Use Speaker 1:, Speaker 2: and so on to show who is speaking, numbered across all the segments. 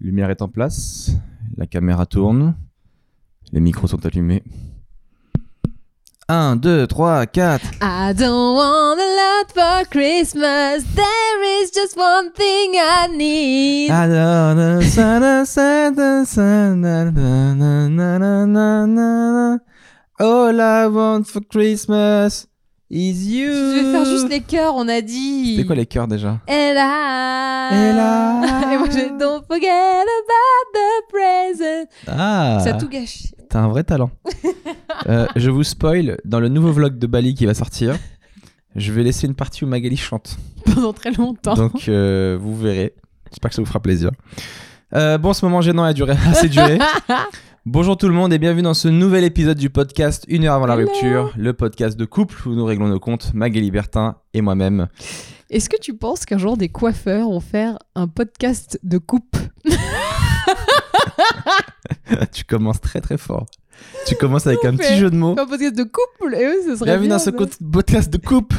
Speaker 1: Lumière est en place, la caméra tourne, les micros sont allumés. 1, 2, 3, 4.
Speaker 2: I don't want a lot for Christmas. There is just one thing I need.
Speaker 1: Ah. All I want for Christmas is you.
Speaker 2: Je vais faire juste les chœurs, on a dit.
Speaker 1: C'était quoi les chœurs déjà
Speaker 2: Ella.
Speaker 1: Ella.
Speaker 2: Et moi, j'ai Don't forget about the present.
Speaker 1: Ah
Speaker 2: Ça a tout gâché.
Speaker 1: T'as un vrai talent. Euh, je vous spoil, dans le nouveau vlog de Bali qui va sortir, je vais laisser une partie où Magali chante.
Speaker 2: Pendant très longtemps.
Speaker 1: Donc euh, vous verrez. J'espère que ça vous fera plaisir. Euh, bon, ce moment gênant a duré assez duré. Bonjour tout le monde et bienvenue dans ce nouvel épisode du podcast Une heure avant la
Speaker 2: Hello.
Speaker 1: rupture, le podcast de couple où nous réglons nos comptes, Magali Bertin et moi-même.
Speaker 2: Est-ce que tu penses qu'un jour des coiffeurs vont faire un podcast de coupe
Speaker 1: tu commences très très fort. Tu commences avec un
Speaker 2: Ouf,
Speaker 1: petit
Speaker 2: eh.
Speaker 1: jeu de mots.
Speaker 2: Un podcast de couple Et oui, ce serait
Speaker 1: Bienvenue
Speaker 2: bien,
Speaker 1: dans ce
Speaker 2: ça.
Speaker 1: co- podcast de couple.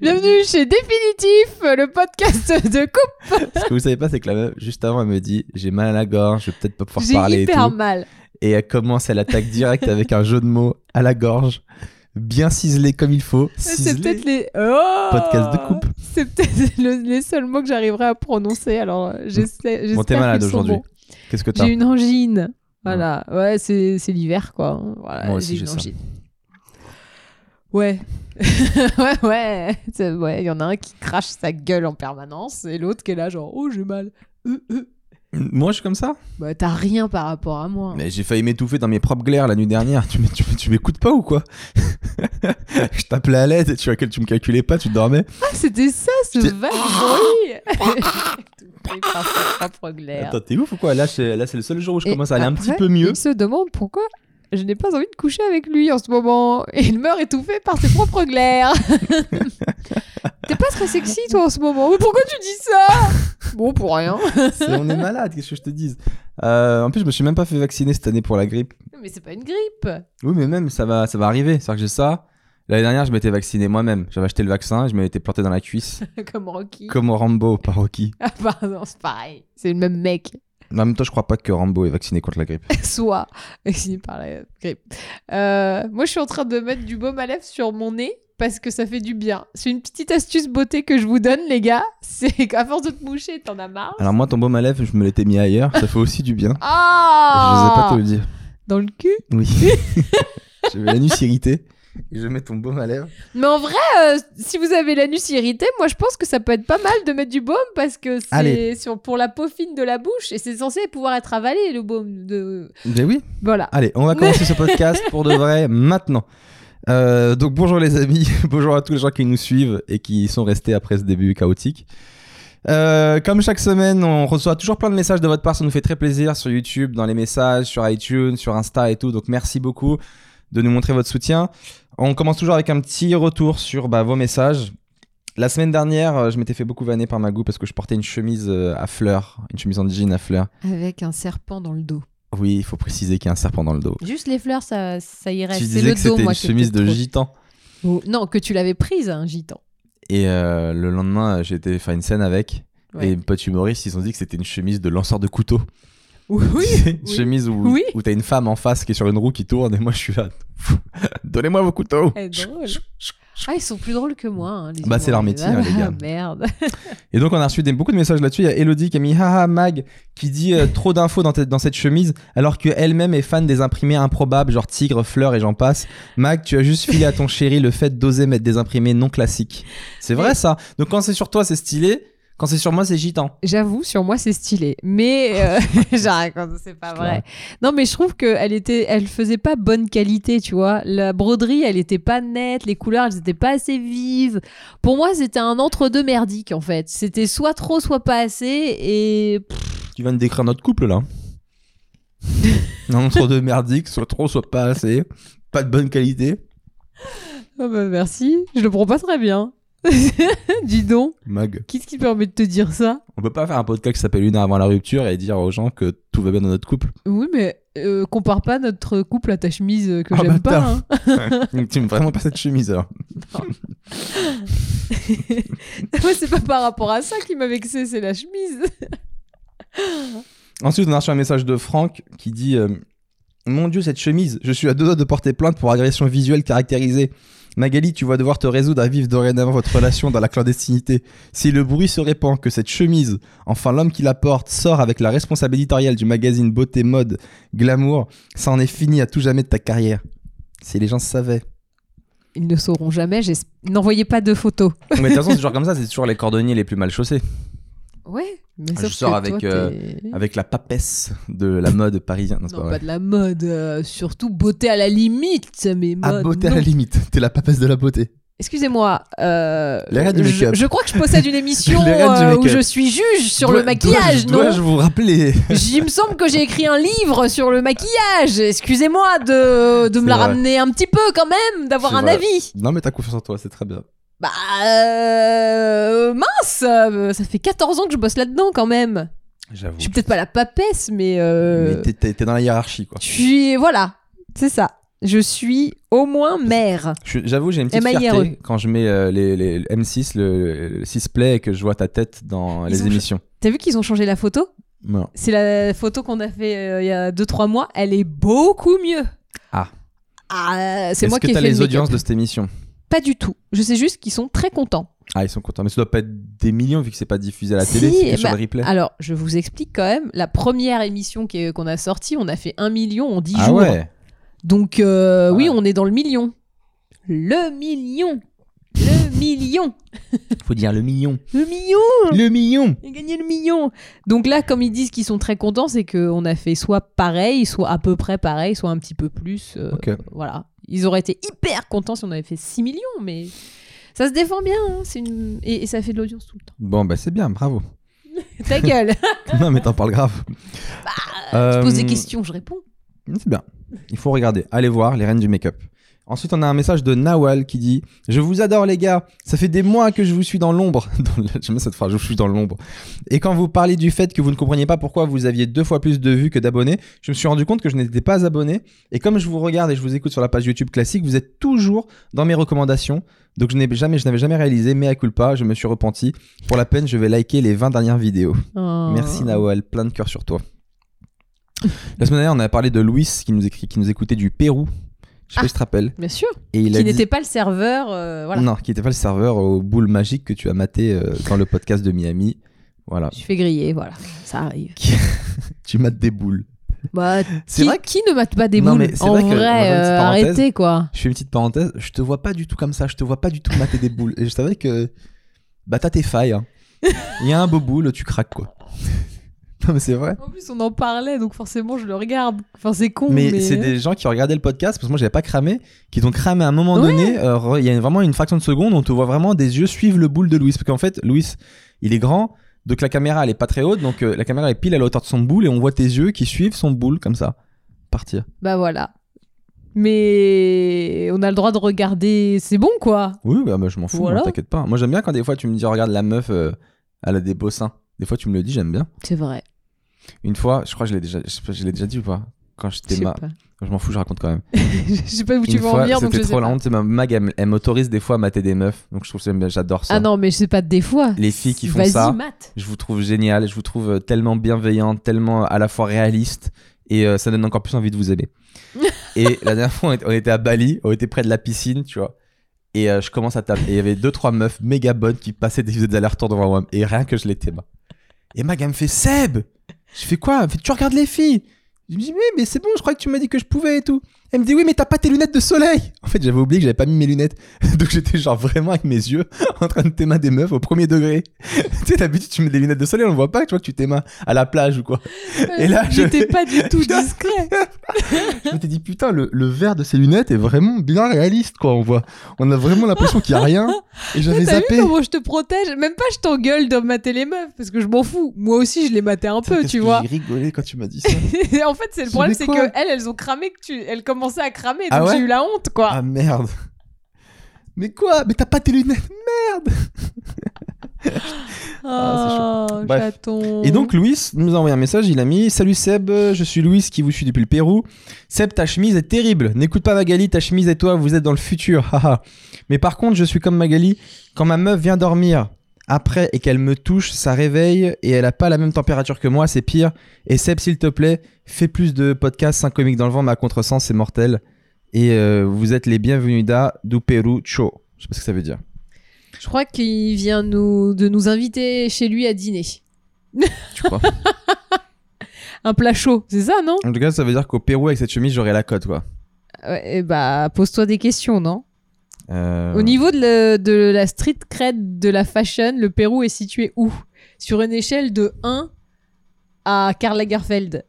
Speaker 2: Bienvenue chez Définitif, le podcast de coupe.
Speaker 1: Ce que vous savez pas, c'est que la meuf, juste avant, elle me dit J'ai mal à la gorge, je vais peut-être pas pouvoir
Speaker 2: J'ai
Speaker 1: parler et
Speaker 2: hyper
Speaker 1: tout.
Speaker 2: mal.
Speaker 1: et elle commence, elle attaque direct avec un jeu de mots à la gorge, bien ciselé comme il faut.
Speaker 2: C'est
Speaker 1: ciselé.
Speaker 2: peut-être les. Oh
Speaker 1: Podcast de coupe.
Speaker 2: C'est peut-être le- les seuls mots que j'arriverai à prononcer. Alors, euh, j'essaie.
Speaker 1: Bon, t'es
Speaker 2: j'espère
Speaker 1: malade
Speaker 2: qu'ils sont
Speaker 1: aujourd'hui.
Speaker 2: bons.
Speaker 1: Qu'est-ce que t'as
Speaker 2: J'ai une angine. Voilà. Ouais, c'est c'est l'hiver, quoi. Voilà,
Speaker 1: Moi aussi,
Speaker 2: une
Speaker 1: j'ai ça.
Speaker 2: angine. Ouais. ouais, ouais. C'est- ouais, Il y en a un qui crache sa gueule en permanence et l'autre qui est là, genre, oh, j'ai mal. Euh, euh.
Speaker 1: Moi, je suis comme ça
Speaker 2: Bah, t'as rien par rapport à moi.
Speaker 1: Mais j'ai failli m'étouffer dans mes propres glaires la nuit dernière. Tu, m'é- tu m'é- tu m'écoutes pas ou quoi Je t'appelais à l'aide, tu vois que tu me calculais pas, tu dormais.
Speaker 2: Ah, c'était ça, ce
Speaker 1: J'étais-
Speaker 2: vague bruit Tout fait par sa propre glaire.
Speaker 1: Attends, t'es ouf ou quoi Là, c'est là, c'est le seul jour où je
Speaker 2: Et
Speaker 1: commence à aller un
Speaker 2: après,
Speaker 1: petit peu mieux.
Speaker 2: Il se demande pourquoi je n'ai pas envie de coucher avec lui en ce moment. Et il meurt étouffé par ses propres glaires. T'es pas très sexy, toi, en ce moment. Mais pourquoi tu dis ça Bon, pour rien.
Speaker 1: C'est- on est malade, qu'est-ce que je te dise Euh, En plus, je me suis même pas fait vacciner cette année pour la grippe.
Speaker 2: Mais c'est pas une grippe.
Speaker 1: Oui, mais même, ça va, ça va arriver. C'est-à-dire que j'ai ça. L'année dernière, je m'étais vacciné moi-même. J'avais acheté le vaccin, je m'étais planté dans la cuisse.
Speaker 2: Comme Rocky.
Speaker 1: Comme au Rambo, pas Rocky.
Speaker 2: Ah, pardon, c'est pareil. C'est le même mec.
Speaker 1: Mais En même temps, je crois pas que Rambo est vacciné contre la grippe.
Speaker 2: Soit vacciné par la grippe. Euh, moi, je suis en train de mettre du baume à lèvres sur mon nez parce que ça fait du bien. C'est une petite astuce beauté que je vous donne, les gars. C'est qu'à force de te moucher, t'en as marre.
Speaker 1: Alors moi, ton baume à lèvres, je me l'étais mis ailleurs. Ça fait aussi du bien. Je
Speaker 2: Ah
Speaker 1: sais pas te le dire.
Speaker 2: Dans le cul
Speaker 1: Oui. J'avais l'anus irrité. Et je mets ton baume à lèvres.
Speaker 2: Mais en vrai, euh, si vous avez l'anus irrité, moi je pense que ça peut être pas mal de mettre du baume parce que c'est
Speaker 1: Allez.
Speaker 2: sur, pour la peau fine de la bouche et c'est censé pouvoir être avalé le baume. De...
Speaker 1: Ben oui.
Speaker 2: Voilà.
Speaker 1: Allez, on va commencer ce podcast pour de vrai maintenant. Euh, donc bonjour les amis, bonjour à tous les gens qui nous suivent et qui sont restés après ce début chaotique. Euh, comme chaque semaine, on reçoit toujours plein de messages de votre part, ça nous fait très plaisir sur YouTube, dans les messages, sur iTunes, sur Insta et tout. Donc merci beaucoup de nous montrer votre soutien. On commence toujours avec un petit retour sur bah, vos messages. La semaine dernière, euh, je m'étais fait beaucoup vanner par Magou parce que je portais une chemise euh, à fleurs, une chemise en jean à fleurs.
Speaker 2: Avec un serpent dans le dos.
Speaker 1: Oui, il faut préciser qu'il y a un serpent dans le dos.
Speaker 2: Juste les fleurs, ça, ça irait.
Speaker 1: Tu
Speaker 2: C'est
Speaker 1: disais
Speaker 2: le
Speaker 1: que
Speaker 2: dos,
Speaker 1: c'était
Speaker 2: moi,
Speaker 1: une
Speaker 2: qui
Speaker 1: chemise
Speaker 2: était
Speaker 1: de
Speaker 2: trop-
Speaker 1: gitan.
Speaker 2: Oh, Non, que tu l'avais prise à un gitan.
Speaker 1: Et euh, le lendemain, j'ai été faire une scène avec.
Speaker 2: Ouais.
Speaker 1: Et mes potes humoristes, ils ont dit que c'était une chemise de lanceur de couteau.
Speaker 2: Oui,
Speaker 1: C'est une
Speaker 2: oui.
Speaker 1: chemise où,
Speaker 2: Oui.
Speaker 1: où t'as une femme en face qui est sur une roue qui tourne et moi je suis là. Donnez-moi vos couteaux.
Speaker 2: Elle est Eh, drôle. Ah, ils sont plus drôles que moi. hein, les
Speaker 1: Bah, c'est leur métier,
Speaker 2: Ah,
Speaker 1: hein, les gars.
Speaker 2: merde.
Speaker 1: Et donc on a reçu des- beaucoup de messages là-dessus. Il y a Elodie qui a mis haha Mag qui dit euh, trop d'infos dans, ta- dans cette chemise alors que elle-même est fan des imprimés improbables genre tigre, fleur et j'en passe. Mag, tu as juste filé à ton chéri le fait d'oser mettre des imprimés non classiques. C'est vrai ça. Donc quand c'est sur toi c'est stylé, quand c'est sur moi c'est gitan.
Speaker 2: J'avoue, sur moi, c'est stylé. Mais euh, j'arrête quand c'est pas
Speaker 1: Je
Speaker 2: vrai. Non, mais je trouve qu'elle était, elle faisait pas bonne qualité, tu vois. La broderie, elle était pas nette, les couleurs, elles étaient pas assez vives. Pour moi, c'était un entre-deux merdique, en fait. C'était soit trop, soit pas assez. Et pff,
Speaker 1: Tu viens de décrire notre couple là. Un entre deux merdiques, soit trop, soit pas assez. Pas de bonne qualité.
Speaker 2: ah bah, merci, je le prends pas très bien. Dis donc,
Speaker 1: Mag.
Speaker 2: qu'est-ce qui te permet de te dire ça
Speaker 1: On peut pas faire un podcast qui s'appelle Une heure avant la rupture et dire aux gens que tout va bien dans notre couple.
Speaker 2: Oui, mais euh, compare pas notre couple à ta chemise euh, que
Speaker 1: Ah,
Speaker 2: j'aime pas.
Speaker 1: bâtard.
Speaker 2: hein.
Speaker 1: tu me vraiment pas cette chemise alors.
Speaker 2: Moi, c'est pas par rapport à ça qui m'a vexé, c'est la chemise.
Speaker 1: Ensuite, on a reçu un message de Franck qui dit euh, Mon Dieu, cette chemise, je suis à deux doigts de porter plainte pour agression visuelle caractérisée. Magali, tu vas devoir te résoudre à vivre dorénavant votre relation dans la clandestinité. Si le bruit se répand que cette chemise, enfin l'homme qui la porte, sort avec la responsable éditoriale du magazine Beauté Mode Glamour, ça en est fini à tout jamais de ta carrière. Si les gens savaient.
Speaker 2: Ils ne sauront jamais. j'es- N'envoyez pas de photos.
Speaker 1: Mais de toute façon, c'est toujours comme ça, c'est toujours les cordonniers les plus mal chaussés.
Speaker 2: Ouais. Mais
Speaker 1: Je
Speaker 2: sauf
Speaker 1: sors
Speaker 2: que
Speaker 1: avec,
Speaker 2: toi,
Speaker 1: euh,
Speaker 2: t'es-
Speaker 1: Avec la papesse de la mode parisienne. Non, c'est
Speaker 2: Non,
Speaker 1: pas
Speaker 2: pas,
Speaker 1: vrai.
Speaker 2: de la mode. euh, surtout beauté à la limite. Mais mode.
Speaker 1: Ah, beauté à
Speaker 2: non.
Speaker 1: la limite, t'es la papesse de la beauté.
Speaker 2: Excusez-moi. euh,
Speaker 1: Les règles du
Speaker 2: je,
Speaker 1: make-up.
Speaker 2: je crois que je possède une émission
Speaker 1: Les règles du
Speaker 2: euh, où
Speaker 1: make-up.
Speaker 2: je suis juge sur
Speaker 1: Dois-
Speaker 2: le maquillage,
Speaker 1: dois-je- Dois-je
Speaker 2: non
Speaker 1: vous rappeler
Speaker 2: J- Il me semble que j'ai écrit un livre sur le maquillage. Excusez-moi de, de me
Speaker 1: C'est
Speaker 2: la
Speaker 1: vrai.
Speaker 2: ramener un petit peu quand même, d'avoir
Speaker 1: C'est
Speaker 2: un
Speaker 1: vrai.
Speaker 2: avis.
Speaker 1: Non, mais t'as confiance en toi, c'est très bien.
Speaker 2: Bah euh, mince, euh, ça fait 14 ans que je bosse là-dedans quand même.
Speaker 1: J'avoue.
Speaker 2: Je suis peut-être pas la papesse, mais, euh,
Speaker 1: Mais t'es- t'es t'es dans la hiérarchie, quoi.
Speaker 2: je suis voilà, c'est ça. Je suis au moins mère.
Speaker 1: Je suis- J'avoue, j'ai une petite
Speaker 2: M.I.R.E..
Speaker 1: fierté quand je mets euh, les, les- le M6, le, le 6 Play, et que je vois ta tête dans
Speaker 2: Ils
Speaker 1: les
Speaker 2: ont
Speaker 1: émissions.
Speaker 2: T'as vu qu'ils ont changé la photo
Speaker 1: Non.
Speaker 2: C'est la photo qu'on a fait euh, il y a 2-3 mois. Elle est beaucoup mieux.
Speaker 1: Ah.
Speaker 2: Ah, c'est
Speaker 1: Est-ce
Speaker 2: moi
Speaker 1: que
Speaker 2: qui ai
Speaker 1: t'as
Speaker 2: fait
Speaker 1: les
Speaker 2: le
Speaker 1: audiences de
Speaker 2: make-up.
Speaker 1: cette émission
Speaker 2: Pas du tout. Je sais juste qu'ils sont très contents.
Speaker 1: Ah, ils sont contents. Mais ça doit pas être des millions vu que c'est pas diffusé à la
Speaker 2: Si,
Speaker 1: télé, c'est que
Speaker 2: bah,
Speaker 1: sur le replay.
Speaker 2: Alors, je vous explique quand même. La première émission qui est- qu'on a sortie, on a fait 1 million en 10
Speaker 1: Ah
Speaker 2: jours.
Speaker 1: ouais Ah.
Speaker 2: Donc, euh,
Speaker 1: Ouais.
Speaker 2: oui, on est dans le million. Le million. Le million.
Speaker 1: Faut dire le million.
Speaker 2: Le million.
Speaker 1: Le million
Speaker 2: Il a gagné le million. Donc là, comme ils disent qu'ils sont très contents, c'est qu'on a fait soit pareil, soit à peu près pareil, soit un petit peu plus. euh,
Speaker 1: Ok.
Speaker 2: Voilà. Ils auraient été hyper contents si on avait fait 6 millions, mais ça se défend bien. hein, c'est une- et, et ça fait de l'audience tout le temps.
Speaker 1: Bon, bah c'est bien, bravo.
Speaker 2: Ta gueule.
Speaker 1: non, mais t'en parles grave.
Speaker 2: Je
Speaker 1: Euh,
Speaker 2: pose Bah, des questions, je réponds.
Speaker 1: C'est bien. Il faut regarder. Allez voir les reines du make-up. Ensuite, on a un message de Nawal qui dit Je vous adore, les gars. Ça fait des mois que je vous suis dans l'ombre. Dans le- J'aime bien cette phrase, je vous suis dans l'ombre. Et quand vous parlez du fait que vous ne compreniez pas pourquoi vous aviez deux fois plus de vues que d'abonnés, je me suis rendu compte que je n'étais pas abonné. Et comme je vous regarde et je vous écoute sur la page YouTube classique, vous êtes toujours dans mes recommandations. Donc, je n'ai jamais, je n'avais jamais réalisé, mais à culpa, je me suis repenti. Pour la peine, je vais liker les 20 dernières vidéos.
Speaker 2: Oh.
Speaker 1: Merci Nawal, plein de cœur sur toi. La semaine dernière, on a parlé de Luis qui nous écrit, qui nous écoutait du Pérou. Je sais pas
Speaker 2: Ah.
Speaker 1: si tu te rappelles.
Speaker 2: Bien sûr.
Speaker 1: Et il a
Speaker 2: Qui
Speaker 1: dit-
Speaker 2: n'était pas le serveur. euh, voilà.
Speaker 1: non, qui n'était pas le serveur aux boules magiques que tu as maté euh, dans le podcast de Miami. Voilà,
Speaker 2: Je fais griller, voilà. Ça arrive.
Speaker 1: tu mates des boules.
Speaker 2: Bah,
Speaker 1: C'est
Speaker 2: qui,
Speaker 1: vrai que
Speaker 2: qui ne mate pas des
Speaker 1: Non,
Speaker 2: boules
Speaker 1: mais c'est
Speaker 2: En
Speaker 1: vrai que-
Speaker 2: vrai,
Speaker 1: je vais faire une petite
Speaker 2: euh,
Speaker 1: parenthèse.
Speaker 2: arrêtez quoi.
Speaker 1: je fais une petite parenthèse. Je te vois pas du tout comme ça. Je te vois pas du tout mater des boules. Et je savais que bah t'as tes failles. hein. Il y a un beau boule, tu craques quoi. non mais c'est vrai.
Speaker 2: En plus, on en parlait, donc forcément, je le regarde. Enfin, c'est con, mais,
Speaker 1: Mais, c'est des gens qui regardaient le podcast, parce que moi j'avais pas cramé, qui t'ont cramé à un moment donné. euh, re- Il y a vraiment une fraction de seconde, on te voit vraiment des yeux suivre le boule de Louis. Parce qu'en fait, Louis, il est grand, donc la caméra elle est pas très haute, donc euh, la caméra elle est pile à la hauteur de son boule et on voit tes yeux qui suivent son boule comme ça. Partir.
Speaker 2: Bah voilà. Mais on a le droit de regarder, c'est bon quoi.
Speaker 1: Oui, bah, bah, je m'en fous,
Speaker 2: Voilà.
Speaker 1: moi, t'inquiète pas. Moi j'aime bien quand des fois tu me dis, regarde la meuf, euh, elle a des beaux seins. Des fois tu me le dis, j'aime bien.
Speaker 2: C'est vrai.
Speaker 1: Une fois, je crois que je l'ai déjà, je sais pas, je l'ai déjà dit ou pas Quand
Speaker 2: Je
Speaker 1: j'étais
Speaker 2: sais
Speaker 1: ma.
Speaker 2: pas.
Speaker 1: Je m'en fous, je raconte quand même.
Speaker 2: Je sais pas où tu
Speaker 1: Une
Speaker 2: veux en
Speaker 1: fois,
Speaker 2: venir, donc je
Speaker 1: c'était
Speaker 2: sais
Speaker 1: trop
Speaker 2: pas.
Speaker 1: la honte. Ma mag, elle, m- elle m'autorise des fois à mater des meufs. Donc je trouve que j'adore ça.
Speaker 2: Ah non, mais je sais pas des fois.
Speaker 1: Les filles qui font
Speaker 2: Vas-y,
Speaker 1: ça.
Speaker 2: mate.
Speaker 1: Je vous trouve génial, je vous trouve euh, tellement bienveillante, tellement à la fois réaliste. Et euh, ça donne encore plus envie de vous aimer. et la dernière fois, on était- on était à Bali, on était près de la piscine, tu vois. Et euh, je commence à taper. Et il y avait deux, trois meufs méga bonnes qui passaient des faisaient des allers-retours devant moi. Et rien que je l'étais, bah. Et Mag, elle me fait Seb Je fais quoi Elle me fait Tu regardes les filles Je me dis Oui, mais c'est bon, je crois que tu m'as dit que je pouvais et tout. Elle me dit Oui, mais t'as pas tes lunettes de soleil En fait, j'avais oublié que j'avais pas mis mes lunettes. Donc j'étais genre vraiment avec mes yeux en train de t'aimer des meufs au premier degré. tu sais, d'habitude, tu mets des lunettes de soleil, on le voit pas, tu vois que tu t'aimes à la plage ou quoi. Et là, je-
Speaker 2: J'étais pas du tout discret.
Speaker 1: Je m'étais dit Putain, le, le verre de ces lunettes est vraiment bien réaliste, quoi. On voit. On a vraiment l'impression qu'il y a rien. Et j'avais
Speaker 2: T'as vu
Speaker 1: zappé.
Speaker 2: comment je te protège Même pas je t'engueule de mater les meufs, parce que je m'en fous. Moi aussi, je les matais un peu,
Speaker 1: Qu'est-ce
Speaker 2: tu
Speaker 1: que
Speaker 2: vois.
Speaker 1: J'ai rigolé quand tu m'as dit ça.
Speaker 2: Et en fait, c'est le
Speaker 1: Je
Speaker 2: problème,
Speaker 1: dis, mais
Speaker 2: c'est
Speaker 1: quoi
Speaker 2: que elles, elles ont cramé, que tu, elles commençaient à cramer, donc
Speaker 1: Ah ouais
Speaker 2: j'ai eu la honte, quoi.
Speaker 1: Ah merde. Mais quoi Mais t'as pas tes lunettes Ah,
Speaker 2: oh,
Speaker 1: Bref.
Speaker 2: chaton.
Speaker 1: Et donc Louis nous a envoyé un message, il a mis Salut Seb, euh, je suis Louis qui vous suit depuis le Pérou. Seb, ta chemise est terrible. N'écoute pas Magali, ta chemise et toi, vous êtes dans le futur. haha. Mais par contre, je suis comme Magali. Quand ma meuf vient dormir, après et qu'elle me touche, ça réveille et elle a pas la même température que moi, c'est pire. Et Seb, s'il te plaît, fais plus de podcasts 5 comiques dans le vent, ma contresens, c'est mortel. Et euh, vous êtes les bienvenus d'A du Pérou Cho. Je sais pas ce que ça veut dire.
Speaker 2: Je crois qu'il vient nous, de nous inviter chez lui à dîner.
Speaker 1: Tu crois
Speaker 2: Un plat chaud, c'est ça, non
Speaker 1: En tout cas, ça veut dire qu'au Pérou, avec cette chemise, j'aurai la cote, quoi.
Speaker 2: ouais, eh Bah, pose-toi des questions, non
Speaker 1: Euh,
Speaker 2: Au niveau de, le- de la street cred de la fashion, le Pérou est situé où Sur une échelle de 1 à Karl Lagerfeld.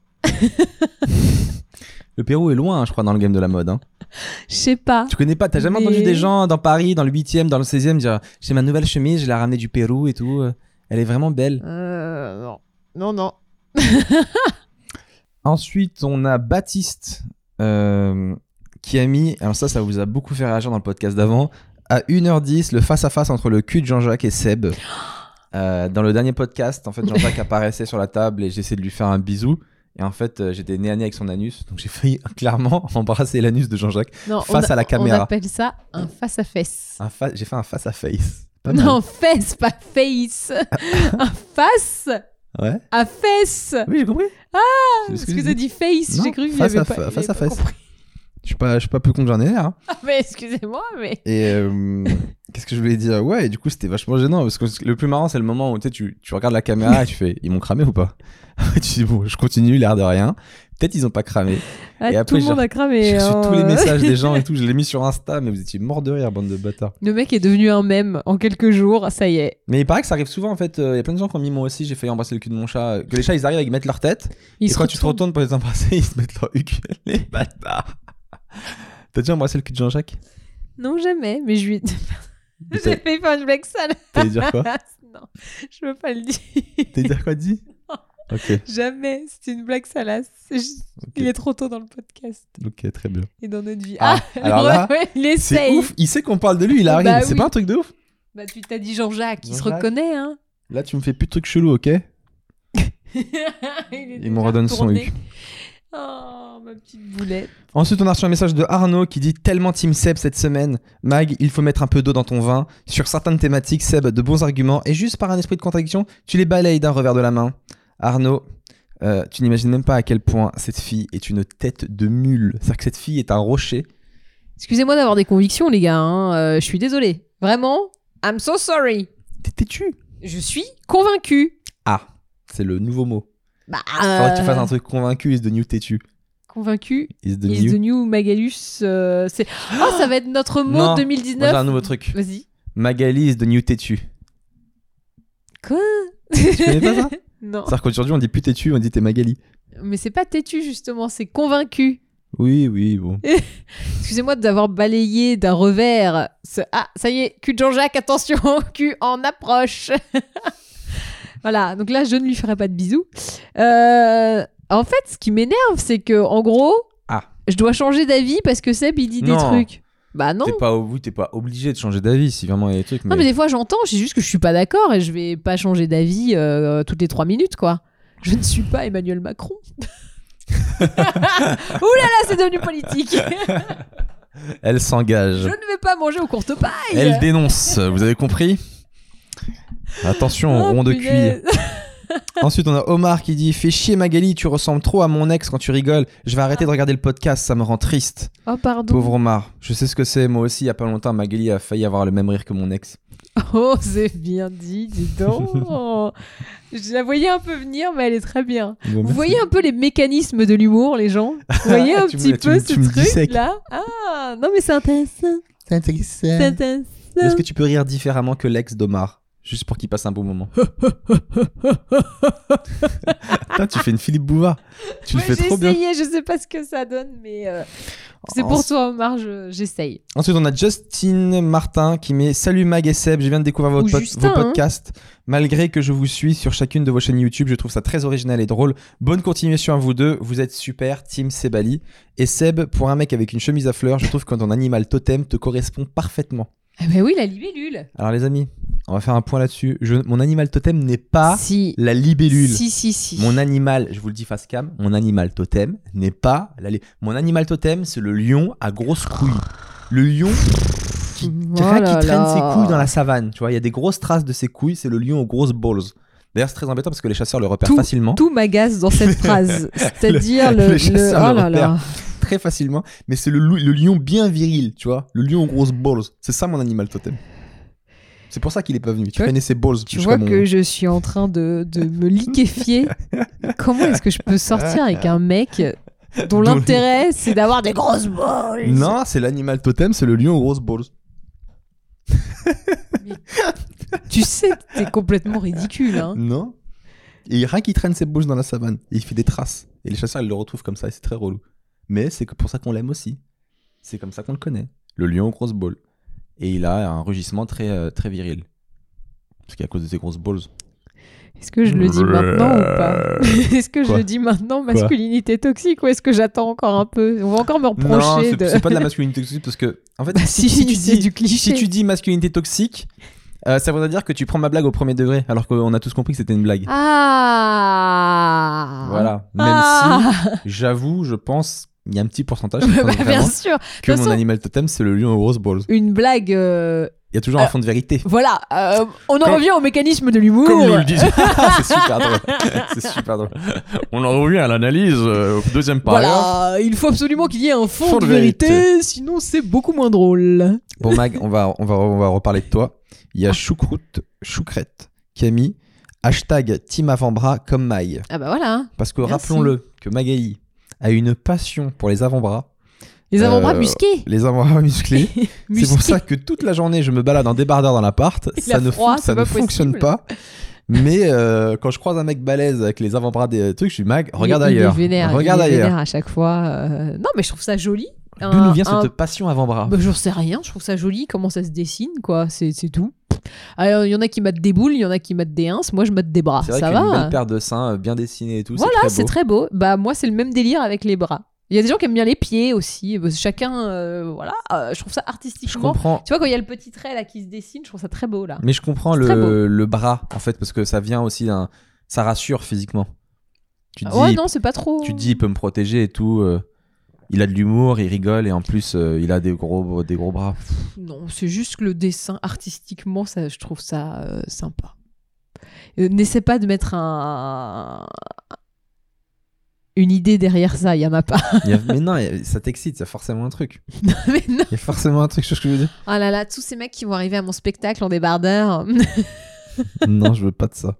Speaker 1: Le Pérou est loin, hein, je crois, dans le game de la mode. hein.
Speaker 2: Je sais pas.
Speaker 1: Tu connais pas, t'as jamais entendu
Speaker 2: Mais-
Speaker 1: des gens dans Paris, dans le 8e, dans le 16e dire J'ai ma nouvelle chemise, je l'ai ramenée du Pérou et tout. euh, Elle est vraiment belle.
Speaker 2: Euh, non. Non, non.
Speaker 1: Ensuite, on a Baptiste euh, qui a mis, alors ça, ça vous a beaucoup fait réagir dans le podcast d'avant, à 1h10, le face-à-face entre le cul de Jean-Jacques et Seb. Euh, dans le dernier podcast, en fait, Jean-Jacques apparaissait sur la table et j'essayais de lui faire un bisou. Et en fait, euh, j'étais nez à nez avec son anus, donc j'ai failli clairement embrasser l'anus de Jean-Jacques
Speaker 2: Non, on
Speaker 1: face
Speaker 2: a-
Speaker 1: à la
Speaker 2: On
Speaker 1: caméra.
Speaker 2: appelle ça un face-à-face.
Speaker 1: Un fa- J'ai fait un face-à-face. Pas mal.
Speaker 2: Non, fesse, pas face. un face
Speaker 1: Ouais.
Speaker 2: à fesse.
Speaker 1: Oui, j'ai compris.
Speaker 2: Ah,
Speaker 1: C'est
Speaker 2: Parce
Speaker 1: ce que
Speaker 2: que
Speaker 1: j'ai
Speaker 2: t'as
Speaker 1: dit.
Speaker 2: dit face,
Speaker 1: Non,
Speaker 2: j'ai cru que
Speaker 1: face
Speaker 2: j'avais
Speaker 1: à
Speaker 2: pas,
Speaker 1: fa-
Speaker 2: j'avais
Speaker 1: face à
Speaker 2: pas
Speaker 1: face.
Speaker 2: compris.
Speaker 1: Je suis pas, je suis pas plus con que j'en ai l'air. hein.
Speaker 2: Ah, mais excusez-moi, mais...
Speaker 1: Et euh, qu'est-ce que je voulais dire Ouais, et du coup, c'était vachement gênant parce que le plus marrant, c'est le moment où tu, sais, tu, tu regardes la caméra et tu fais Ils m'ont cramé ou pas Tu dis Bon, je continue, l'air de rien. Peut-être ils ont pas cramé.
Speaker 2: Ah,
Speaker 1: Et
Speaker 2: tout
Speaker 1: après,
Speaker 2: le
Speaker 1: j'ai-
Speaker 2: monde a cramé.
Speaker 1: J'ai reçu
Speaker 2: hein.
Speaker 1: tous les messages des gens et tout. Je l'ai mis sur Insta, mais vous étiez mort de rire, bande de bâtards.
Speaker 2: Le mec est devenu un mème en quelques jours, ça y est.
Speaker 1: Mais il paraît que ça arrive souvent en fait. euh, Il y a plein de gens qui ont mis moi aussi. J'ai failli embrasser le cul de mon chat. Que les chats ils arrivent et ils mettent leur tête.
Speaker 2: Il
Speaker 1: et
Speaker 2: se
Speaker 1: quand tu te
Speaker 2: retourne.
Speaker 1: retournes pour les embrasser, ils se mettent leur cul. Les bâtards. T'as déjà embrassé le cul de Jean-Jacques
Speaker 2: Non, jamais, mais je lui...
Speaker 1: Mais
Speaker 2: J'ai
Speaker 1: t'as-
Speaker 2: fait faire une blague sale.
Speaker 1: T'allais dire quoi
Speaker 2: non, je veux pas le dire.
Speaker 1: T'allais dire quoi, dis Ok,
Speaker 2: Jamais, c'est une blague salace. C'est juste- Il est trop tôt dans le podcast
Speaker 1: ok, très bien.
Speaker 2: et dans notre vie.
Speaker 1: Ah, alors là,
Speaker 2: ouais, ouais, il
Speaker 1: C'est
Speaker 2: essaye.
Speaker 1: ouf, il sait qu'on parle de lui, il arrive.
Speaker 2: Bah
Speaker 1: c'est
Speaker 2: oui.
Speaker 1: pas un truc de ouf
Speaker 2: Bah, tu t'as dit Jean-Jacques, il se
Speaker 1: Jean-Jacques.
Speaker 2: reconnaît, hein.
Speaker 1: Là, tu me fais plus de trucs chelous, ok Il me redonne son
Speaker 2: U.
Speaker 1: U.
Speaker 2: Oh, ma petite boulette.
Speaker 1: Ensuite, on a reçu un message de Arnaud qui dit Tellement Team Seb cette semaine. Mag, il faut mettre un peu d'eau dans ton vin. Sur certaines thématiques, Seb a de bons arguments et juste par un esprit de contradiction, tu les balayes d'un revers de la main. Arnaud, euh, tu n'imagines même pas à quel point cette fille est une tête de mule. C'est-à-dire que cette fille est un rocher.
Speaker 2: Excusez-moi d'avoir des convictions, les gars. hein. Euh, je suis désolée. Vraiment, I'm so sorry.
Speaker 1: T'es têtu
Speaker 2: Je suis convaincue.
Speaker 1: Ah, c'est le nouveau mot.
Speaker 2: Bah,
Speaker 1: Faudrait que tu
Speaker 2: euh,
Speaker 1: fasses un truc convaincu, is the new têtu.
Speaker 2: convaincue.
Speaker 1: Is the
Speaker 2: Is
Speaker 1: new.
Speaker 2: the new Magalus. euh, c'est... Oh, ça va être notre mot
Speaker 1: Non, Moi,
Speaker 2: 2019.
Speaker 1: j'ai un nouveau truc.
Speaker 2: Vas-y.
Speaker 1: Magali is the new têtu.
Speaker 2: Quoi
Speaker 1: Tu connais pas ça
Speaker 2: Non.
Speaker 1: C'est-à-dire qu'aujourd'hui, on dit plus têtu, on dit t'es Magali.
Speaker 2: Mais c'est pas têtu, justement, c'est convaincu.
Speaker 1: Oui, oui, bon.
Speaker 2: Excusez-moi d'avoir balayé d'un revers. ce- Ah, ça y est, cul de Jean-Jacques, attention, cul en approche. voilà, donc là, je ne lui ferai pas de bisous. Euh, en fait, ce qui m'énerve, c'est que, en gros,
Speaker 1: Ah.
Speaker 2: je dois changer d'avis parce que Seb, il dit
Speaker 1: Non.
Speaker 2: des trucs. Bah non.
Speaker 1: T'es pas, oui, t'es pas obligé de changer d'avis si vraiment il y a des trucs. Mais...
Speaker 2: Non, mais des fois, j'entends, c'est juste que je suis pas d'accord et je vais pas changer d'avis euh, toutes les trois minutes, quoi. Je ne suis pas Emmanuel Macron. Ouh là là, c'est devenu politique.
Speaker 1: Elle s'engage.
Speaker 2: je ne vais pas manger aux courtes pailles.
Speaker 1: Elle dénonce, vous avez compris Attention,
Speaker 2: Oh,
Speaker 1: rond de
Speaker 2: punaise.
Speaker 1: cuir. Ensuite, on a Omar qui dit Fais chier Magali, tu ressembles trop à mon ex quand tu rigoles. Je vais arrêter de regarder le podcast, ça me rend triste.
Speaker 2: Oh, pardon.
Speaker 1: Pauvre Omar, je sais ce que c'est. Moi aussi, il y a pas longtemps, Magali a failli avoir le même rire que mon ex.
Speaker 2: Oh, c'est bien dit, dis donc. Je la voyais un peu venir, mais elle est très bien.
Speaker 1: Eh ben,
Speaker 2: Vous voyez un peu les mécanismes de l'humour, les gens Vous voyez un
Speaker 1: Tu me-
Speaker 2: petit
Speaker 1: tu
Speaker 2: peu
Speaker 1: me-
Speaker 2: ce
Speaker 1: tu me dissèques.
Speaker 2: truc-là Ah, non, mais c'est intéressant.
Speaker 1: C'est
Speaker 2: C'est
Speaker 1: intéressant.
Speaker 2: intéressant.
Speaker 1: Est-ce que tu peux rire différemment que l'ex d'Omar Juste pour qu'il passe un bon moment. Putain, tu fais une Philippe Bouvard. Tu
Speaker 2: Ouais,
Speaker 1: le fais
Speaker 2: J'ai
Speaker 1: trop bien.
Speaker 2: essayé, je sais pas ce que ça donne, mais euh, c'est
Speaker 1: En-
Speaker 2: pour toi, Omar, je- j'essaye.
Speaker 1: Ensuite, on a Justine Martin qui met Salut Mag et Seb, je viens de découvrir votre
Speaker 2: Ou
Speaker 1: pod-
Speaker 2: Justin, hein.
Speaker 1: vos podcasts. Malgré que je vous suis sur chacune de vos chaînes YouTube, je trouve ça très original et drôle. Bonne continuation à vous deux, vous êtes super, Team Sebali. Et Seb, pour un mec avec une chemise à fleurs, je trouve que ton animal totem te correspond parfaitement.
Speaker 2: Ah bah oui, la libellule.
Speaker 1: Alors, les amis, on va faire un point là-dessus. Je- Mon animal totem n'est pas
Speaker 2: si.
Speaker 1: Ah, la libellule.
Speaker 2: Si, si, si.
Speaker 1: Mon animal, je vous le dis face cam, mon animal totem n'est pas la li- Mon animal totem, c'est le lion à grosse couille. Le lion, qui,
Speaker 2: Oh
Speaker 1: quelqu'un
Speaker 2: là
Speaker 1: qui traîne
Speaker 2: là.
Speaker 1: ses couilles dans la savane. Tu vois, il y a des grosses traces de ses couilles. C'est le lion aux grosses balls. D'ailleurs, c'est très embêtant parce que les chasseurs le repèrent
Speaker 2: Tout-
Speaker 1: facilement,
Speaker 2: Tout m'agace dans cette phrase. C'est-à-dire
Speaker 1: Le-
Speaker 2: le,
Speaker 1: les chasseurs
Speaker 2: le-
Speaker 1: le
Speaker 2: Oh là là.
Speaker 1: repèrent. très facilement. Mais c'est le, lou- le lion bien viril, tu vois, le lion aux grosses balls. C'est ça mon animal totem. C'est pour ça qu'il est pas venu. Tu
Speaker 2: vois-
Speaker 1: connais ses balls.
Speaker 2: Tu
Speaker 1: je
Speaker 2: vois
Speaker 1: crois, mon-
Speaker 2: que je suis en train de, de me liquéfier. Comment est-ce que je peux sortir avec un mec dont
Speaker 1: Dont-
Speaker 2: l'intérêt c'est d'avoir des grosses balles
Speaker 1: Non, c'est l'animal totem, c'est le lion aux grosses balls.
Speaker 2: Tu sais que t'es complètement ridicule. Hein.
Speaker 1: Non. Et rien qui traîne ses bouches dans la savane. Et il fait des traces. Et les chasseurs, ils le retrouvent comme ça. Et c'est très relou. Mais c'est que pour ça qu'on l'aime aussi. C'est comme ça qu'on le connaît. Le lion aux grosses balles. Et il a un rugissement très, euh, très viril. Parce qu'à cause de ses grosses balls.
Speaker 2: Est-ce que je le dis maintenant ou pas Est-ce que je
Speaker 1: Quoi
Speaker 2: le dis maintenant masculinité toxique ou est-ce que j'attends encore un peu On va encore me
Speaker 1: Non,
Speaker 2: reprocher
Speaker 1: c'est
Speaker 2: de.
Speaker 1: c'est pas de la masculinité toxique parce que. En fait,
Speaker 2: Bah
Speaker 1: si,
Speaker 2: si,
Speaker 1: si tu
Speaker 2: c'est
Speaker 1: dis,
Speaker 2: du cliché.
Speaker 1: si tu dis masculinité toxique, euh, ça voudrait dire que tu prends ma blague au premier degré. Alors qu'on a tous compris que c'était une blague.
Speaker 2: Ah
Speaker 1: Voilà. Même si,
Speaker 2: Ah
Speaker 1: j'avoue, je pense, il y a un petit pourcentage qui pense
Speaker 2: Bah, bien
Speaker 1: vraiment
Speaker 2: sûr
Speaker 1: que
Speaker 2: toute
Speaker 1: mon
Speaker 2: façon-
Speaker 1: animal totem, c'est le lion aux grosses balls.
Speaker 2: Une blague. euh,
Speaker 1: Il y a toujours
Speaker 3: Ah.
Speaker 1: un fond de vérité.
Speaker 2: Voilà, euh, on en
Speaker 1: Comme-
Speaker 2: revient au mécanisme de l'humour.
Speaker 1: Comme nous le disons. c'est super drôle. C'est super drôle.
Speaker 3: On en revient à l'analyse, euh, au deuxième paragraphe.
Speaker 2: Voilà, il faut absolument qu'il y ait un fond,
Speaker 1: Fond
Speaker 2: de
Speaker 1: de vérité.
Speaker 2: vérité, sinon c'est beaucoup moins drôle.
Speaker 1: Bon, Mag, on va, on, va, on va reparler de toi. Il y a Choucroute, Choucrette, qui a mis hashtag Team Avant-Bras comme Maï.
Speaker 2: Ah bah voilà,
Speaker 1: Parce que
Speaker 2: Merci.
Speaker 1: rappelons-le que Magali a une passion pour les avant-bras,
Speaker 2: les avant-bras
Speaker 1: Euh,
Speaker 2: musqués.
Speaker 1: les avant-bras musclés. C'est pour
Speaker 2: Musqués.
Speaker 1: ça que toute la journée, je me balade en débardeur dans l'appart.
Speaker 2: Il
Speaker 1: Ça
Speaker 2: a
Speaker 1: ne,
Speaker 2: froid,
Speaker 1: fon- ça
Speaker 2: c'est
Speaker 1: ne
Speaker 2: pas
Speaker 1: fonctionne
Speaker 2: possible.
Speaker 1: pas. Mais euh, quand je croise un mec balèze avec les avant-bras des trucs, je suis mag. Regarde
Speaker 2: Il- il est
Speaker 1: ailleurs.
Speaker 2: vénère,
Speaker 1: regarde
Speaker 2: il est
Speaker 1: ailleurs.
Speaker 2: vénère à chaque fois. euh, Non mais je trouve ça joli.
Speaker 1: D'où nous vient
Speaker 2: Un-
Speaker 1: cette passion avant-bras
Speaker 2: Bah, j'en sais rien, je trouve ça joli, comment ça se dessine, quoi, c'est c'est tout. Alors, il y en a qui matent des boules, il y en a qui matent des ins, moi je mate des bras,
Speaker 1: C'est vrai
Speaker 2: ça
Speaker 1: qu'il y a une belle
Speaker 2: va.
Speaker 1: paire de seins euh, bien dessinés et tout.
Speaker 2: Voilà,
Speaker 1: c'est
Speaker 2: c'est
Speaker 1: très,
Speaker 2: très beau. Bah, moi c'est le même délire avec les bras. Il y a des gens qui aiment bien les pieds aussi, bah, chacun, euh, voilà, euh, je trouve ça
Speaker 1: beau. Je
Speaker 2: artistiquement.
Speaker 1: comprends.
Speaker 2: Tu vois, quand il y a le petit trait là qui se dessine, je trouve ça très beau là.
Speaker 1: Mais je comprends
Speaker 2: C'est très
Speaker 1: le,
Speaker 2: beau.
Speaker 1: le bras en fait parce que ça vient aussi d'un. Ça rassure physiquement. Tu te dis,
Speaker 2: ouais, non, c'est pas trop.
Speaker 1: tu te dis, il peut me protéger et tout. euh, il a de l'humour, il rigole et en plus euh, il a des gros, des gros bras.
Speaker 2: Non, c'est juste que le dessin artistiquement, ça, je trouve ça euh, sympa. Euh, N'essaie pas de mettre un. Une idée derrière ça, il y en a pas.
Speaker 1: Il y a- mais non, il y a- ça t'excite, il y a forcément un truc.
Speaker 2: Mais non.
Speaker 1: Il y a forcément un truc sur ce que je veux dire.
Speaker 2: Oh là là, tous ces mecs qui vont arriver à mon spectacle en débardeur.
Speaker 1: non, je veux pas de ça.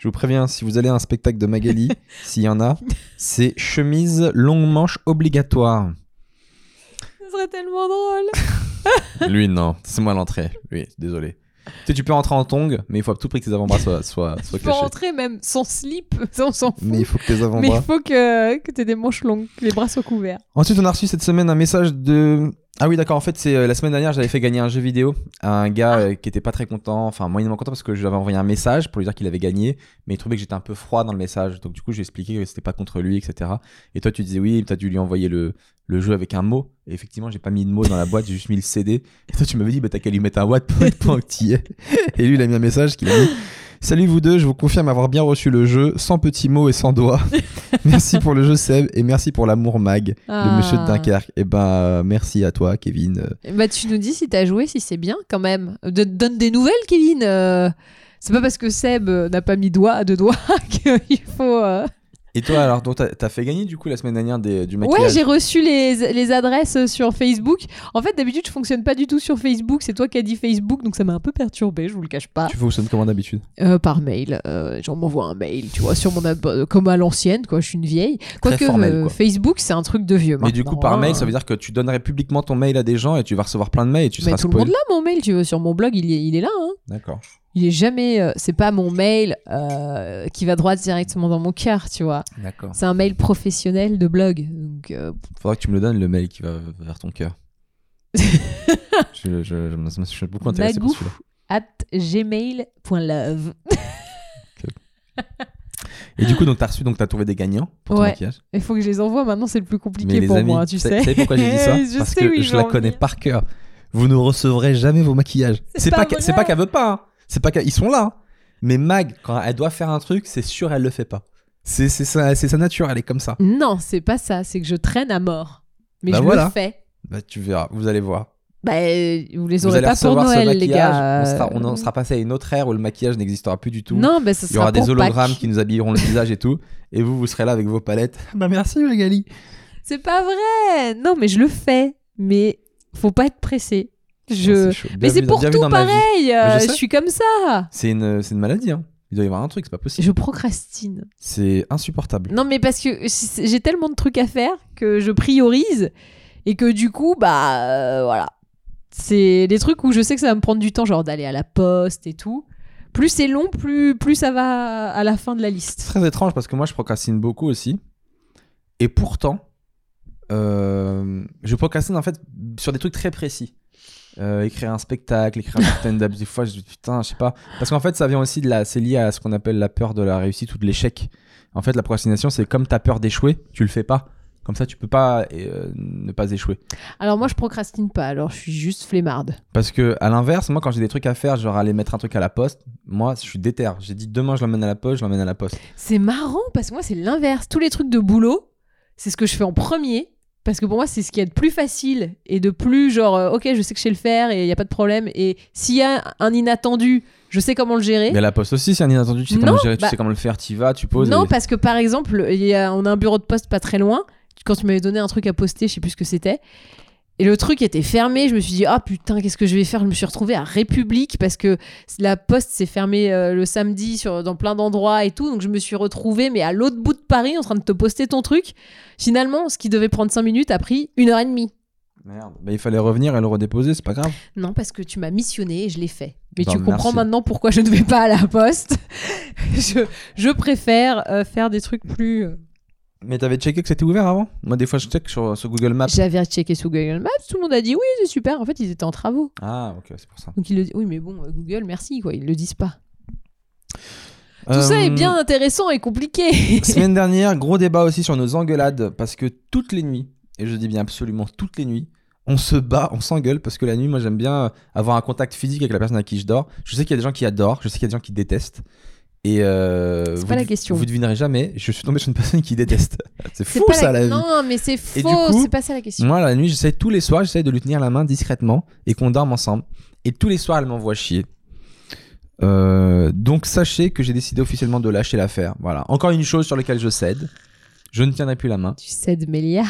Speaker 1: Je vous préviens, si vous allez à un spectacle de Magali, s'il y en a, c'est chemise longue manche obligatoire.
Speaker 2: Ce serait tellement drôle.
Speaker 1: Lui, non. C'est moi l'entrée. Lui, désolé. Tu sais, tu peux rentrer en tongue, mais il faut à tout prix que tes avant-bras soient, soient, soient
Speaker 2: Tu peux
Speaker 1: cachés.
Speaker 2: rentrer même sans slip, ça on s'en fout.
Speaker 1: Mais il faut que tes
Speaker 2: Mais il
Speaker 1: avant-bras.
Speaker 2: faut que, que t'aies des manches longues, que les bras soient couverts.
Speaker 1: Ensuite, on a reçu cette semaine un message de. Ah oui, d'accord, en fait, c'est euh, la semaine dernière, j'avais fait gagner un jeu vidéo à un gars euh, qui était pas très content, enfin moyennement content parce que je lui avais envoyé un message pour lui dire qu'il avait gagné, mais il trouvait que j'étais un peu froid dans le message. Donc, du coup, j'ai expliqué que c'était pas contre lui, etc. Et toi, tu disais oui, t'as dû lui envoyer le, le jeu avec un mot. Et effectivement, j'ai pas mis de mot dans la boîte, j'ai juste mis le CD. Et toi, tu m'avais dit, bah, t'as qu'à lui mettre un watt pour être point que t'y es. Et lui, il a mis un message qui a dit Salut vous deux, je vous confirme avoir bien reçu le jeu, sans petits mots et sans doigts. merci pour le jeu, Seb, et merci pour l'amour, Mag
Speaker 2: Euh.
Speaker 1: de Monsieur
Speaker 2: Ah.
Speaker 1: de Dunkerque. Eh ben, euh, merci à toi, Kevin. Euh,
Speaker 2: Bah, tu nous dis si t'as joué, si c'est bien quand même. De- donne des nouvelles, Kevin. euh, c'est pas parce que Seb euh, n'a pas mis doigt de doigt qu'il faut. euh.
Speaker 1: Et toi, alors, donc, t'as t'as fait gagner du coup la semaine dernière des- du
Speaker 2: Ouais,
Speaker 1: maquillage
Speaker 2: j'ai reçu les, les adresses euh, sur Facebook. En fait, d'habitude, je fonctionne pas du tout sur Facebook. C'est toi qui as dit Facebook, donc ça m'a un peu perturbé. Je vous le cache pas.
Speaker 1: Tu fonctionnes comme d'habitude.
Speaker 2: Euh, par mail, euh, genre on m'envoie un mail, tu vois, sur mon ab- euh, comme à l'ancienne, quoi. Je suis une vieille. Quoique
Speaker 1: formel,
Speaker 2: euh,
Speaker 1: quoi.
Speaker 2: Facebook, c'est un truc de vieux. hein.
Speaker 1: Mais du coup, par mail, ça veut
Speaker 2: dire
Speaker 1: dire que tu donnerais publiquement ton mail à des gens et tu vas recevoir plein de mails et tu
Speaker 2: Mais
Speaker 1: seras
Speaker 2: tout le
Speaker 1: spoilé.
Speaker 2: monde là, mon mail. Tu veux sur mon blog, il est, il est là. Hein.
Speaker 1: D'accord.
Speaker 2: Il est jamais. euh, c'est pas mon mail euh, qui va droit directement dans mon cœur, tu vois.
Speaker 1: D'accord.
Speaker 2: C'est un mail professionnel de blog. Donc, euh,
Speaker 1: Faudra que tu me le donnes, le mail qui va vers ton cœur. je, je, je me- je me suis beaucoup intéressé par
Speaker 2: Magouf
Speaker 1: celui-là.
Speaker 2: at gmail.love.
Speaker 1: Et du coup, donc, t'as reçu, donc, t'as trouvé des gagnants pour ton
Speaker 2: Ouais.
Speaker 1: maquillage.
Speaker 2: Il faut que je les envoie maintenant, c'est le plus
Speaker 1: Mais
Speaker 2: compliqué
Speaker 1: les
Speaker 2: pour
Speaker 1: amis,
Speaker 2: moi, tu
Speaker 1: sa-
Speaker 2: sais.
Speaker 1: savez pourquoi j'ai dit ça
Speaker 2: Je
Speaker 1: Parce
Speaker 2: sais
Speaker 1: que
Speaker 2: où ils
Speaker 1: je
Speaker 2: vont
Speaker 1: la
Speaker 2: en
Speaker 1: connais
Speaker 2: venir.
Speaker 1: par cœur. Vous ne recevrez jamais vos maquillages.
Speaker 2: C'est
Speaker 1: C'est pas,
Speaker 2: pas
Speaker 1: qu'elle-
Speaker 2: vrai.
Speaker 1: c'est pas qu'elle veut pas. hein. C'est pas qu'elle- ils sont là. hein. Mais Mag, quand elle doit faire un truc, c'est sûr elle le fait pas. C'est c'est sa, c'est sa nature, elle est comme ça.
Speaker 2: Non, c'est pas ça, c'est que je traîne à mort. Mais
Speaker 1: Bah
Speaker 2: je
Speaker 1: voilà.
Speaker 2: le fais.
Speaker 1: Bah tu verras, vous allez voir.
Speaker 2: Bah, euh, vous les
Speaker 1: Vous
Speaker 2: aurez
Speaker 1: allez
Speaker 2: pas pour
Speaker 1: recevoir ce
Speaker 2: Noël, les
Speaker 1: maquillage.
Speaker 2: gars. euh.
Speaker 1: On sera, on en sera passé à une autre ère où le maquillage n'existera plus du tout.
Speaker 2: Non, mais ça
Speaker 1: Il y aura
Speaker 2: sera
Speaker 1: des
Speaker 2: pour
Speaker 1: hologrammes
Speaker 2: Pâques.
Speaker 1: qui nous habilleront le visage et tout. Et vous, vous serez là avec vos palettes. Bah merci Magali.
Speaker 2: C'est pas vrai. Non, mais je le fais. Mais faut pas être pressé.
Speaker 1: Putain,
Speaker 2: Je.
Speaker 1: c'est chaud.
Speaker 2: Mais
Speaker 1: Bienvenue
Speaker 2: c'est
Speaker 1: dans-
Speaker 2: pour
Speaker 1: bienvenue
Speaker 2: tout
Speaker 1: dans ma vie.
Speaker 2: pareil.
Speaker 1: Mais
Speaker 2: euh,
Speaker 1: je
Speaker 2: Je,
Speaker 1: sais.
Speaker 2: suis comme ça.
Speaker 1: C'est une, c'est une maladie. hein. Il doit y avoir un truc, c'est pas possible.
Speaker 2: Je procrastine.
Speaker 1: C'est insupportable.
Speaker 2: Non, mais parce que c'est- j'ai tellement de trucs à faire que je priorise et que du coup, bah euh, voilà. C'est des trucs où je sais que ça va me prendre du temps, genre d'aller à la poste et tout. Plus c'est long, plus, plus ça va à la fin de la
Speaker 1: C'est
Speaker 2: liste.
Speaker 1: très étrange parce que moi, je procrastine beaucoup aussi. Et pourtant, euh, je procrastine en fait sur des trucs très précis. Euh, écrire un spectacle, écrire un stand-up, des fois, je dis putain, je sais pas. Parce qu'en fait, ça vient aussi de la. C'est lié à ce qu'on appelle la peur de la réussite ou de l'échec. En fait, la procrastination, c'est comme t'as peur d'échouer, tu le fais pas. Comme ça, tu peux pas euh, ne pas échouer.
Speaker 2: Alors moi, je procrastine pas, alors je suis juste flemmarde.
Speaker 1: Parce que, à l'inverse, moi, quand j'ai des trucs à faire, genre aller mettre un truc à la poste, moi, je suis déter. J'ai dit demain, je l'emmène à la poste, je l'emmène à la poste.
Speaker 2: C'est marrant parce que moi, c'est l'inverse. Tous les trucs de boulot, c'est ce que je fais en premier. Parce que pour moi, c'est ce qui est de plus facile et de plus genre, euh, ok, je sais que je sais le faire et il n'y a pas de problème. Et s'il y a un inattendu, je sais comment le gérer.
Speaker 1: Mais à la poste aussi, c'est un inattendu. Tu sais
Speaker 2: Non,
Speaker 1: comment le gérer, tu
Speaker 2: bah-
Speaker 1: sais comment le faire, tu vas, tu poses.
Speaker 2: non,
Speaker 1: et-
Speaker 2: parce que par exemple, il y a- on a un bureau de poste pas très loin. Quand tu m'avais donné un truc à poster, je sais plus ce que c'était. Et le truc était fermé. Je me suis dit, ah putain, qu'est-ce que je vais faire Je me suis retrouvée à République parce que la poste s'est fermée euh, le samedi sur, dans plein d'endroits et tout. Donc je me suis retrouvée, mais à l'autre bout de Paris, en train de te poster ton truc. Finalement, ce qui devait prendre 5 minutes a pris une heure et demie.
Speaker 1: Merde. Bah, il fallait revenir et le redéposer, c'est pas grave.
Speaker 2: Non, parce que tu m'as missionné et je l'ai fait. Mais
Speaker 1: Bah,
Speaker 2: tu comprends
Speaker 1: merci.
Speaker 2: maintenant pourquoi je ne vais pas à la poste. je, je préfère euh, faire des trucs plus. euh,
Speaker 1: Mais t'avais checké que c'était ouvert avant Moi, des fois, je check sur, sur Google Maps.
Speaker 2: J'avais checké sous Google Maps, tout le monde a dit oui, c'est super. En fait, ils étaient en travaux.
Speaker 1: Ah, ok, c'est pour ça.
Speaker 2: Donc ils le oui, mais bon, euh, Google, merci quoi, ils le disent pas. Tout ça
Speaker 1: Euh,
Speaker 2: est bien intéressant et compliqué.
Speaker 1: Semaine dernière, gros débat aussi sur nos engueulades. Parce que toutes les nuits, et je dis bien absolument toutes les nuits, on se bat, on s'engueule. Parce que la nuit, moi, j'aime bien euh, avoir un contact physique avec la personne à qui je dors. Je sais qu'il y a des gens qui adorent, je sais qu'il y a des gens qui détestent. Et euh,
Speaker 2: C'est
Speaker 1: vous
Speaker 2: pas la
Speaker 1: dev-
Speaker 2: question.
Speaker 1: Vous devinerez jamais, je suis tombé sur une personne qui déteste. C'est
Speaker 2: C'est
Speaker 1: fou
Speaker 2: pas
Speaker 1: ça
Speaker 2: la...
Speaker 1: la vie.
Speaker 2: Non, mais c'est
Speaker 1: Et du
Speaker 2: faux,
Speaker 1: coup-
Speaker 2: c'est pas ça la question.
Speaker 1: Moi, la nuit, j'essaie tous les soirs, j'essaie de lui tenir la main discrètement et qu'on dorme ensemble. Et tous les soirs, elle m'envoie chier. Euh, donc, sachez que j'ai décidé officiellement de lâcher l'affaire. Voilà. Encore une chose sur laquelle je cède. Je ne tiendrai plus la main.
Speaker 2: Tu cèdes Mélia.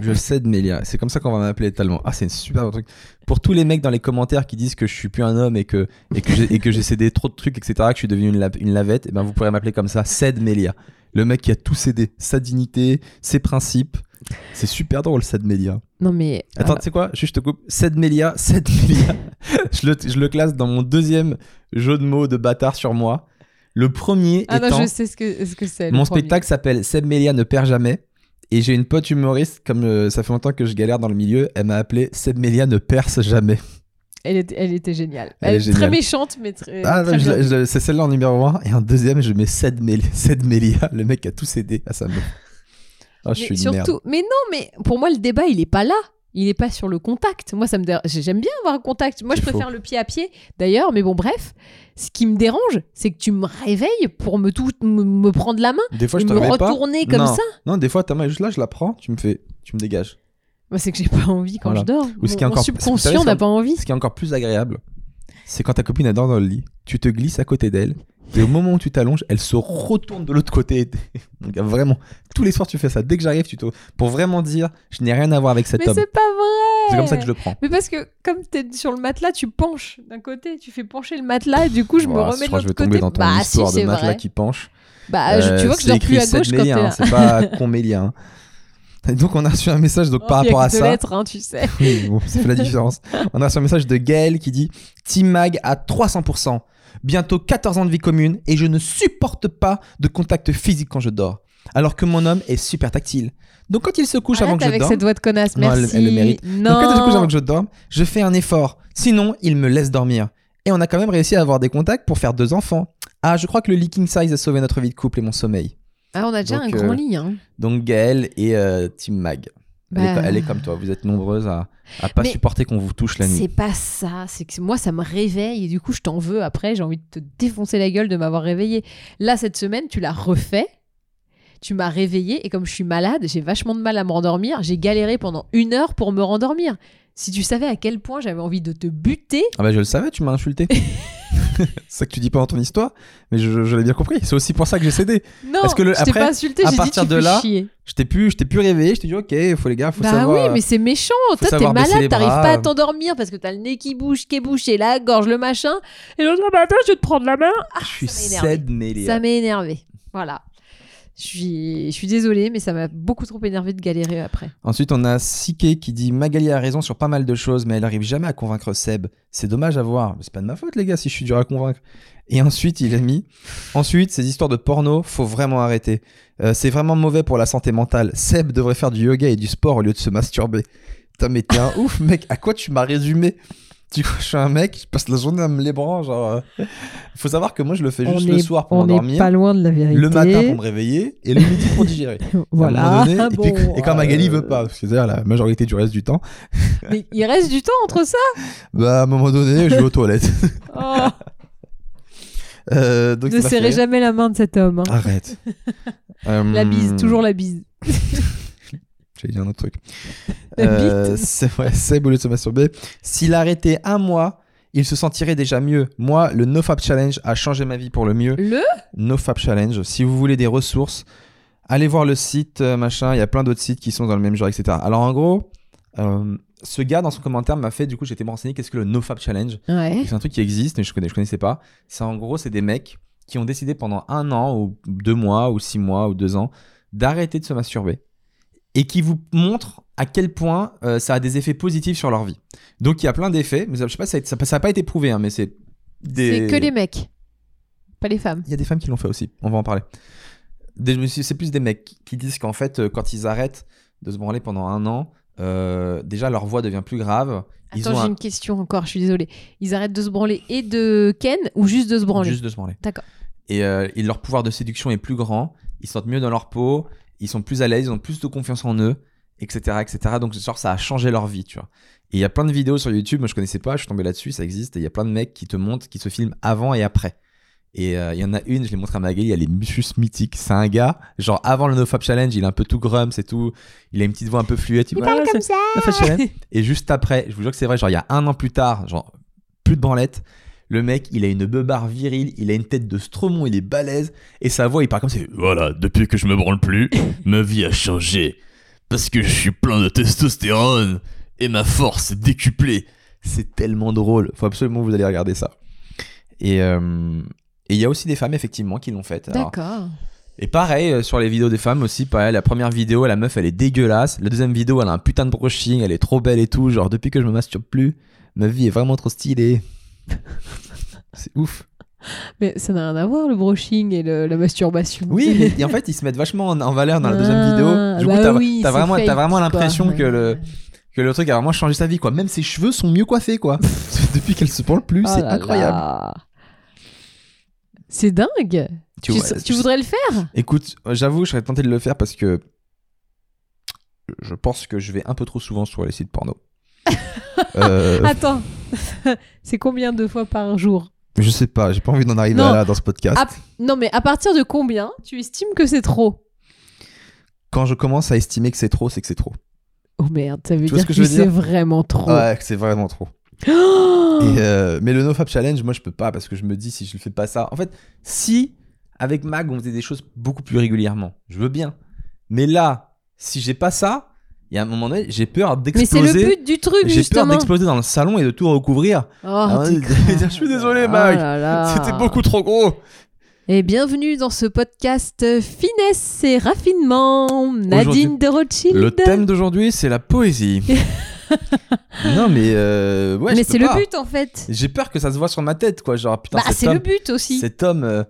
Speaker 1: Je cède Mélia. C'est comme ça qu'on va m'appeler tellement. Ah, c'est un super bon truc. Pour tous les mecs dans les commentaires qui disent que je suis plus un homme et que, et que, j'ai, et que j'ai cédé trop de trucs, etc., que je suis devenu une, la- une lavette, et ben vous pourrez m'appeler comme ça. Cède Mélia. Le mec qui a tout cédé. Sa dignité, ses principes. C'est super drôle, Cède Mélia.
Speaker 2: Non mais
Speaker 1: Attends, tu sais quoi Juste, je te coupe. 7 Mélia, 7 Mélia. je, le, je le classe dans mon deuxième jeu de mots de bâtard sur moi. Le premier
Speaker 2: Ah
Speaker 1: étant...
Speaker 2: non, je sais ce que ce que c'est. le
Speaker 1: mon
Speaker 2: premier.
Speaker 1: spectacle s'appelle Seb Mélia ne perd jamais. Et j'ai une pote humoriste, comme euh, ça fait longtemps que je galère dans le milieu, elle m'a appelé Seb Mélia ne perce jamais.
Speaker 2: Elle était elle était géniale.
Speaker 1: Elle
Speaker 2: Elle,
Speaker 1: est
Speaker 2: est très
Speaker 1: géniale.
Speaker 2: méchante mais très
Speaker 1: Ah, non,
Speaker 2: très
Speaker 1: je-
Speaker 2: bien.
Speaker 1: je- c'est celle-là en numéro 1. Et en deuxième, je mets Seb Mélia, Seb Mélia, le mec a tout cédé à sa meuf. Oh, je
Speaker 2: Mais
Speaker 1: suis une merde.
Speaker 2: surtout, mais non, mais pour moi le débat il est pas là. Il est pas sur le contact. Moi ça me dérange. J'aime bien avoir un contact. Moi je
Speaker 1: C'est
Speaker 2: préfère le pied à pied d'ailleurs. Mais bon bref, ce qui me dérange c'est que tu me réveilles pour me tout me, me prendre la main
Speaker 1: Des fois,
Speaker 2: et
Speaker 1: je te
Speaker 2: me
Speaker 1: réveille pas.
Speaker 2: retourner comme
Speaker 1: Non.
Speaker 2: ça.
Speaker 1: Non, des fois, ta main est juste là, je la prends, tu me fais, tu me dégages.
Speaker 2: Moi c'est que j'ai pas envie quand
Speaker 1: Voilà.
Speaker 2: je dors.
Speaker 1: Ou ce
Speaker 2: mon,
Speaker 1: qui est
Speaker 2: mon
Speaker 1: encore- vous savez,
Speaker 2: subconscient
Speaker 1: c'est
Speaker 2: n'a
Speaker 1: un-
Speaker 2: pas envie.
Speaker 1: Ce qui est encore plus agréable, c'est quand ta copine adore dans le lit, tu te glisses à côté d'elle, et au moment où tu t'allonges, elle se retourne de l'autre côté. Donc vraiment, tous les soirs tu fais ça. Dès que j'arrive, tu te... pour vraiment dire, je n'ai rien à voir avec cet
Speaker 2: Mais
Speaker 1: homme.
Speaker 2: c'est pas vrai.
Speaker 1: C'est comme ça que je le prends.
Speaker 2: Mais parce que comme t'es sur le matelas, tu penches d'un côté, tu fais pencher le matelas, et du coup je
Speaker 1: Voilà,
Speaker 2: me remets de
Speaker 1: crois que je
Speaker 2: l'autre
Speaker 1: vais tomber
Speaker 2: côté.
Speaker 1: dans ton
Speaker 2: bah
Speaker 1: histoire
Speaker 2: si c'est
Speaker 1: de matelas
Speaker 2: vrai.
Speaker 1: qui penche.
Speaker 2: Bah je-
Speaker 1: Euh,
Speaker 2: tu vois
Speaker 1: c'est
Speaker 2: que je dors
Speaker 1: écrit
Speaker 2: plus à gauche quand t'es
Speaker 1: Sedmélien, hein,
Speaker 2: là.
Speaker 1: c'est pas Comélien. hein. Et Donc on a reçu un message donc, par
Speaker 2: Oh, il y a
Speaker 1: rapport
Speaker 2: que
Speaker 1: à
Speaker 2: deux
Speaker 1: ça.
Speaker 2: lettres, hein, tu sais.
Speaker 1: Oui, bon, ça fait la différence. On a reçu un message de Gaël qui dit Team Mag à 300%. Bientôt 14 ans de vie commune et je ne supporte pas de contact physique quand je dors. Alors que mon homme est super tactile. Donc quand il se couche avant
Speaker 2: Arrête
Speaker 1: que je
Speaker 2: avec
Speaker 1: dorme.
Speaker 2: cette voix de connasse,
Speaker 1: Non, elle-
Speaker 2: merci.
Speaker 1: elle le mérite.
Speaker 2: Non.
Speaker 1: Donc quand il se couche avant que je dorme, je fais un effort. Sinon, il me laisse dormir. Et on a quand même réussi à avoir des contacts pour faire deux enfants. Ah, je crois que le leaking size a sauvé notre vie de couple et mon sommeil.
Speaker 2: Ah, on a déjà
Speaker 1: Donc,
Speaker 2: un grand
Speaker 1: euh,
Speaker 2: lit. Hein.
Speaker 1: Donc Gaël et euh, Team Mag. Elle, est,
Speaker 2: Bah.
Speaker 1: co- elle est comme toi, vous êtes nombreuses à, à pas
Speaker 2: Mais
Speaker 1: supporter qu'on vous touche la nuit.
Speaker 2: C'est pas ça. C'est que moi, ça me réveille et du coup, je t'en veux après. J'ai envie de te défoncer la gueule de m'avoir réveillé. Là, cette semaine, tu l'as refait. Tu m'as réveillé et comme je suis malade, j'ai vachement de mal à me rendormir. J'ai galéré pendant une heure pour me rendormir. Si tu savais à quel point j'avais envie de te buter,
Speaker 1: Ah bah je le savais, tu m'as insulté. c'est ça que tu dis pas dans ton histoire, mais je, je- je l'ai bien compris. C'est aussi pour ça que j'ai cédé.
Speaker 2: non,
Speaker 1: Parce que le-
Speaker 2: je t'ai
Speaker 1: après,
Speaker 2: pas insulté,
Speaker 1: à
Speaker 2: j'ai dit tu
Speaker 1: partir de
Speaker 2: fais
Speaker 1: là,
Speaker 2: chier.
Speaker 1: Je t'ai plus, je t'ai plus réveillé, je t'ai dit ok, faut les gars, faut
Speaker 2: bah
Speaker 1: savoir. euh,
Speaker 2: oui, mais c'est méchant. Toi, t'es
Speaker 1: savoir baisser les
Speaker 2: malade, t'arrives
Speaker 1: bras.
Speaker 2: pas à t'endormir parce que t'as le nez qui bouge, qui est bouché, la gorge, le machin. Et l'autre, ah bah attends, je vais te prendre la main.
Speaker 1: je suis
Speaker 2: Ah, ça m'a énervé.
Speaker 1: sad mêlé.
Speaker 2: Ça m'a énervé. Voilà. Je suis, je suis désolée, mais ça m'a beaucoup trop énervé de galérer après.
Speaker 1: Ensuite, on a Siké qui dit Magali a raison sur pas mal de choses, mais elle arrive jamais à convaincre Seb. C'est dommage à voir. Mais C'est pas de ma faute, les gars, si je suis dur à convaincre. Et ensuite, il a mis Ensuite, ces histoires de porno, faut vraiment arrêter. Euh, c'est vraiment mauvais pour la santé mentale. Seb devrait faire du yoga et du sport au lieu de se masturber. Putain, mais t'es un ouf, mec. À quoi tu m'as résumé Tu crois que je suis un mec, je passe la journée à me lébranler. Genre, euh. faut savoir que moi, je le fais juste le soir pour m'endormir,
Speaker 2: loin de la vérité.
Speaker 1: le matin pour me réveiller et le midi pour digérer. À un moment
Speaker 2: Ah
Speaker 1: donné, et, puis- et quand Magali veut pas, parce que c'est la majorité du reste du temps,
Speaker 2: Mais il reste du temps entre ça.
Speaker 1: bah à un moment donné, je vais aux toilettes.
Speaker 2: Oh,
Speaker 1: Euh, donc
Speaker 2: ne
Speaker 1: Ah, ça Ah, m'a
Speaker 2: serrez
Speaker 1: fait rire.
Speaker 2: jamais la main de cet homme. hein.
Speaker 1: Arrête. Euh,
Speaker 2: La bise, toujours la bise.
Speaker 1: J'allais dire un autre truc.
Speaker 2: La
Speaker 1: Euh,
Speaker 2: bite.
Speaker 1: c'est ouais, Seb, au lieu de se masturber, s'il arrêtait un mois, il se sentirait déjà mieux. Moi, le NoFap Challenge a changé ma vie pour le mieux.
Speaker 2: Le
Speaker 1: NoFap Challenge, si vous voulez des ressources, allez voir le site, euh, machin, il y a plein d'autres sites qui sont dans le même genre, etc. Alors en gros, euh, ce gars dans son commentaire m'a fait, du coup j'étais me renseigner, qu'est-ce que le NoFap Challenge
Speaker 2: Ouais.
Speaker 1: C'est un truc qui existe, mais je connais, je connaissais pas. C'est en gros, c'est des mecs qui ont décidé pendant un an ou deux mois ou six mois ou deux ans d'arrêter de se masturber et qui vous montrent à quel point euh, ça a des effets positifs sur leur vie. Donc il y a plein d'effets, mais ça- je sais pas, ça n'a pas été prouvé, hein, mais c'est des.
Speaker 2: C'est que les mecs, pas les femmes.
Speaker 1: Il y a des femmes qui l'ont fait aussi, on va en parler. Des- mais c'est c'est plus des mecs qui disent qu'en fait, euh, quand ils arrêtent de se branler pendant un an, euh, déjà leur voix devient plus grave. Ils
Speaker 2: Attends,
Speaker 1: ont
Speaker 2: j'ai
Speaker 1: un-
Speaker 2: une question encore, je suis désolée. Ils arrêtent de se branler et de Ken ou juste de se branler
Speaker 1: Juste de se branler.
Speaker 2: D'accord.
Speaker 1: Et, euh, et leur pouvoir de séduction est plus grand, ils se sentent mieux dans leur peau, ils sont plus à l'aise, ils ont plus de confiance en eux, etc. etc. Donc, genre, ça a changé leur vie, tu vois. Et il y a plein de vidéos sur YouTube, moi je connaissais pas, je suis tombé là-dessus, ça existe, et il y a plein de mecs qui te montrent, qui se filment avant et après. Et euh, il y en a une, je l'ai montré à Magali, elle est juste mythique. C'est un gars, genre avant le NoFap Challenge, il est un peu tout grum, c'est tout. Il a une petite voix un peu fluette. Il, parle comme ça. Et juste après, je vous jure que c'est vrai, genre il y a un an plus tard, genre plus de branlette, le mec, il a une beubare virile, il a une tête de stromon, il est balèze, et sa voix, il parle comme ça.
Speaker 3: Voilà, depuis que je me branle plus, ma vie a changé. Parce que je suis plein de testostérone et ma force est décuplée.
Speaker 1: C'est tellement drôle, faut absolument que vous allez regarder ça. Et euh, et il y a aussi des femmes, effectivement, qui l'ont faite. Alors,
Speaker 2: D'accord.
Speaker 1: Et pareil, euh, sur les vidéos des femmes aussi, pareil, la première vidéo, la meuf, elle est dégueulasse. La deuxième vidéo, elle a un putain de brushing, elle est trop belle et tout. Genre, depuis que je me masturbe plus, ma vie est vraiment trop stylée. C'est ouf.
Speaker 2: Mais ça n'a rien à voir le brushing et le- la masturbation.
Speaker 1: Oui, mais et en fait, ils se mettent vachement en, en valeur dans la deuxième
Speaker 2: Ah,
Speaker 1: vidéo. Du coup,
Speaker 2: bah
Speaker 1: t'as
Speaker 2: oui,
Speaker 1: t'as
Speaker 2: c'est
Speaker 1: vraiment, t'as
Speaker 2: fake,
Speaker 1: vraiment
Speaker 2: quoi.
Speaker 1: l'impression que
Speaker 2: Ouais. Oh
Speaker 1: le, que le truc a vraiment changé sa vie, quoi. Même ses cheveux sont mieux coiffés, quoi. depuis qu'elle se branle plus,
Speaker 2: Oh
Speaker 1: c'est
Speaker 2: là
Speaker 1: incroyable.
Speaker 2: là. C'est dingue. Tu,
Speaker 1: vois,
Speaker 2: tu voudrais le faire
Speaker 1: Écoute, j'avoue, je serais tenté de le faire parce que je pense que je vais un peu trop souvent sur les sites porno. Euh,
Speaker 2: Attends. c'est combien de fois par jour
Speaker 1: je sais pas, j'ai pas envie d'en arriver
Speaker 2: Non.
Speaker 1: là dans ce podcast.
Speaker 2: Ah. Non, mais à partir de combien tu estimes que c'est trop
Speaker 1: Quand je commence à estimer que c'est trop, c'est que c'est trop.
Speaker 2: Oh merde, ça veut
Speaker 1: vois
Speaker 2: dire
Speaker 1: ce que
Speaker 2: que,
Speaker 1: je veux
Speaker 2: c'est
Speaker 1: dire
Speaker 2: vraiment trop.
Speaker 1: Ouais, que c'est vraiment trop.
Speaker 2: Oh
Speaker 1: Et, euh, mais le NoFap Challenge, moi je peux pas parce que je me dis si je le fais pas ça. En fait, si avec Mag on faisait des choses beaucoup plus régulièrement, je veux bien. Mais là, si j'ai pas ça, il y a un moment donné, j'ai peur
Speaker 2: mais c'est
Speaker 1: d'exploser.
Speaker 2: le but du truc,
Speaker 1: J'ai peur
Speaker 2: justement.
Speaker 1: d'exploser dans le salon et de tout recouvrir.
Speaker 2: Oh,
Speaker 1: Ah,
Speaker 2: t'es
Speaker 1: de-
Speaker 2: grave.
Speaker 1: dire, je suis désolé,
Speaker 2: Oh
Speaker 1: Mag.
Speaker 2: là là.
Speaker 1: C'était beaucoup trop gros.
Speaker 2: Et bienvenue dans ce podcast euh, Finesse et Raffinement, Nadine de Rothschild.
Speaker 3: Le thème
Speaker 1: d'aujourd'hui, c'est la poésie. non, mais euh, ouais,
Speaker 2: mais
Speaker 1: je peux
Speaker 2: c'est le
Speaker 1: pas.
Speaker 2: but en fait.
Speaker 1: J'ai peur que ça se voit sur ma tête, quoi. Genre, putain,
Speaker 2: bah,
Speaker 1: cet
Speaker 2: c'est
Speaker 1: homme,
Speaker 2: le but aussi.
Speaker 1: cet homme, euh,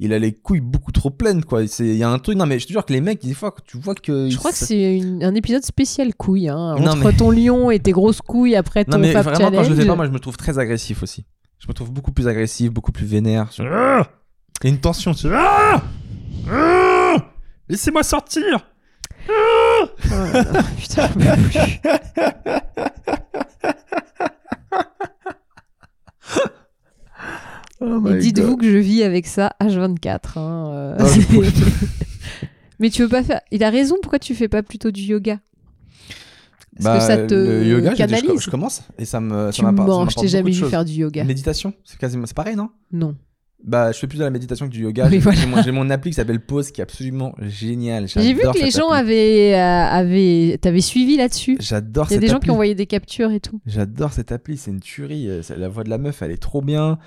Speaker 1: il a les couilles beaucoup trop pleines, quoi. C'est- Il y a un truc. Non, mais je te jure que les mecs, des fois, que tu vois que.
Speaker 2: Je crois que c'est une- un épisode spécial couille. Hein,
Speaker 1: Non,
Speaker 2: entre
Speaker 1: mais-
Speaker 2: ton lion et tes grosses couilles après
Speaker 1: Non,
Speaker 2: ton
Speaker 1: mais
Speaker 2: Fab
Speaker 1: vraiment,
Speaker 2: Challenge.
Speaker 1: quand je le fais pas, moi, je me trouve très agressif aussi. Je me trouve beaucoup plus agressif, beaucoup plus vénère. Je- Il y a Ah une tension. je- Ah Ah Laissez-moi sortir.
Speaker 2: Oh là là, putain, je peux plus. Et dites-vous que je vis avec ça H24. hein, euh,
Speaker 1: Ah,
Speaker 2: c'est-
Speaker 1: je pourrais
Speaker 2: mais tu veux pas faire. Il a raison, pourquoi tu fais pas plutôt du yoga Est-ce que ça te
Speaker 1: Bah, le yoga, j'ai dit, je-
Speaker 2: canalise
Speaker 1: je, commence et ça me ça
Speaker 2: Tu
Speaker 1: m'a pas- ça
Speaker 2: mens, je
Speaker 1: m'apporte
Speaker 2: t'ai jamais
Speaker 1: beaucoup de
Speaker 2: vu
Speaker 1: choses.
Speaker 2: faire du yoga.
Speaker 1: Méditation, c'est quasiment c'est pareil, non
Speaker 2: Non.
Speaker 1: Bah, je fais plus de la méditation que du yoga.
Speaker 2: Oui,
Speaker 1: J'ai-
Speaker 2: voilà.
Speaker 1: J'ai mon, j'ai mon appli qui s'appelle Pause qui est absolument génial.
Speaker 2: J'ai vu que les gens avaient, euh, avaient t'avais suivi là-dessus.
Speaker 1: J'adore
Speaker 2: Il y a
Speaker 1: cette
Speaker 2: des gens
Speaker 1: appli.
Speaker 2: qui envoyaient des captures et tout.
Speaker 1: J'adore cette appli, c'est une tuerie. Euh, c'est- La voix de la meuf, elle est trop bien.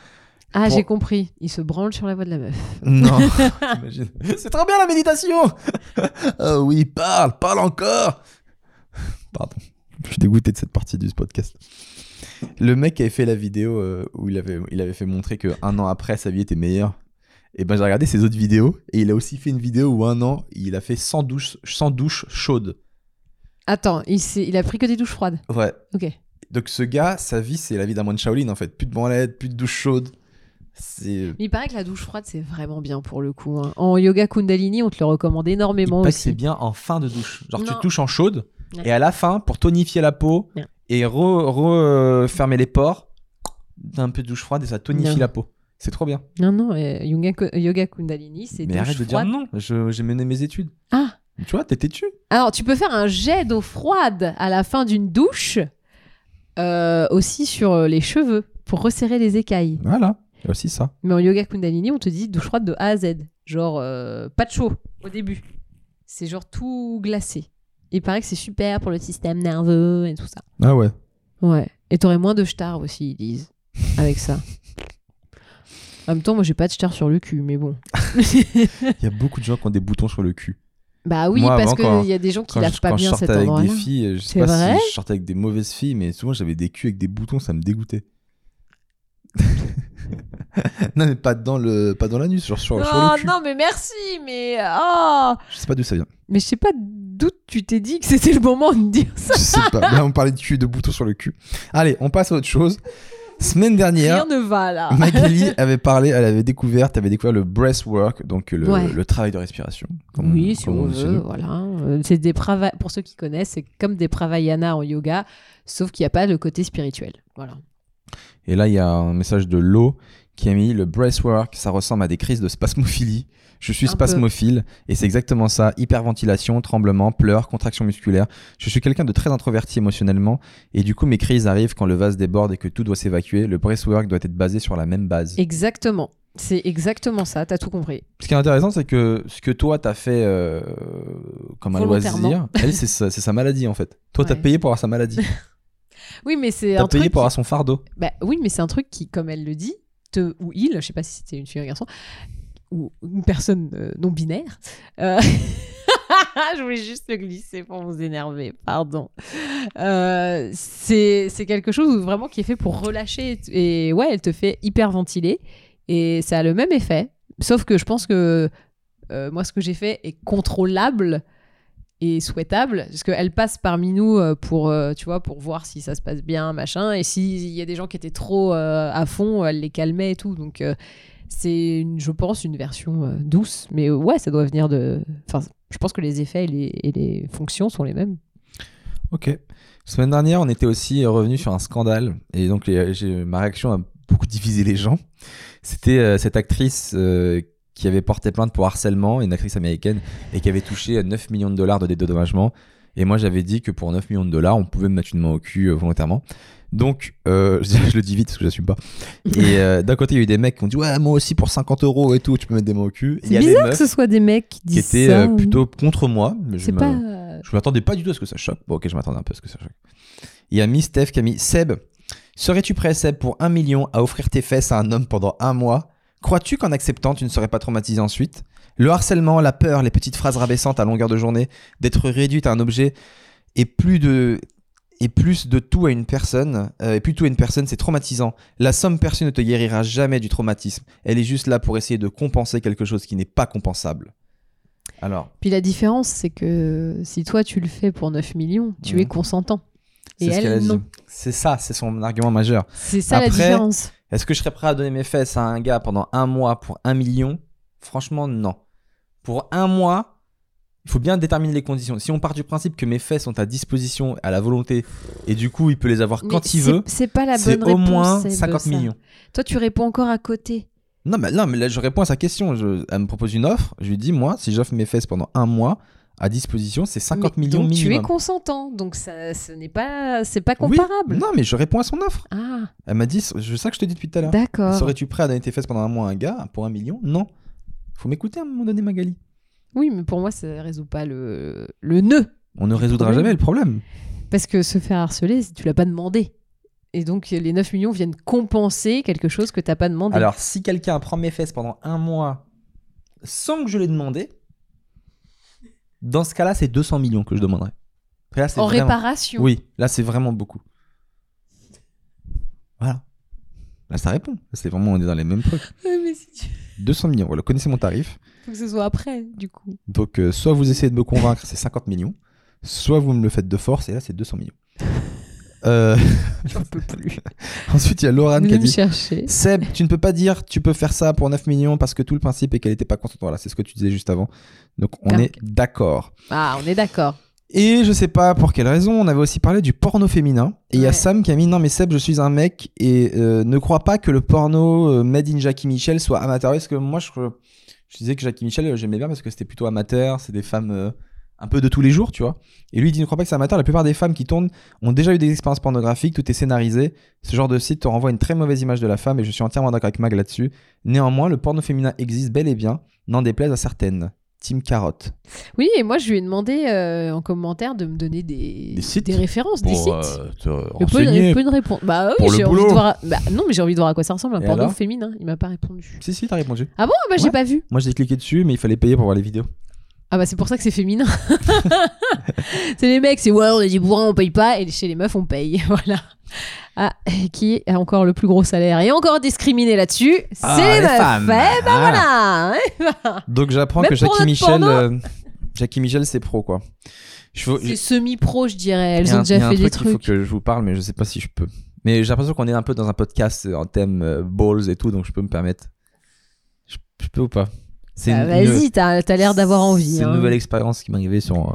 Speaker 2: Ah,
Speaker 1: Pour-
Speaker 2: j'ai compris. Ils se branlent sur la voix de la meuf.
Speaker 1: Non, t'imagines. c'est trop bien la méditation. Ah oui, parle, parle encore. Pardon, je suis dégoûté de cette partie du podcast. Le mec qui avait fait la vidéo euh, où il avait, il avait fait montrer que un an après sa vie était meilleure. Et ben j'ai regardé ses autres vidéos et il a aussi fait une vidéo où un an il a fait 100 douches, 100 douches chaudes.
Speaker 2: Attends, il, s'est- il a pris que des douches froides.
Speaker 1: Ouais.
Speaker 2: Ok.
Speaker 1: Donc ce gars, sa vie c'est la vie d'un moine Shaolin en fait. Plus de branlette, plus de douche chaude. C'est
Speaker 2: Mais il paraît que la douche froide, c'est vraiment bien pour le coup. hein. En yoga Kundalini, on te le recommande énormément
Speaker 1: il paraît que c'est
Speaker 2: aussi.
Speaker 1: bien en fin de douche. Genre tu
Speaker 2: Non.
Speaker 1: touches en chaude
Speaker 2: Ouais.
Speaker 1: et à la fin pour tonifier la peau
Speaker 2: Ouais.
Speaker 1: et re- re- fermer les pores, t'as un peu de douche froide et ça tonifie
Speaker 2: Non.
Speaker 1: la peau. C'est trop bien.
Speaker 2: Non, non, euh, yoga, yoga Kundalini, c'est
Speaker 1: Mais
Speaker 2: douche
Speaker 1: arrête de dire
Speaker 2: froide.
Speaker 1: non. Je- J'ai mené mes études.
Speaker 2: Ah.
Speaker 1: Tu vois, t'es têtu.
Speaker 2: Alors, tu peux faire un jet d'eau froide à la fin d'une douche, euh, aussi sur euh, les cheveux, pour resserrer les écailles.
Speaker 1: Voilà. Il y a aussi ça.
Speaker 2: Mais en yoga Kundalini, on te dit douche froide de A à Z. Genre, euh, pas de chaud au début. C'est genre tout glacé. Il paraît que c'est super pour le système nerveux et tout ça.
Speaker 1: Ah ouais.
Speaker 2: Ouais. Et t'aurais moins de stars aussi, ils disent, avec ça. En même temps, moi, j'ai pas de star sur le cul, mais bon.
Speaker 1: Il y a beaucoup de gens qui ont des boutons sur le cul.
Speaker 2: bah oui,
Speaker 1: Moi,
Speaker 2: parce
Speaker 1: avant, quand-
Speaker 2: qu'il y a des gens qui
Speaker 1: Quand je,
Speaker 2: lavent pas
Speaker 1: quand je
Speaker 2: bien cet
Speaker 1: sortais avec
Speaker 2: endroit
Speaker 1: des filles, je sais
Speaker 2: C'est
Speaker 1: pas
Speaker 2: vrai
Speaker 1: si je sortais avec des mauvaises filles, mais souvent j'avais des culs avec des boutons, ça me dégoûtait. non mais pas dans le pas dans l'anus, genre sur, sur oh, le cul.
Speaker 2: Oh, non, mais merci, mais. Oh
Speaker 1: Je sais pas d'où ça vient.
Speaker 2: Mais je sais pas d'où tu t'es dit que c'était le moment de dire ça.
Speaker 1: Je sais pas. Là, on parlait de cul, de boutons sur le cul. Allez, on passe à autre chose. Semaine dernière,
Speaker 2: Rien ne va là.
Speaker 1: Magali avait parlé, elle avait découvert, tu avais découvert le breathwork, donc le,
Speaker 2: Ouais.
Speaker 1: le travail de respiration. comme
Speaker 2: Oui,
Speaker 1: on-
Speaker 2: si
Speaker 1: comme
Speaker 2: on
Speaker 1: dit chez
Speaker 2: veut,
Speaker 1: nous.
Speaker 2: voilà. Euh, C'est des prava- pour ceux qui connaissent, c'est comme des pravayana en yoga, sauf qu'il n'y a pas le côté spirituel. Voilà.
Speaker 1: Et là, il y a un message de l'eau qui a mis le breathwork, ça ressemble à des crises de spasmophilie. Je suis
Speaker 2: Un peu.
Speaker 1: spasmophile et c'est exactement ça hyperventilation, tremblement, pleurs, contraction musculaire. Je suis quelqu'un de très introverti émotionnellement et du coup, mes crises arrivent quand le vase déborde et que tout doit s'évacuer. Le breathwork doit être basé sur la même base.
Speaker 2: Exactement. C'est exactement ça, t'as tout compris.
Speaker 1: Ce qui est intéressant, c'est que ce que toi, t'as fait euh, comme un
Speaker 2: Volontairement.
Speaker 1: loisir, elle, c'est sa, c'est sa maladie en fait. Toi, t'as
Speaker 2: Ouais.
Speaker 1: payé pour avoir sa maladie.
Speaker 2: Oui, mais c'est
Speaker 1: T'as
Speaker 2: un
Speaker 1: payé
Speaker 2: truc.
Speaker 1: pour avoir son fardeau.
Speaker 2: Bah oui, mais c'est un truc qui, comme elle le dit, te, ou il, je sais pas si c'était une fille ou un garçon, ou une personne euh, non binaire. euh, je voulais juste le glisser pour vous énerver, pardon. Euh, c'est c'est quelque chose où vraiment qui est fait pour relâcher. et t- Et, ouais, elle te fait hyperventiler. Et ça a le même effet. Sauf que je pense que euh, moi, ce que j'ai fait est contrôlable et souhaitable, parce qu'elle passe parmi nous euh, pour, euh, tu vois, pour voir si ça se passe bien, machin, et s'il y a des gens qui étaient trop euh, à fond, elle les calmait et tout, donc euh, c'est, une- je pense, une version euh, douce, mais euh, ouais, ça doit venir de... Enfin, je pense que les effets et les, et les fonctions sont les mêmes.
Speaker 1: Ok. Semaine dernière, on était aussi revenu sur un scandale et donc les- j'ai- ma réaction a beaucoup divisé les gens. C'était euh, cette actrice euh, qui avait porté plainte pour harcèlement, une actrice américaine, et qui avait touché 9 millions de dollars de dédommagement. Et moi, j'avais dit que pour 9 millions de dollars, on pouvait me mettre une main au cul euh, volontairement. Donc, euh, je, je le dis vite parce que j'assume pas. Et euh, d'un côté, il y a eu des mecs qui ont dit Ouais, moi aussi pour 50 euros et tout, tu peux mettre des mains au cul. Et il y
Speaker 2: C'est
Speaker 1: a des
Speaker 2: bizarre que
Speaker 1: meufs
Speaker 2: ce soit des mecs qui
Speaker 1: qui
Speaker 2: disent
Speaker 1: étaient
Speaker 2: ça. hein.
Speaker 1: euh, plutôt contre moi. mais je
Speaker 2: C'est
Speaker 1: me-
Speaker 2: pas... euh,
Speaker 1: je m'attendais pas du tout à ce que ça choque. Bon, ok, je m'attendais un peu à ce que ça choque. Il y a mis Steph qui a mis Seb, serais-tu prêt, Seb, pour un million à offrir tes fesses à un homme pendant un mois Crois-tu qu'en acceptant, tu ne serais pas traumatisé ensuite Le harcèlement, la peur, les petites phrases rabaissantes à longueur de journée, d'être réduite à un objet et plus de. Et plus de tout à une personne, euh, et plus tout à une personne, c'est traumatisant. La somme perçue ne te guérira jamais du traumatisme. Elle est juste là pour essayer de compenser quelque chose qui n'est pas compensable. Alors,
Speaker 2: Puis la différence, c'est que si toi, tu le fais pour 9 millions, tu
Speaker 1: Mhm.
Speaker 2: es consentant.
Speaker 1: c'est
Speaker 2: Et
Speaker 1: ce
Speaker 2: elle,
Speaker 1: qu'elle a dit.
Speaker 2: non.
Speaker 1: C'est ça, c'est son argument majeur.
Speaker 2: C'est ça la
Speaker 1: Après,
Speaker 2: différence.
Speaker 1: Est-ce que je serais prêt à donner mes fesses à un gars pendant un mois pour un million Franchement, non. Pour un mois, il faut bien déterminer les conditions. Si on part du principe que mes fesses sont à disposition, à la volonté, et du coup, il peut les avoir
Speaker 2: Mais
Speaker 1: quand il
Speaker 2: c'est-
Speaker 1: veut,
Speaker 2: C'est pas la
Speaker 1: c'est
Speaker 2: bonne
Speaker 1: au
Speaker 2: réponse.
Speaker 1: moins
Speaker 2: Seb,
Speaker 1: 50
Speaker 2: ça.
Speaker 1: millions.
Speaker 2: Toi, tu réponds encore à côté.
Speaker 1: Non mais, non, mais là, je réponds à sa question. Je- elle me propose une offre. Je lui dis, moi, si j'offre mes fesses pendant un mois à disposition, c'est 50
Speaker 2: Mais
Speaker 1: millions
Speaker 2: donc
Speaker 1: minimum.
Speaker 2: Tu es consentant, donc ça, ce n'est pas, c'est pas
Speaker 1: Oui.
Speaker 2: comparable.
Speaker 1: Non, mais je réponds à son offre.
Speaker 2: Ah,
Speaker 1: Elle m'a dit, je sais que je te dis depuis tout à l'heure.
Speaker 2: d'accord.
Speaker 1: Serais-tu prêt à donner tes fesses pendant un mois à un gars pour un million Non. Faut m'écouter à un moment donné, Magali.
Speaker 2: Oui, mais pour moi, ça résout pas le, le nœud.
Speaker 1: On ne résoudra
Speaker 2: problème.
Speaker 1: jamais le problème.
Speaker 2: Parce que se faire harceler, tu l'as pas demandé. Et donc, les 9 millions viennent compenser quelque chose que t'as pas demandé.
Speaker 1: Alors, si quelqu'un prend mes fesses pendant un mois sans que je l'ai demandé, dans ce cas-là, c'est 200 millions que je demanderais. Là, c'est
Speaker 2: en
Speaker 1: vraiment-
Speaker 2: réparation.
Speaker 1: Oui, là, c'est vraiment beaucoup. Voilà. Là, ça répond. C'est vraiment, on est dans les mêmes trucs.
Speaker 2: Ouais, mais si tu-
Speaker 1: 200 millions. Voilà, connaissez mon tarif.
Speaker 2: Faut que ce soit après, du coup.
Speaker 1: Donc, euh, soit vous essayez de me convaincre, c'est 50 millions. Soit vous me le faites de force, et là, c'est 200 millions. Euh,
Speaker 2: J'en peux plus.
Speaker 1: Ensuite, il y a Laurent
Speaker 2: Venez
Speaker 1: qui a
Speaker 2: me
Speaker 1: dit
Speaker 2: chercher.
Speaker 1: Seb, tu ne peux pas dire tu peux faire ça pour 9 millions parce que tout le principe est qu'elle n'était pas contente. Voilà, c'est ce que tu disais juste avant. Donc on
Speaker 2: Ah,
Speaker 1: est d'accord.
Speaker 2: Ah, on est d'accord.
Speaker 1: Et je sais pas pour quelle raison, on avait aussi parlé du porno féminin. Et il y a
Speaker 2: Ouais.
Speaker 1: Sam qui a mis Non, mais Seb, je suis un mec et euh, ne crois pas que le porno euh, made in Jackie Michel soit amateur. Parce que moi, je, je disais que Jackie Michel, euh, j'aimais bien parce que c'était plutôt amateur, c'est des femmes euh, un peu de tous les jours, tu vois. Et lui, il dit Ne crois pas que c'est amateur. La plupart des femmes qui tournent ont déjà eu des expériences pornographiques, tout est scénarisé. Ce genre de site te renvoie une très mauvaise image de la femme et je suis entièrement d'accord avec Mag là-dessus. Néanmoins, le porno féminin existe bel et bien, n'en déplaise à certaines. Team Carotte.
Speaker 2: Oui, et moi, je lui ai demandé euh, en commentaire de me donner des,
Speaker 3: Des sites
Speaker 2: références, des
Speaker 3: Pour
Speaker 2: sites.
Speaker 3: euh, te
Speaker 2: Le peu de,
Speaker 3: renseigner.
Speaker 2: peu de réponse. Bah oui,
Speaker 3: Pour le
Speaker 2: j'ai envie de
Speaker 3: boulot.
Speaker 2: voir. à- Bah, non, mais j'ai envie de voir à quoi ça ressemble un
Speaker 1: Et
Speaker 2: porno
Speaker 1: alors
Speaker 2: féminin. Il m'a pas répondu.
Speaker 1: Si, si, t'as répondu.
Speaker 2: Ah bon Bah j'ai
Speaker 1: Ouais.
Speaker 2: pas vu.
Speaker 1: Moi, j'ai cliqué dessus, mais il fallait payer pour voir les vidéos.
Speaker 2: Ah bah c'est pour ça que c'est féminin. c'est les mecs, c'est ouais, on est des bourrins, on paye pas, et chez les meufs, on paye. Voilà. Ah, et qui a encore le plus gros salaire et encore discriminé là-dessus C'est Ah,
Speaker 1: Ah,
Speaker 2: les meufs. Eh ben voilà. hein.
Speaker 1: Donc j'apprends
Speaker 2: Même
Speaker 1: que
Speaker 2: pour
Speaker 1: Jackie
Speaker 2: notre
Speaker 1: Michel,
Speaker 2: porno.
Speaker 1: euh, Jackie Michel, c'est pro quoi. Je, faut- je-
Speaker 2: C'est semi-pro, je dirais.
Speaker 1: il y
Speaker 2: Elles
Speaker 1: a
Speaker 2: ont
Speaker 1: un- il y a
Speaker 2: déjà
Speaker 1: un
Speaker 2: fait des
Speaker 1: truc qu'il faut
Speaker 2: trucs.
Speaker 1: que je vous parle, mais je sais pas si je peux. Mais j'ai l'impression qu'on est un peu dans un podcast euh, en thème euh, balls et tout, donc je peux me permettre. Je, je peux ou pas C'est
Speaker 2: Ah,
Speaker 1: une-
Speaker 2: Vas-y,
Speaker 1: une-
Speaker 2: t'as t'as l'air d'avoir envie.
Speaker 1: C'est une
Speaker 2: hein.
Speaker 1: nouvelle expérience qui m'est arrivée sur euh,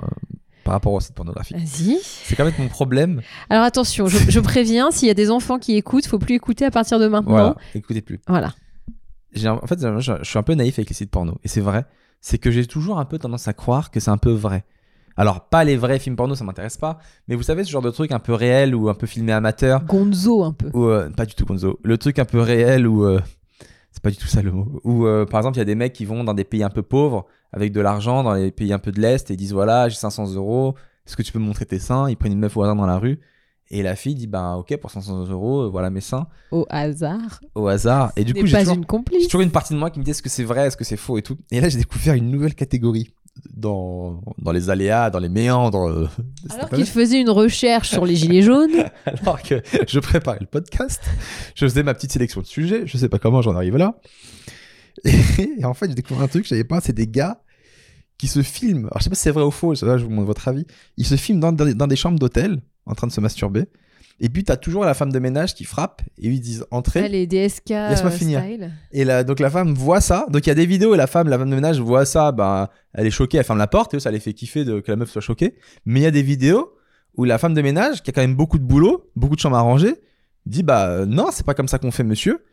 Speaker 1: par rapport à cette pornographie.
Speaker 2: Vas-y.
Speaker 1: C'est quand même mon problème.
Speaker 2: Alors attention, je, je préviens, s'il y a des enfants qui écoutent, faut plus écouter à partir de maintenant.
Speaker 1: Voilà, écoutez plus.
Speaker 2: Voilà.
Speaker 1: j'ai- en fait, je, je suis un peu naïf avec les sites porno. Et c'est vrai. C'est que j'ai toujours un peu tendance à croire que c'est un peu vrai. Alors, pas les vrais films porno, ça m'intéresse pas. Mais vous savez, ce genre de truc un peu réel ou un peu filmé amateur.
Speaker 2: Gonzo un peu.
Speaker 1: Ou, euh, pas du tout Gonzo. Le truc un peu réel ou. euh, c'est pas du tout ça le mot. Ou euh, par exemple, il y a des mecs qui vont dans des pays un peu pauvres, avec de l'argent, dans les pays un peu de l'Est, et ils disent voilà, j'ai 500 euros, est-ce que tu peux me montrer tes seins Ils prennent une meuf au hasard dans la rue. Et la fille dit bah ok, pour 500 euros, euh, voilà mes seins,
Speaker 2: Au hasard.
Speaker 1: au hasard. Et du
Speaker 2: n'est
Speaker 1: coup, j'ai
Speaker 2: pas
Speaker 1: toujours-
Speaker 2: une
Speaker 1: j'ai
Speaker 2: complice.
Speaker 1: toujours une partie de moi qui me dit est-ce que c'est vrai, est-ce que c'est faux et tout. Et là, j'ai découvert une nouvelle catégorie dans, dans les aléas, dans les méandres. euh, de
Speaker 2: Alors
Speaker 1: cette
Speaker 2: qu'il faisait une recherche sur les gilets jaunes.
Speaker 1: planète. Alors que je préparais le podcast, je faisais ma petite sélection de sujets, je sais pas comment j'en arrive là. Et, et en fait, j'ai découvert un truc que je savais pas, c'est des gars qui se filment. Alors, je sais pas si c'est vrai ou faux, ça, là, je vous demande votre avis. Ils se filment dans, dans des- dans des chambres d'hôtel en train de se masturber. Et puis, t'as toujours la femme de ménage qui frappe et ils disent entrez.
Speaker 2: Ah, les DSK
Speaker 1: Laisse-moi
Speaker 2: euh,
Speaker 1: finir.
Speaker 2: style.
Speaker 1: Et la, donc la femme voit ça. Donc il y a des vidéos et la femme, la femme de ménage voit ça. Ben, elle est choquée, elle ferme la porte et ça les fait kiffer de, que la meuf soit choquée. Mais il y a des vidéos où la femme de ménage, qui a quand même beaucoup de boulot, beaucoup de chambres à ranger, dit bah euh, non, c'est pas comme ça qu'on fait, monsieur.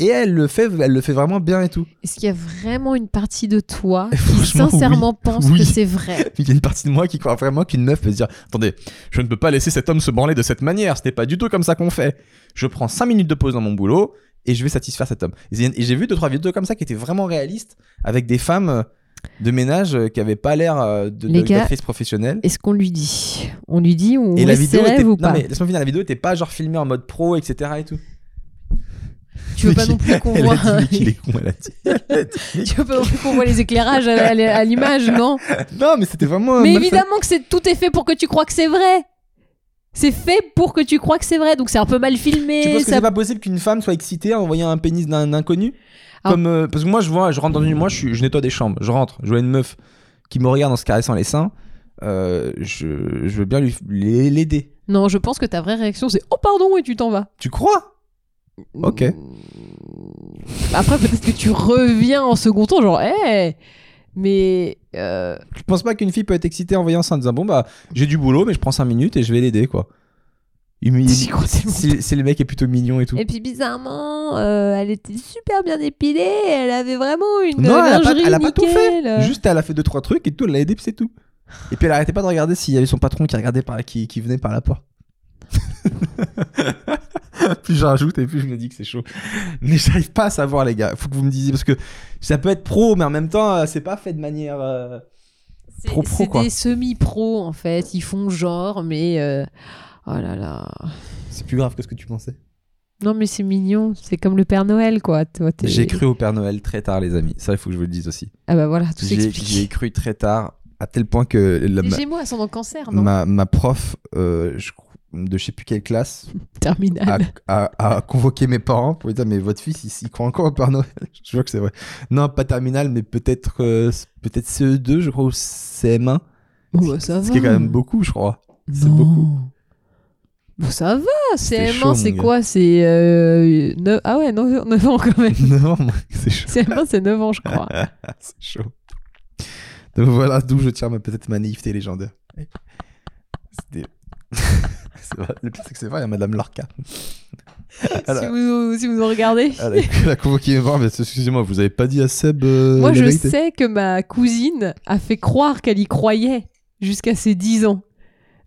Speaker 1: Et elle le fait, elle le fait vraiment bien et tout.
Speaker 2: Est-ce qu'il y a vraiment une partie de toi qui
Speaker 1: Franchement,
Speaker 2: sincèrement pense
Speaker 1: Oui.
Speaker 2: que c'est vrai
Speaker 1: Il y a une partie de moi qui croit vraiment qu'une meuf peut se dire attendez, je ne peux pas laisser cet homme se branler de cette manière. Ce n'est pas du tout comme ça qu'on fait. Je prends 5 minutes de pause dans mon boulot et je vais satisfaire cet homme. Et j'ai- et j'ai vu deux trois vidéos comme ça qui étaient vraiment réalistes avec des femmes euh, de ménage euh, qui avaient pas l'air euh, de, de
Speaker 2: Les gars,
Speaker 1: d'actrices professionnelles.
Speaker 2: Est-ce qu'on lui dit On lui dit on
Speaker 1: Et la
Speaker 2: laisse ses
Speaker 1: vidéo
Speaker 2: rêves
Speaker 1: était
Speaker 2: ou
Speaker 1: non
Speaker 2: pas
Speaker 1: mais laisse-moi finir la vidéo était pas genre filmée en mode pro etc et tout.
Speaker 2: Tu
Speaker 1: Mais
Speaker 2: veux pas
Speaker 1: qui-
Speaker 2: non plus qu'on
Speaker 1: Elle
Speaker 2: voit
Speaker 1: a dit mais qu'il est con elle a dit.
Speaker 2: Tu veux pas non plus qu'on voit les éclairages à, à- à l'image, non
Speaker 1: Non mais c'était vraiment. euh,
Speaker 2: Mais
Speaker 1: mal fait.
Speaker 2: évidemment que c'est tout est fait pour que tu crois que c'est vrai. C'est fait pour que tu crois que c'est vrai, donc c'est un peu mal
Speaker 1: Tu
Speaker 2: filmé.
Speaker 1: penses que
Speaker 2: ça-
Speaker 1: c'est pas possible qu'une femme soit excitée en voyant un pénis d'un inconnu
Speaker 2: Ah.
Speaker 1: Comme euh, parce que moi je vois, je rentre dans une, moi je, suis- je nettoie des chambres, je rentre, je vois une meuf qui me regarde en se caressant les seins, euh, je, je veux bien lui les- l'aider.
Speaker 2: Non, je pense que ta vraie réaction c'est oh pardon et tu t'en vas.
Speaker 1: Tu crois Ok.
Speaker 2: Après peut-être que tu reviens en second temps genre hey mais euh,
Speaker 1: Je pense pas qu'une fille peut être excitée en voyant ça en disant bon bah j'ai du boulot mais je prends 5 minutes et je vais l'aider quoi. Il me-
Speaker 2: j'y crois tellement
Speaker 1: si, si le mec est plutôt mignon et tout.
Speaker 2: Et puis bizarrement, euh, elle était super bien épilée, elle avait vraiment une
Speaker 1: Non,
Speaker 2: euh,
Speaker 1: elle a pas-
Speaker 2: lingerie
Speaker 1: elle a pas tout fait,
Speaker 2: nickel.
Speaker 1: Juste elle a fait deux trois trucs et tout, elle l'a aidé puis c'est tout. Et puis elle arrêtait pas de regarder s'il y avait son patron qui regardait par qui, qui venait par la porte. plus je rajoute et plus je me dis que c'est chaud. Mais j'arrive pas à savoir les gars. Faut que vous me disiez parce que ça peut être pro, mais en même temps euh, c'est pas fait de manière. euh,
Speaker 2: C'est
Speaker 1: Pro, pro,
Speaker 2: c'est
Speaker 1: quoi.
Speaker 2: des semi-pro en fait. Ils font genre, mais. euh, Oh là là.
Speaker 1: C'est plus grave que ce que tu pensais.
Speaker 2: Non, mais c'est mignon. C'est comme le Père Noël, quoi. Toi, t'es-
Speaker 1: J'ai cru au Père Noël très tard, les amis. Ça, il faut que je vous le dise aussi.
Speaker 2: Ah bah voilà, tout
Speaker 1: J'ai j'ai
Speaker 2: s'explique.
Speaker 1: cru très tard à tel point que la-
Speaker 2: Les
Speaker 1: ma,
Speaker 2: Gémeaux, elles sont dans le cancer, non
Speaker 1: ma, ma prof euh, je- de je sais plus quelle classe a,
Speaker 2: Terminal.
Speaker 1: a- a convoqué mes parents pour lui dire mais votre fils il, il croit encore au Père Noël je vois que c'est vrai non pas terminal mais peut-être euh, peut-être CE2 je crois ou CM1
Speaker 2: Oh, bah, ça
Speaker 1: ce
Speaker 2: va.
Speaker 1: qui est quand même beaucoup je crois c'est
Speaker 2: Non.
Speaker 1: beaucoup.
Speaker 2: Bon, ça va.
Speaker 1: C'était
Speaker 2: CM1,
Speaker 1: chaud,
Speaker 2: c'est
Speaker 1: mon
Speaker 2: quoi C'est. euh, neuf- Ah ouais, 9, ans quand même.
Speaker 1: non moi, c'est chaud
Speaker 2: CM1, c'est 9 ans, je crois.
Speaker 1: c'est chaud donc voilà d'où je tiens ma peut-être ma naïveté légendaire C'était- c'est vrai le pire c'est que c'est vrai il y a Madame Lorca Elle
Speaker 2: Si
Speaker 1: a-
Speaker 2: vous, si vous nous regardez.
Speaker 1: elle a, elle a convoqué mes parents mais excusez-moi vous avez pas dit à Seb euh,
Speaker 2: Moi,
Speaker 1: la
Speaker 2: je
Speaker 1: vérité
Speaker 2: sais que ma cousine a fait croire qu'elle y croyait jusqu'à ses 10 ans.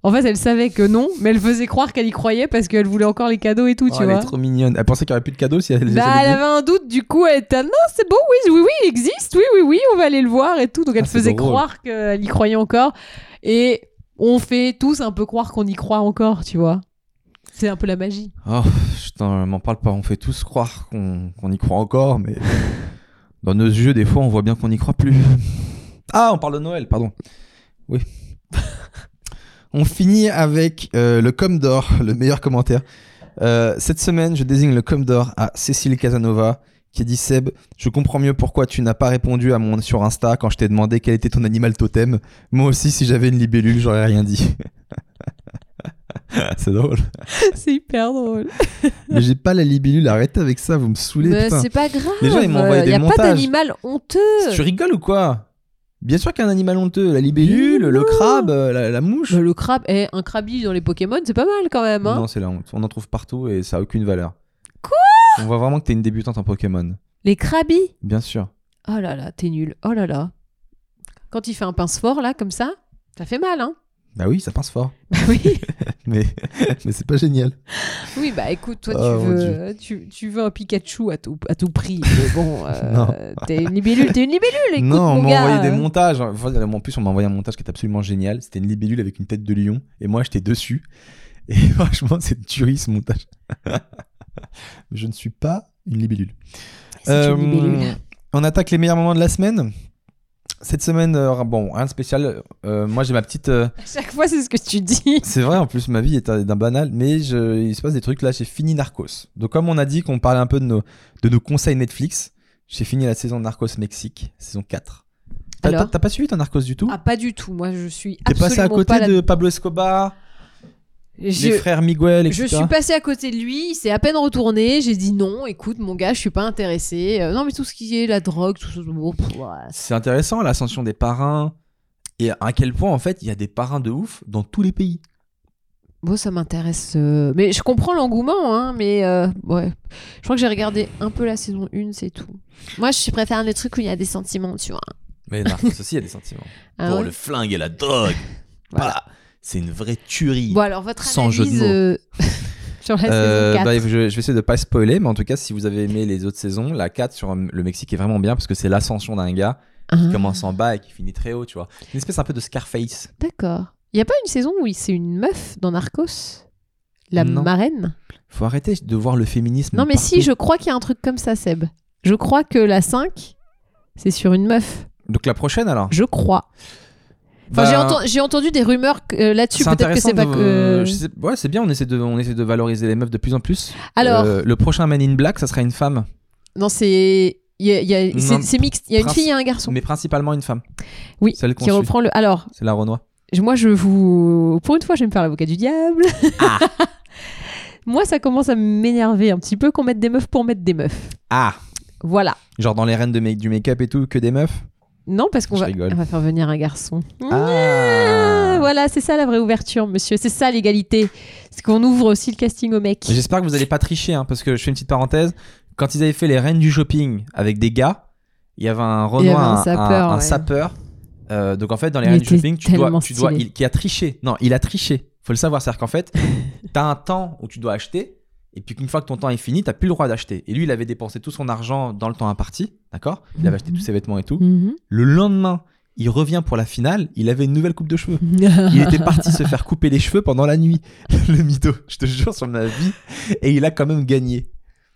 Speaker 2: En fait, elle savait que non, mais elle faisait croire qu'elle y croyait parce qu'elle voulait encore les cadeaux et tout,
Speaker 1: Oh,
Speaker 2: tu
Speaker 1: elle
Speaker 2: vois.
Speaker 1: est trop mignonne elle pensait qu'il y aurait plus de cadeaux si elle les
Speaker 2: Bah,
Speaker 1: avait
Speaker 2: elle
Speaker 1: dit.
Speaker 2: avait un doute, du coup, elle était non, c'est bon, oui, oui, oui, il existe, oui, oui, oui, on va aller le voir et tout. Donc, elle
Speaker 1: Ah, c'est
Speaker 2: faisait
Speaker 1: drôle.
Speaker 2: croire qu'elle y croyait encore. Et on fait tous un peu croire qu'on y croit encore, tu vois. C'est un peu la magie.
Speaker 1: Oh, putain, m'en parle pas. On fait tous croire qu'on qu'on y croit encore, mais dans nos yeux, des fois, on voit bien qu'on n'y croit plus. Ah, on parle de Noël, pardon. Oui. on finit avec euh, le com d'or, le meilleur commentaire. Euh, cette semaine, je désigne le com d'or à Cécile Casanova qui dit Seb, je comprends mieux pourquoi tu n'as pas répondu à mon sur Insta quand je t'ai demandé quel était ton animal totem. Moi aussi, si j'avais une libellule, j'aurais rien dit. C'est drôle.
Speaker 2: c'est hyper drôle.
Speaker 1: Mais j'ai pas la libellule, arrêtez avec ça, vous me saoulez,
Speaker 2: Mais
Speaker 1: putain.
Speaker 2: Bah, c'est pas grave.
Speaker 1: Les gens, ils m'ont envoyé
Speaker 2: Il y a
Speaker 1: des
Speaker 2: pas
Speaker 1: montages.
Speaker 2: d'animal honteux.
Speaker 1: Tu rigoles ou quoi Bien sûr qu'un animal honteux, la libellule, le crabe, euh, la, la mouche.
Speaker 2: Bah, le crabe, eh, un crabi dans les Pokémon, c'est pas mal quand même. hein.
Speaker 1: Non, c'est la honte. On en trouve partout et ça a aucune valeur. Quoi On voit vraiment que t'es une débutante en Pokémon.
Speaker 2: Les crabis.
Speaker 1: Bien sûr.
Speaker 2: Oh là là, t'es nul. Oh là là. Quand il fait un pince fort, là, comme ça, ça fait mal, hein
Speaker 1: Bah oui, ça pince fort.
Speaker 2: Bah oui.
Speaker 1: Mais, mais c'est pas génial.
Speaker 2: oui, bah écoute, toi,
Speaker 1: Oh,
Speaker 2: tu,
Speaker 1: mon
Speaker 2: veux, tu, tu veux un Pikachu à tout, à tout prix. Mais bon, euh,
Speaker 1: Non.
Speaker 2: t'es une libellule, t'es une libellule, écoute,
Speaker 1: non, on
Speaker 2: mon
Speaker 1: m'a
Speaker 2: gars. euh.
Speaker 1: envoyé des montages. Enfin, En plus, on m'a envoyé un montage qui était absolument génial. C'était une libellule avec une tête de lion et moi, j'étais dessus. Et franchement, c'est une tuerie ce montage. Je ne suis pas une libellule.
Speaker 2: C'est une
Speaker 1: Euh,
Speaker 2: libellule.
Speaker 1: On attaque les meilleurs moments de la semaine. Cette semaine, euh, bon, rien de spécial. Euh, moi, j'ai ma petite. euh,
Speaker 2: À chaque fois, c'est ce que tu dis.
Speaker 1: c'est vrai, en plus, ma vie est un- d'un banal, mais je- il se passe des trucs là. J'ai fini Narcos. Donc, comme on a dit qu'on parlait un peu de nos, de nos conseils Netflix, j'ai fini la saison de Narcos Mexique, saison 4. T'as-
Speaker 2: Alors
Speaker 1: T'as t'as pas suivi ton Narcos du tout
Speaker 2: Ah, pas du tout. Moi, je suis
Speaker 1: T'es
Speaker 2: absolument
Speaker 1: passé à
Speaker 2: pas
Speaker 1: côté
Speaker 2: là-
Speaker 1: de Pablo Escobar,
Speaker 2: Je-
Speaker 1: les frères Miguel, etc.
Speaker 2: Je suis passée à côté de lui, il s'est à peine retourné, j'ai dit non, écoute mon gars, je suis pas intéressée. Euh, non mais tout ce qui est la drogue, tout ce bon, pff, ouais.
Speaker 1: C'est intéressant l'ascension des parrains et à quel point en fait il y a des parrains de ouf dans tous les pays.
Speaker 2: Bon, ça m'intéresse. euh, Mais je comprends l'engouement, hein, mais euh, ouais. Je crois que j'ai regardé un peu la saison 1, c'est tout. Moi, je préfère les trucs où il y a des sentiments, tu vois.
Speaker 1: Mais Narcos aussi, il y a des sentiments.
Speaker 2: Ah
Speaker 3: Pour
Speaker 2: ouais
Speaker 3: le flingue et la drogue.
Speaker 2: Voilà.
Speaker 3: Voilà. C'est une vraie tuerie.
Speaker 2: Bon, alors votre
Speaker 3: Sans jeu de
Speaker 2: analyse
Speaker 3: mots.
Speaker 2: euh, sur la
Speaker 1: Euh,
Speaker 2: saison 4.
Speaker 1: bah, je, je vais essayer de pas spoiler, mais en tout cas, si vous avez aimé les autres saisons, la 4 sur euh, le Mexique est vraiment bien parce que c'est l'ascension d'un gars qui
Speaker 2: Ah,
Speaker 1: commence en bas et qui finit très haut, tu vois. Une espèce un peu de Scarface.
Speaker 2: D'accord. Il y a pas une saison où il- c'est une meuf dans Narcos La
Speaker 1: Non.
Speaker 2: marraine
Speaker 1: Faut arrêter de voir le féminisme.
Speaker 2: Non, mais si,
Speaker 1: partout.
Speaker 2: je crois qu'il y a un truc comme ça, Seb. Je crois que la 5, c'est sur une meuf.
Speaker 1: Donc la prochaine alors.
Speaker 2: Je crois. Enfin,
Speaker 1: Bah,
Speaker 2: j'ai, enten- j'ai entendu des rumeurs euh, là-dessus.
Speaker 1: c'est
Speaker 2: Peut-être que
Speaker 1: intéressant
Speaker 2: c'est pas
Speaker 1: de-
Speaker 2: que. euh,
Speaker 1: je sais- Ouais, c'est bien, on essaie, de, on essaie de valoriser les meufs de plus en plus.
Speaker 2: Alors,
Speaker 1: Euh, le prochain Man in Black, ça sera une femme,
Speaker 2: non, c'est. il y a- il y a-
Speaker 1: Non,
Speaker 2: c'est, c'est mixte. Il y a une
Speaker 1: prince-
Speaker 2: fille et un garçon.
Speaker 1: mais principalement une femme.
Speaker 2: Oui,
Speaker 1: celle qu'on
Speaker 2: qui
Speaker 1: suit.
Speaker 2: reprend le. Alors,
Speaker 1: C'est la Renoir.
Speaker 2: je- moi, je vous. Pour une fois, je vais me faire l'avocat du diable.
Speaker 1: Ah.
Speaker 2: moi, ça commence à m'énerver un petit peu qu'on mette des meufs pour mettre des meufs.
Speaker 1: Ah
Speaker 2: Voilà.
Speaker 1: Genre dans les reines de make- du make-up et tout, que des meufs
Speaker 2: Non, parce qu'on
Speaker 1: Je
Speaker 2: va...
Speaker 1: rigole.
Speaker 2: on va faire venir un garçon.
Speaker 1: Ah.
Speaker 2: Voilà, c'est ça la vraie ouverture, monsieur. C'est ça l'égalité. C'est qu'on ouvre aussi le casting aux mecs.
Speaker 1: Et J'espère que vous n'allez pas tricher, hein, parce que je fais une petite parenthèse. Quand ils avaient fait les reines du shopping avec des gars, il y avait un
Speaker 2: Il y
Speaker 1: Renoir,
Speaker 2: avait un sapeur,
Speaker 1: un
Speaker 2: ouais.
Speaker 1: sapeur Euh, donc en fait, dans les
Speaker 2: Il
Speaker 1: reines du
Speaker 2: était
Speaker 1: shopping, tu dois,
Speaker 2: tellement
Speaker 1: tu dois,
Speaker 2: stylé.
Speaker 1: il, qui a triché. Non, il a triché. Faut le savoir, c'est-à-dire qu'en fait, t'as un temps où tu dois acheter, et puis qu'une fois que ton temps est fini, t'as plus le droit d'acheter. Et lui, il avait dépensé tout son argent dans le temps imparti, d'accord Il avait acheté tous ses vêtements et tout.
Speaker 2: Mhm.
Speaker 1: Le lendemain, il revient pour la finale, il avait une nouvelle coupe de cheveux. Il était parti se faire couper les cheveux pendant la nuit, le mytho. Je te jure sur ma vie, et il a quand même gagné.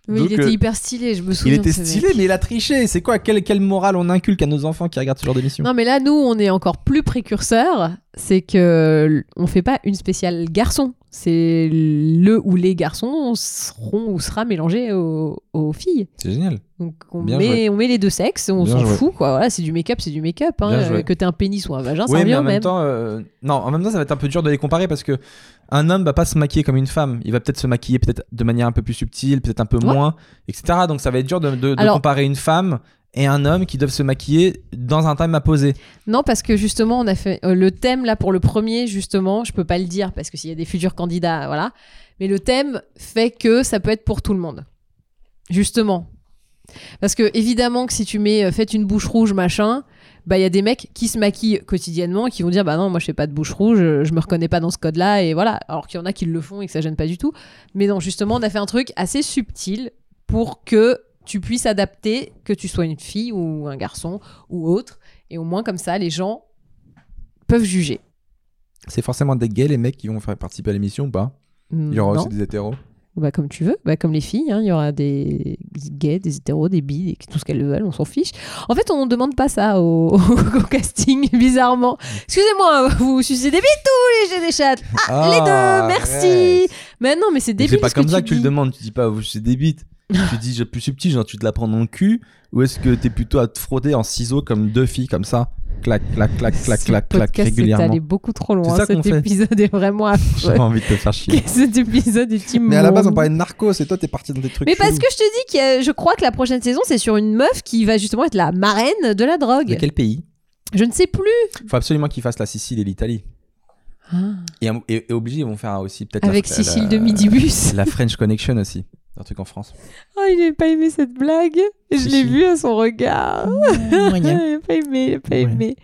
Speaker 2: Mais
Speaker 1: Donc,
Speaker 2: il était
Speaker 1: euh,
Speaker 2: hyper stylé, je me
Speaker 1: Il
Speaker 2: souviens. de
Speaker 1: était
Speaker 2: ce mec.
Speaker 1: stylé, mais il a triché. C'est quoi quelle, quelle morale on inculque à nos enfants qui regardent ce genre d'émission
Speaker 2: Non, mais là, nous, on est encore plus précurseurs. C'est que l- on fait pas une spéciale garçon. C'est le ou les garçons seront ou sera mélangés aux, aux filles.
Speaker 1: C'est génial.
Speaker 2: Donc on
Speaker 1: Bien
Speaker 2: met, on met les deux sexes, on
Speaker 1: Bien
Speaker 2: s'en
Speaker 1: joué.
Speaker 2: fout quoi. Voilà, c'est du make-up, c'est du make-up. hein.
Speaker 1: Bien joué.
Speaker 2: Euh, Que t'aies un pénis ou un vagin, ça
Speaker 1: Oui, mais
Speaker 2: revient
Speaker 1: en
Speaker 2: au
Speaker 1: même
Speaker 2: même.
Speaker 1: temps, euh, non, en même temps, ça va être un peu dur de les comparer parce que un homme va pas se maquiller comme une femme. Il va peut-être se maquiller peut-être de manière un peu plus subtile, peut-être un peu
Speaker 2: Ouais.
Speaker 1: moins, etc. Donc ça va être dur de, de- de
Speaker 2: Alors-
Speaker 1: comparer une femme et un homme qui doivent se maquiller dans un time à poser.
Speaker 2: Non, parce que justement, on a fait euh, le thème là pour le premier, justement, je peux pas le dire parce que s'il y a des futurs candidats, voilà. Mais le thème fait que ça peut être pour tout le monde. Justement. Parce que évidemment que si tu mets euh, faites une bouche rouge, machin, bah il y a des mecs qui se maquillent quotidiennement et qui vont dire bah non, moi je fais pas de bouche rouge, euh, je me reconnais pas dans ce code là et voilà. Alors qu'il y en a qui le font et que ça gêne pas du tout. Mais non, justement, on a fait un truc assez subtil pour que tu puisses adapter que tu sois une fille ou un garçon ou autre. Et au moins, comme ça, les gens peuvent juger.
Speaker 1: C'est forcément des gays les mecs qui vont faire participer à l'émission ou pas Il y aura aussi des hétéros.
Speaker 2: bah, Comme tu veux, bah, comme les filles, hein, il y aura des gays, des hétéros, des bi, des- tout ce qu'elles veulent, on s'en fiche. En fait, on ne demande pas ça au, au casting, bizarrement. Excusez-moi, vous sucez des bites ou les j'ai des chattes Les deux, merci Mais non, mais c'est
Speaker 1: Ah, Mais
Speaker 2: débile.
Speaker 1: C'est pas
Speaker 2: ce
Speaker 1: comme ça que
Speaker 2: tu
Speaker 1: tu le
Speaker 2: dis.
Speaker 1: demandes. Tu dis pas, oh, c'est des bites. tu dis, je- plus subtil, genre tu te la prends dans le cul ou est-ce que t'es plutôt à te frauder en ciseaux comme deux filles comme ça Clac, clac, clac, clac,
Speaker 2: Ce
Speaker 1: clac, clac,
Speaker 2: podcast est
Speaker 1: régulièrement.
Speaker 2: allé beaucoup trop loin.
Speaker 1: C'est ça qu'on
Speaker 2: Cet
Speaker 1: fait.
Speaker 2: épisode est vraiment
Speaker 1: J'ai
Speaker 2: affreux.
Speaker 1: envie de te faire chier.
Speaker 2: Cet épisode est immonde.
Speaker 1: Mais à la base, on parlait de narcos et toi, t'es parti dans des trucs.
Speaker 2: Mais parce
Speaker 1: chelous.
Speaker 2: que je te dis que euh, je crois que la prochaine saison, c'est sur une meuf qui va justement être la marraine de la
Speaker 1: De
Speaker 2: drogue.
Speaker 1: quel pays
Speaker 2: Je ne sais plus.
Speaker 1: Faut absolument qu'ils fassent la Sicile et l'Italie. Ah. Et, et, et obligé, ils vont faire aussi peut-être. la-
Speaker 2: Ah. Avec
Speaker 1: la-
Speaker 2: Cécile
Speaker 1: la-
Speaker 2: de Midibus.
Speaker 1: La French Connection aussi. Un truc en France.
Speaker 2: Oh, il n'a pas aimé cette blague. Et je
Speaker 1: Si,
Speaker 2: l'ai
Speaker 1: si.
Speaker 2: vu à son regard. il
Speaker 1: Ah, Moyen.
Speaker 2: n'a pas aimé, il a pas
Speaker 1: Ouais.
Speaker 2: aimé.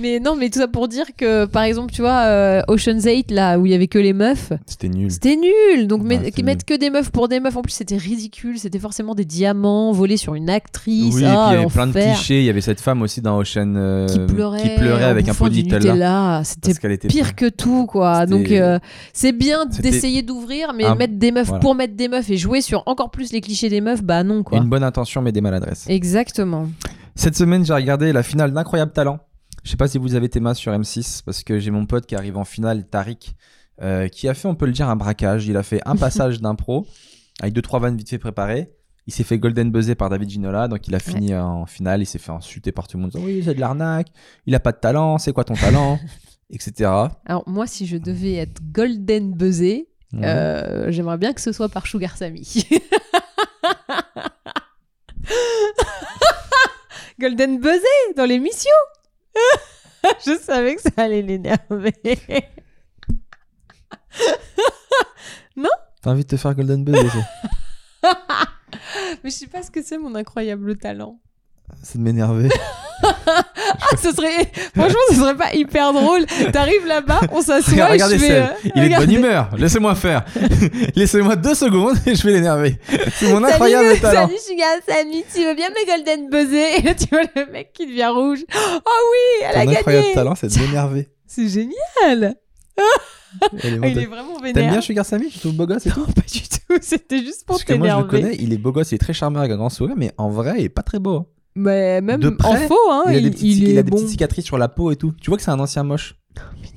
Speaker 2: Mais non, mais tout ça pour dire que, par exemple, tu vois, euh, Ocean's 8, là, où il y avait que les meufs,
Speaker 1: C'était nul.
Speaker 2: c'était nul. Donc, met-
Speaker 1: Ouais, c'était
Speaker 2: mettre que des meufs pour des meufs, en plus, c'était ridicule. C'était forcément des diamants volés sur une actrice.
Speaker 1: Oui, et puis
Speaker 2: Ah,
Speaker 1: il y avait plein de
Speaker 2: l'enfer.
Speaker 1: clichés. Il y avait cette femme aussi dans Ocean euh,
Speaker 2: Qui pleurait,
Speaker 1: qui pleurait
Speaker 2: en
Speaker 1: avec un pot
Speaker 2: bouffant
Speaker 1: de
Speaker 2: du
Speaker 1: Nutella.
Speaker 2: Nutella. C'était
Speaker 1: Parce qu'elle était.
Speaker 2: pire que tout quoi
Speaker 1: C'était-
Speaker 2: donc euh, c'est bien
Speaker 1: C'était-
Speaker 2: d'essayer d'ouvrir mais
Speaker 1: Ah,
Speaker 2: mettre des meufs
Speaker 1: voilà.
Speaker 2: pour mettre des meufs et jouer sur encore plus les clichés des meufs bah non quoi
Speaker 1: Une bonne intention, mais des maladresses.
Speaker 2: exactement
Speaker 1: Cette semaine, j'ai regardé la finale d'Incroyable Talent. Je sais pas si vous avez Théma sur M6, parce que j'ai mon pote qui arrive en finale, Tariq, euh, qui a fait, on peut le dire, un braquage. Il a fait un passage d'impro, avec deux, trois vannes vite fait préparées. Il s'est fait golden buzzer par David Ginola, donc il a fini en finale, il s'est fait insulter par tout le monde. en disant, oui, c'est de l'arnaque, il a pas de talent, c'est quoi ton talent Etc.
Speaker 2: alors moi si je devais être golden buzzé euh, j'aimerais bien que ce soit par Sugar Sammy golden buzzé dans l'émission je savais que ça allait l'énerver
Speaker 1: T'as envie de te faire golden buzzer ça
Speaker 2: mais je sais pas ce que c'est mon incroyable talent
Speaker 1: C'est de m'énerver.
Speaker 2: Ah, ce serait franchement ce serait pas hyper drôle t'arrives là-bas on s'assoit et je
Speaker 1: regardez
Speaker 2: fais
Speaker 1: Seb,
Speaker 2: euh,
Speaker 1: il est de bonne
Speaker 2: regardez.
Speaker 1: humeur, laissez-moi faire. Laissez-moi deux secondes et je vais l'énerver. C'est mon
Speaker 2: Salut,
Speaker 1: incroyable talent.
Speaker 2: Salut Sugar Sammy, tu veux bien mes golden buzzer Et là tu vois le mec qui devient rouge. Oh oui, elle
Speaker 1: Ton
Speaker 2: a
Speaker 1: incroyable
Speaker 2: gagné
Speaker 1: talent, c'est de m'énerver.
Speaker 2: C'est génial
Speaker 1: Elle est
Speaker 2: Ah, Il
Speaker 1: mentale.
Speaker 2: est vraiment
Speaker 1: T'aimes
Speaker 2: vénère.
Speaker 1: bien Sugar Sammy Je trouve beau gosse et tout.
Speaker 2: Non, pas du tout, c'était juste pour
Speaker 1: Parce que moi je le
Speaker 2: t'énerver.
Speaker 1: connais, il est beau gosse, il est très charmeur avec un grand sourire, mais en vrai il est pas très beau. hein.
Speaker 2: Mais même
Speaker 1: De
Speaker 2: en
Speaker 1: près,
Speaker 2: faux, hein,
Speaker 1: il, a
Speaker 2: il,
Speaker 1: des petites,
Speaker 2: il
Speaker 1: il
Speaker 2: est
Speaker 1: a des
Speaker 2: bon. Oh,
Speaker 1: petites cicatrices sur la peau et tout. Tu vois que c'est un ancien moche.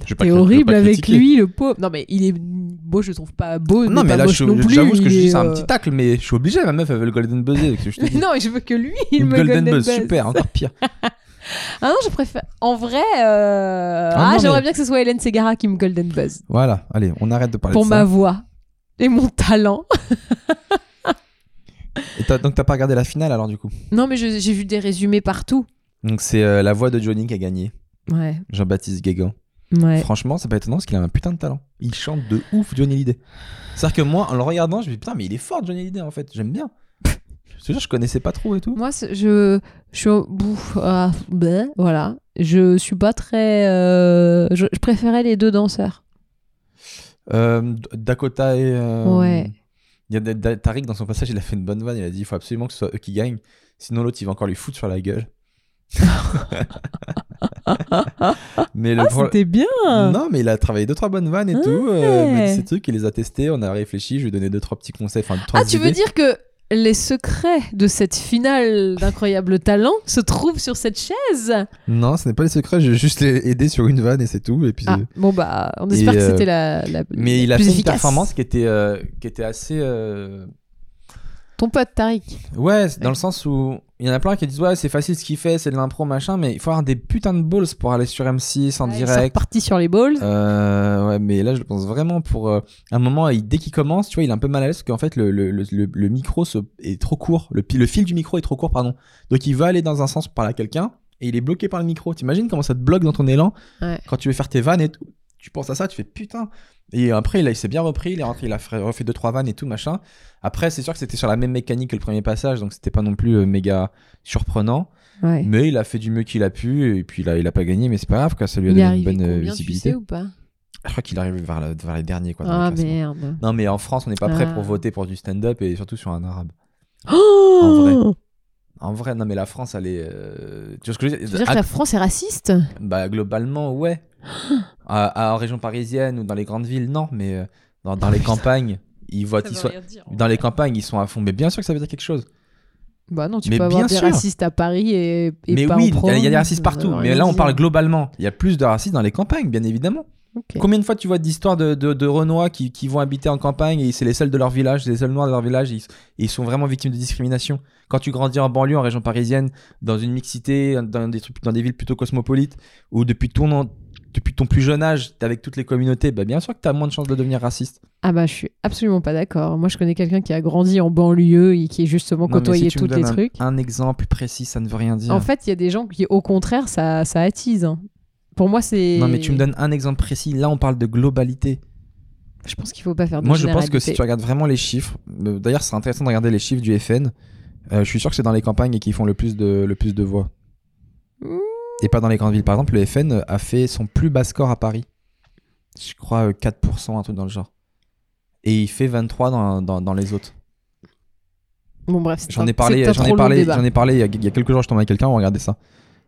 Speaker 1: Je vais pas
Speaker 2: T'es
Speaker 1: cri- je vais
Speaker 2: horrible
Speaker 1: pas
Speaker 2: avec
Speaker 1: critiquer.
Speaker 2: lui, le pauvre. Non mais il est beau, je le trouve pas beau.
Speaker 1: Non mais
Speaker 2: pas
Speaker 1: là
Speaker 2: moche
Speaker 1: je-
Speaker 2: non plus,
Speaker 1: j'avoue ce que
Speaker 2: il
Speaker 1: je dis
Speaker 2: est,
Speaker 1: c'est un
Speaker 2: euh,
Speaker 1: petit tacle, mais je suis obligé, ma meuf elle veut le golden buzz. avec ce que je te dis.
Speaker 2: Non, mais je veux que lui, il
Speaker 1: Une
Speaker 2: me
Speaker 1: golden,
Speaker 2: golden
Speaker 1: buzz,
Speaker 2: buzz.
Speaker 1: super, encore pire.
Speaker 2: Ah non, je préfère. En vrai, euh,
Speaker 1: Ah
Speaker 2: ah,
Speaker 1: non,
Speaker 2: j'aimerais
Speaker 1: mais-
Speaker 2: bien que ce soit Hélène Segara qui me golden buzz
Speaker 1: Voilà, allez, on arrête de parler
Speaker 2: pour
Speaker 1: de
Speaker 2: ma
Speaker 1: ça.
Speaker 2: voix et mon talent.
Speaker 1: Et t'as- donc t'as pas regardé la finale alors du coup.
Speaker 2: Non, mais je- j'ai vu des résumés partout.
Speaker 1: Donc c'est euh, la voix de Johnny qui a gagné,
Speaker 2: Ouais,
Speaker 1: Jean-Baptiste Guégan.
Speaker 2: ouais.
Speaker 1: Franchement, c'est pas étonnant parce qu'il a un putain de talent. Il chante de ouf Johnny Hallyday. C'est-à-dire que moi, en le regardant, je me dis putain, mais il est fort Johnny Hallyday en fait, j'aime bien. trucs. Je te jure, je connaissais pas trop et tout.
Speaker 2: Moi, c'est- je, je suis. au- bouf, ah, bleh, voilà. Je suis pas très. euh, je, je préférais les deux danseurs.
Speaker 1: Euh, D- Dakota et. euh,
Speaker 2: Ouais.
Speaker 1: Il y a Da- Da- Tariq dans son passage, il a fait une bonne vanne. Il a dit il faut absolument que ce soit eux qui gagnent. Sinon, l'autre, il va encore lui foutre sur la gueule. mais le
Speaker 2: Ah,
Speaker 1: pro-
Speaker 2: c'était bien
Speaker 1: Non, mais il a travaillé deux trois bonnes vannes et tout. euh, il m'a dit ces trucs, il les a testés, on a réfléchi, je lui ai donné deux trois petits conseils. Enfin, trois
Speaker 2: Ah, tu veux
Speaker 1: idées.
Speaker 2: dire que les secrets de cette finale d'incroyable talent se trouvent sur cette chaise
Speaker 1: Non, ce n'est pas les secrets. Je vais juste les aider sur une vanne et c'est tout. Et puis.
Speaker 2: Ah, bon, bah, on espère
Speaker 1: Et,
Speaker 2: que
Speaker 1: euh,
Speaker 2: c'était la, la
Speaker 1: Mais
Speaker 2: la
Speaker 1: il a fait
Speaker 2: plus
Speaker 1: une
Speaker 2: efficace.
Speaker 1: performance qui était, euh, qui était assez. euh,
Speaker 2: Ton pote Tariq.
Speaker 1: Ouais, c'est dans le sens où il y en a plein qui disent Ouais, c'est facile ce qu'il fait, c'est de l'impro, machin, mais il faut avoir des putains de balls pour aller sur M6 en
Speaker 2: C'est
Speaker 1: direct.
Speaker 2: reparti sur les balls.
Speaker 1: Euh, ouais, mais là, je le pense vraiment pour euh, un moment, il- dès qu'il commence, tu vois, il est un peu mal à l'aise parce qu'en fait, le, le, le, le- le micro se- est trop court, le, pi- le fil du micro est trop court, pardon. Donc, il va aller dans un sens pour parler à quelqu'un et il est bloqué par le micro. T'imagines comment ça te bloque dans ton élan
Speaker 2: Ouais.
Speaker 1: quand tu veux faire tes vannes et tout. Tu penses à ça, tu fais putain. Et après, il, a- il s'est bien repris, il, est rentré, il a fait- refait deux trois vannes et tout, machin. Après, c'est sûr que c'était sur la même mécanique que le premier passage, donc c'était pas non plus euh, méga surprenant.
Speaker 2: Euh, Ouais.
Speaker 1: Mais il a fait du mieux qu'il a pu, et puis il a, il a pas gagné, mais c'est pas grave, quoi, ça lui a
Speaker 2: Il est
Speaker 1: donné une
Speaker 2: arrivé
Speaker 1: bonne euh,
Speaker 2: combien, tu
Speaker 1: visibilité.
Speaker 2: sais ou pas
Speaker 1: Je crois qu'il arrive vers, la- vers les derniers. Quoi, dans le
Speaker 2: Ah,
Speaker 1: classement.
Speaker 2: merde.
Speaker 1: Non, mais en France, on n'est pas prêt pour
Speaker 2: Ah.
Speaker 1: voter pour du stand-up et surtout sur un arabe.
Speaker 2: Oh
Speaker 1: En vrai, non, mais la France, elle est. euh, Tu vois ce que je veux
Speaker 2: Tu
Speaker 1: dire,
Speaker 2: veux dire
Speaker 1: Ah,
Speaker 2: que la France est raciste
Speaker 1: Bah, globalement, ouais. à, à- en région parisienne ou dans les grandes villes, non, mais euh, dans,
Speaker 2: Ah,
Speaker 1: dans les campagnes, ils votent. Ils sont... Bah, Dans les campagnes, ils sont à fond, mais bien sûr que ça veut dire quelque chose.
Speaker 2: Bah non, tu
Speaker 1: Mais
Speaker 2: peux avoir
Speaker 1: bien
Speaker 2: des
Speaker 1: sûr.
Speaker 2: racistes à Paris et, et
Speaker 1: mais
Speaker 2: pas
Speaker 1: oui,
Speaker 2: en
Speaker 1: il y
Speaker 2: euh,
Speaker 1: a- il y a des
Speaker 2: province,
Speaker 1: racistes
Speaker 2: ça
Speaker 1: partout,
Speaker 2: veut
Speaker 1: mais
Speaker 2: rien
Speaker 1: là, on
Speaker 2: dire.
Speaker 1: parle globalement. Il y a plus de racistes dans les campagnes, bien évidemment.
Speaker 2: Ok.
Speaker 1: Combien de fois tu vois d'histoires de, de, de Renois qui, qui vont habiter en campagne et c'est les seuls de leur village, les seuls noirs de leur village, ils, ils sont vraiment victimes de discrimination. Quand tu grandis en banlieue, en région parisienne, dans une mixité, dans des, trucs, dans des villes plutôt cosmopolites, où depuis ton, en- depuis ton plus jeune âge, t'es avec toutes les communautés, bah bien sûr que t'as moins de chances de devenir raciste.
Speaker 2: Ah bah je suis absolument pas d'accord. Moi je connais quelqu'un qui a grandi en banlieue et qui est justement
Speaker 1: Non, mais
Speaker 2: côtoyé
Speaker 1: si tu me
Speaker 2: tous les
Speaker 1: donnes un-
Speaker 2: trucs.
Speaker 1: Un exemple précis, ça ne veut rien dire.
Speaker 2: En fait, il y a des gens qui au contraire ça, ça attise. hein. Pour moi c'est.
Speaker 1: non, mais tu me donnes un exemple précis. Là, on parle de globalité.
Speaker 2: Je pense qu'il faut pas faire de
Speaker 1: Moi, je pense que si tu
Speaker 2: généralité.
Speaker 1: regardes vraiment les chiffres, euh, d'ailleurs, c'est intéressant de regarder les chiffres du FN. Euh, je suis sûr que c'est dans les campagnes et qu'ils font le plus de, le plus de voix.
Speaker 2: Mmh.
Speaker 1: Et pas dans les grandes villes. Par exemple, le FN a fait son plus bas score à Paris. Je crois euh, 4%, un truc dans le genre. Et il fait 23 dans, dans, dans les autres.
Speaker 2: Bon bref. c'est
Speaker 1: J'en
Speaker 2: un-
Speaker 1: ai
Speaker 2: c'est
Speaker 1: parlé,
Speaker 2: un
Speaker 1: j'en
Speaker 2: trop
Speaker 1: ai
Speaker 2: long
Speaker 1: parlé,
Speaker 2: débat.
Speaker 1: j'en ai parlé il y a, il y a quelques jours, je tombais avec quelqu'un, on regardait ça.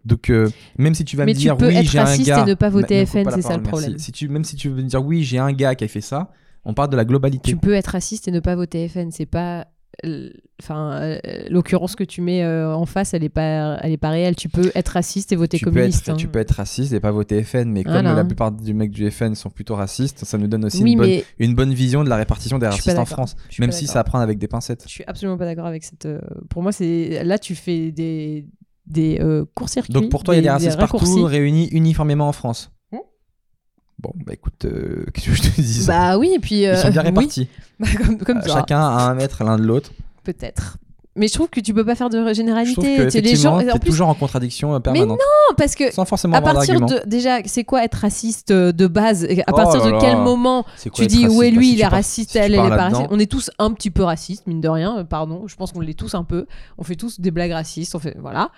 Speaker 1: Donc, euh, même si tu vas
Speaker 2: Mais
Speaker 1: me
Speaker 2: tu
Speaker 1: dire
Speaker 2: peux
Speaker 1: oui,
Speaker 2: être
Speaker 1: j'ai un
Speaker 2: raciste et
Speaker 1: gars-
Speaker 2: ne pas voter
Speaker 1: Mais ne coupe
Speaker 2: FN,
Speaker 1: la
Speaker 2: c'est ça
Speaker 1: parole,
Speaker 2: le
Speaker 1: merci.
Speaker 2: problème.
Speaker 1: Si tu, même si tu veux me dire oui, j'ai un gars qui a fait ça, on parle de la globalité.
Speaker 2: Tu peux être raciste et ne pas voter FN. C'est pas. euh, Enfin, euh, l'occurrence que tu mets euh, en face, elle est pas, elle est pas réelle. Tu peux être raciste et voter
Speaker 1: tu
Speaker 2: communiste.
Speaker 1: Peux être,
Speaker 2: hein.
Speaker 1: Tu peux être raciste et pas voter FN, mais
Speaker 2: Voilà.
Speaker 1: comme la plupart des mecs du FN sont plutôt racistes, ça nous donne aussi
Speaker 2: oui,
Speaker 1: une, bonne,
Speaker 2: mais
Speaker 1: une bonne vision de la répartition des
Speaker 2: Je suis pas
Speaker 1: racistes en
Speaker 2: d'accord.
Speaker 1: France,
Speaker 2: je suis
Speaker 1: même
Speaker 2: pas
Speaker 1: si
Speaker 2: d'accord.
Speaker 1: ça apprend avec des pincettes.
Speaker 2: Je suis absolument pas d'accord avec cette. euh, Pour moi, c'est là tu fais des des euh, courts-circuits.
Speaker 1: Donc pour toi, il y a des racistes
Speaker 2: raccourcis.
Speaker 1: partout réunis uniformément en France.
Speaker 2: Hmm.
Speaker 1: Bon, bah écoute, euh, qu'est-ce que je te dis
Speaker 2: Bah oui, et puis
Speaker 1: Ils
Speaker 2: euh,
Speaker 1: sont bien
Speaker 2: oui.
Speaker 1: répartis.
Speaker 2: Bah, comme comme
Speaker 1: Euh,
Speaker 2: toi,
Speaker 1: Chacun à un mètre l'un de l'autre.
Speaker 2: peut-être. Mais je trouve que tu peux pas faire de
Speaker 1: Je trouve que
Speaker 2: généralité. C'est les
Speaker 1: effectivement,
Speaker 2: gens. En
Speaker 1: t'es
Speaker 2: plus,
Speaker 1: toujours en contradiction euh, permanente.
Speaker 2: non, parce que
Speaker 1: Sans forcément
Speaker 2: à
Speaker 1: avoir
Speaker 2: partir
Speaker 1: d'argument.
Speaker 2: de déjà, c'est quoi être raciste euh, de base et À
Speaker 1: Oh
Speaker 2: partir
Speaker 1: là
Speaker 2: de
Speaker 1: là.
Speaker 2: quel moment
Speaker 1: C'est quoi
Speaker 2: tu
Speaker 1: être
Speaker 2: dis
Speaker 1: raciste
Speaker 2: ouais
Speaker 1: Bah,
Speaker 2: lui
Speaker 1: si
Speaker 2: il
Speaker 1: tu
Speaker 2: est
Speaker 1: pars-
Speaker 2: raciste,
Speaker 1: si tu
Speaker 2: elle elle
Speaker 1: pars
Speaker 2: est pas
Speaker 1: là-dedans,
Speaker 2: raciste. On est tous un petit peu racistes, mine de rien. euh, Pardon, je pense qu'on l'est tous un peu. On fait tous des blagues racistes. On fait voilà.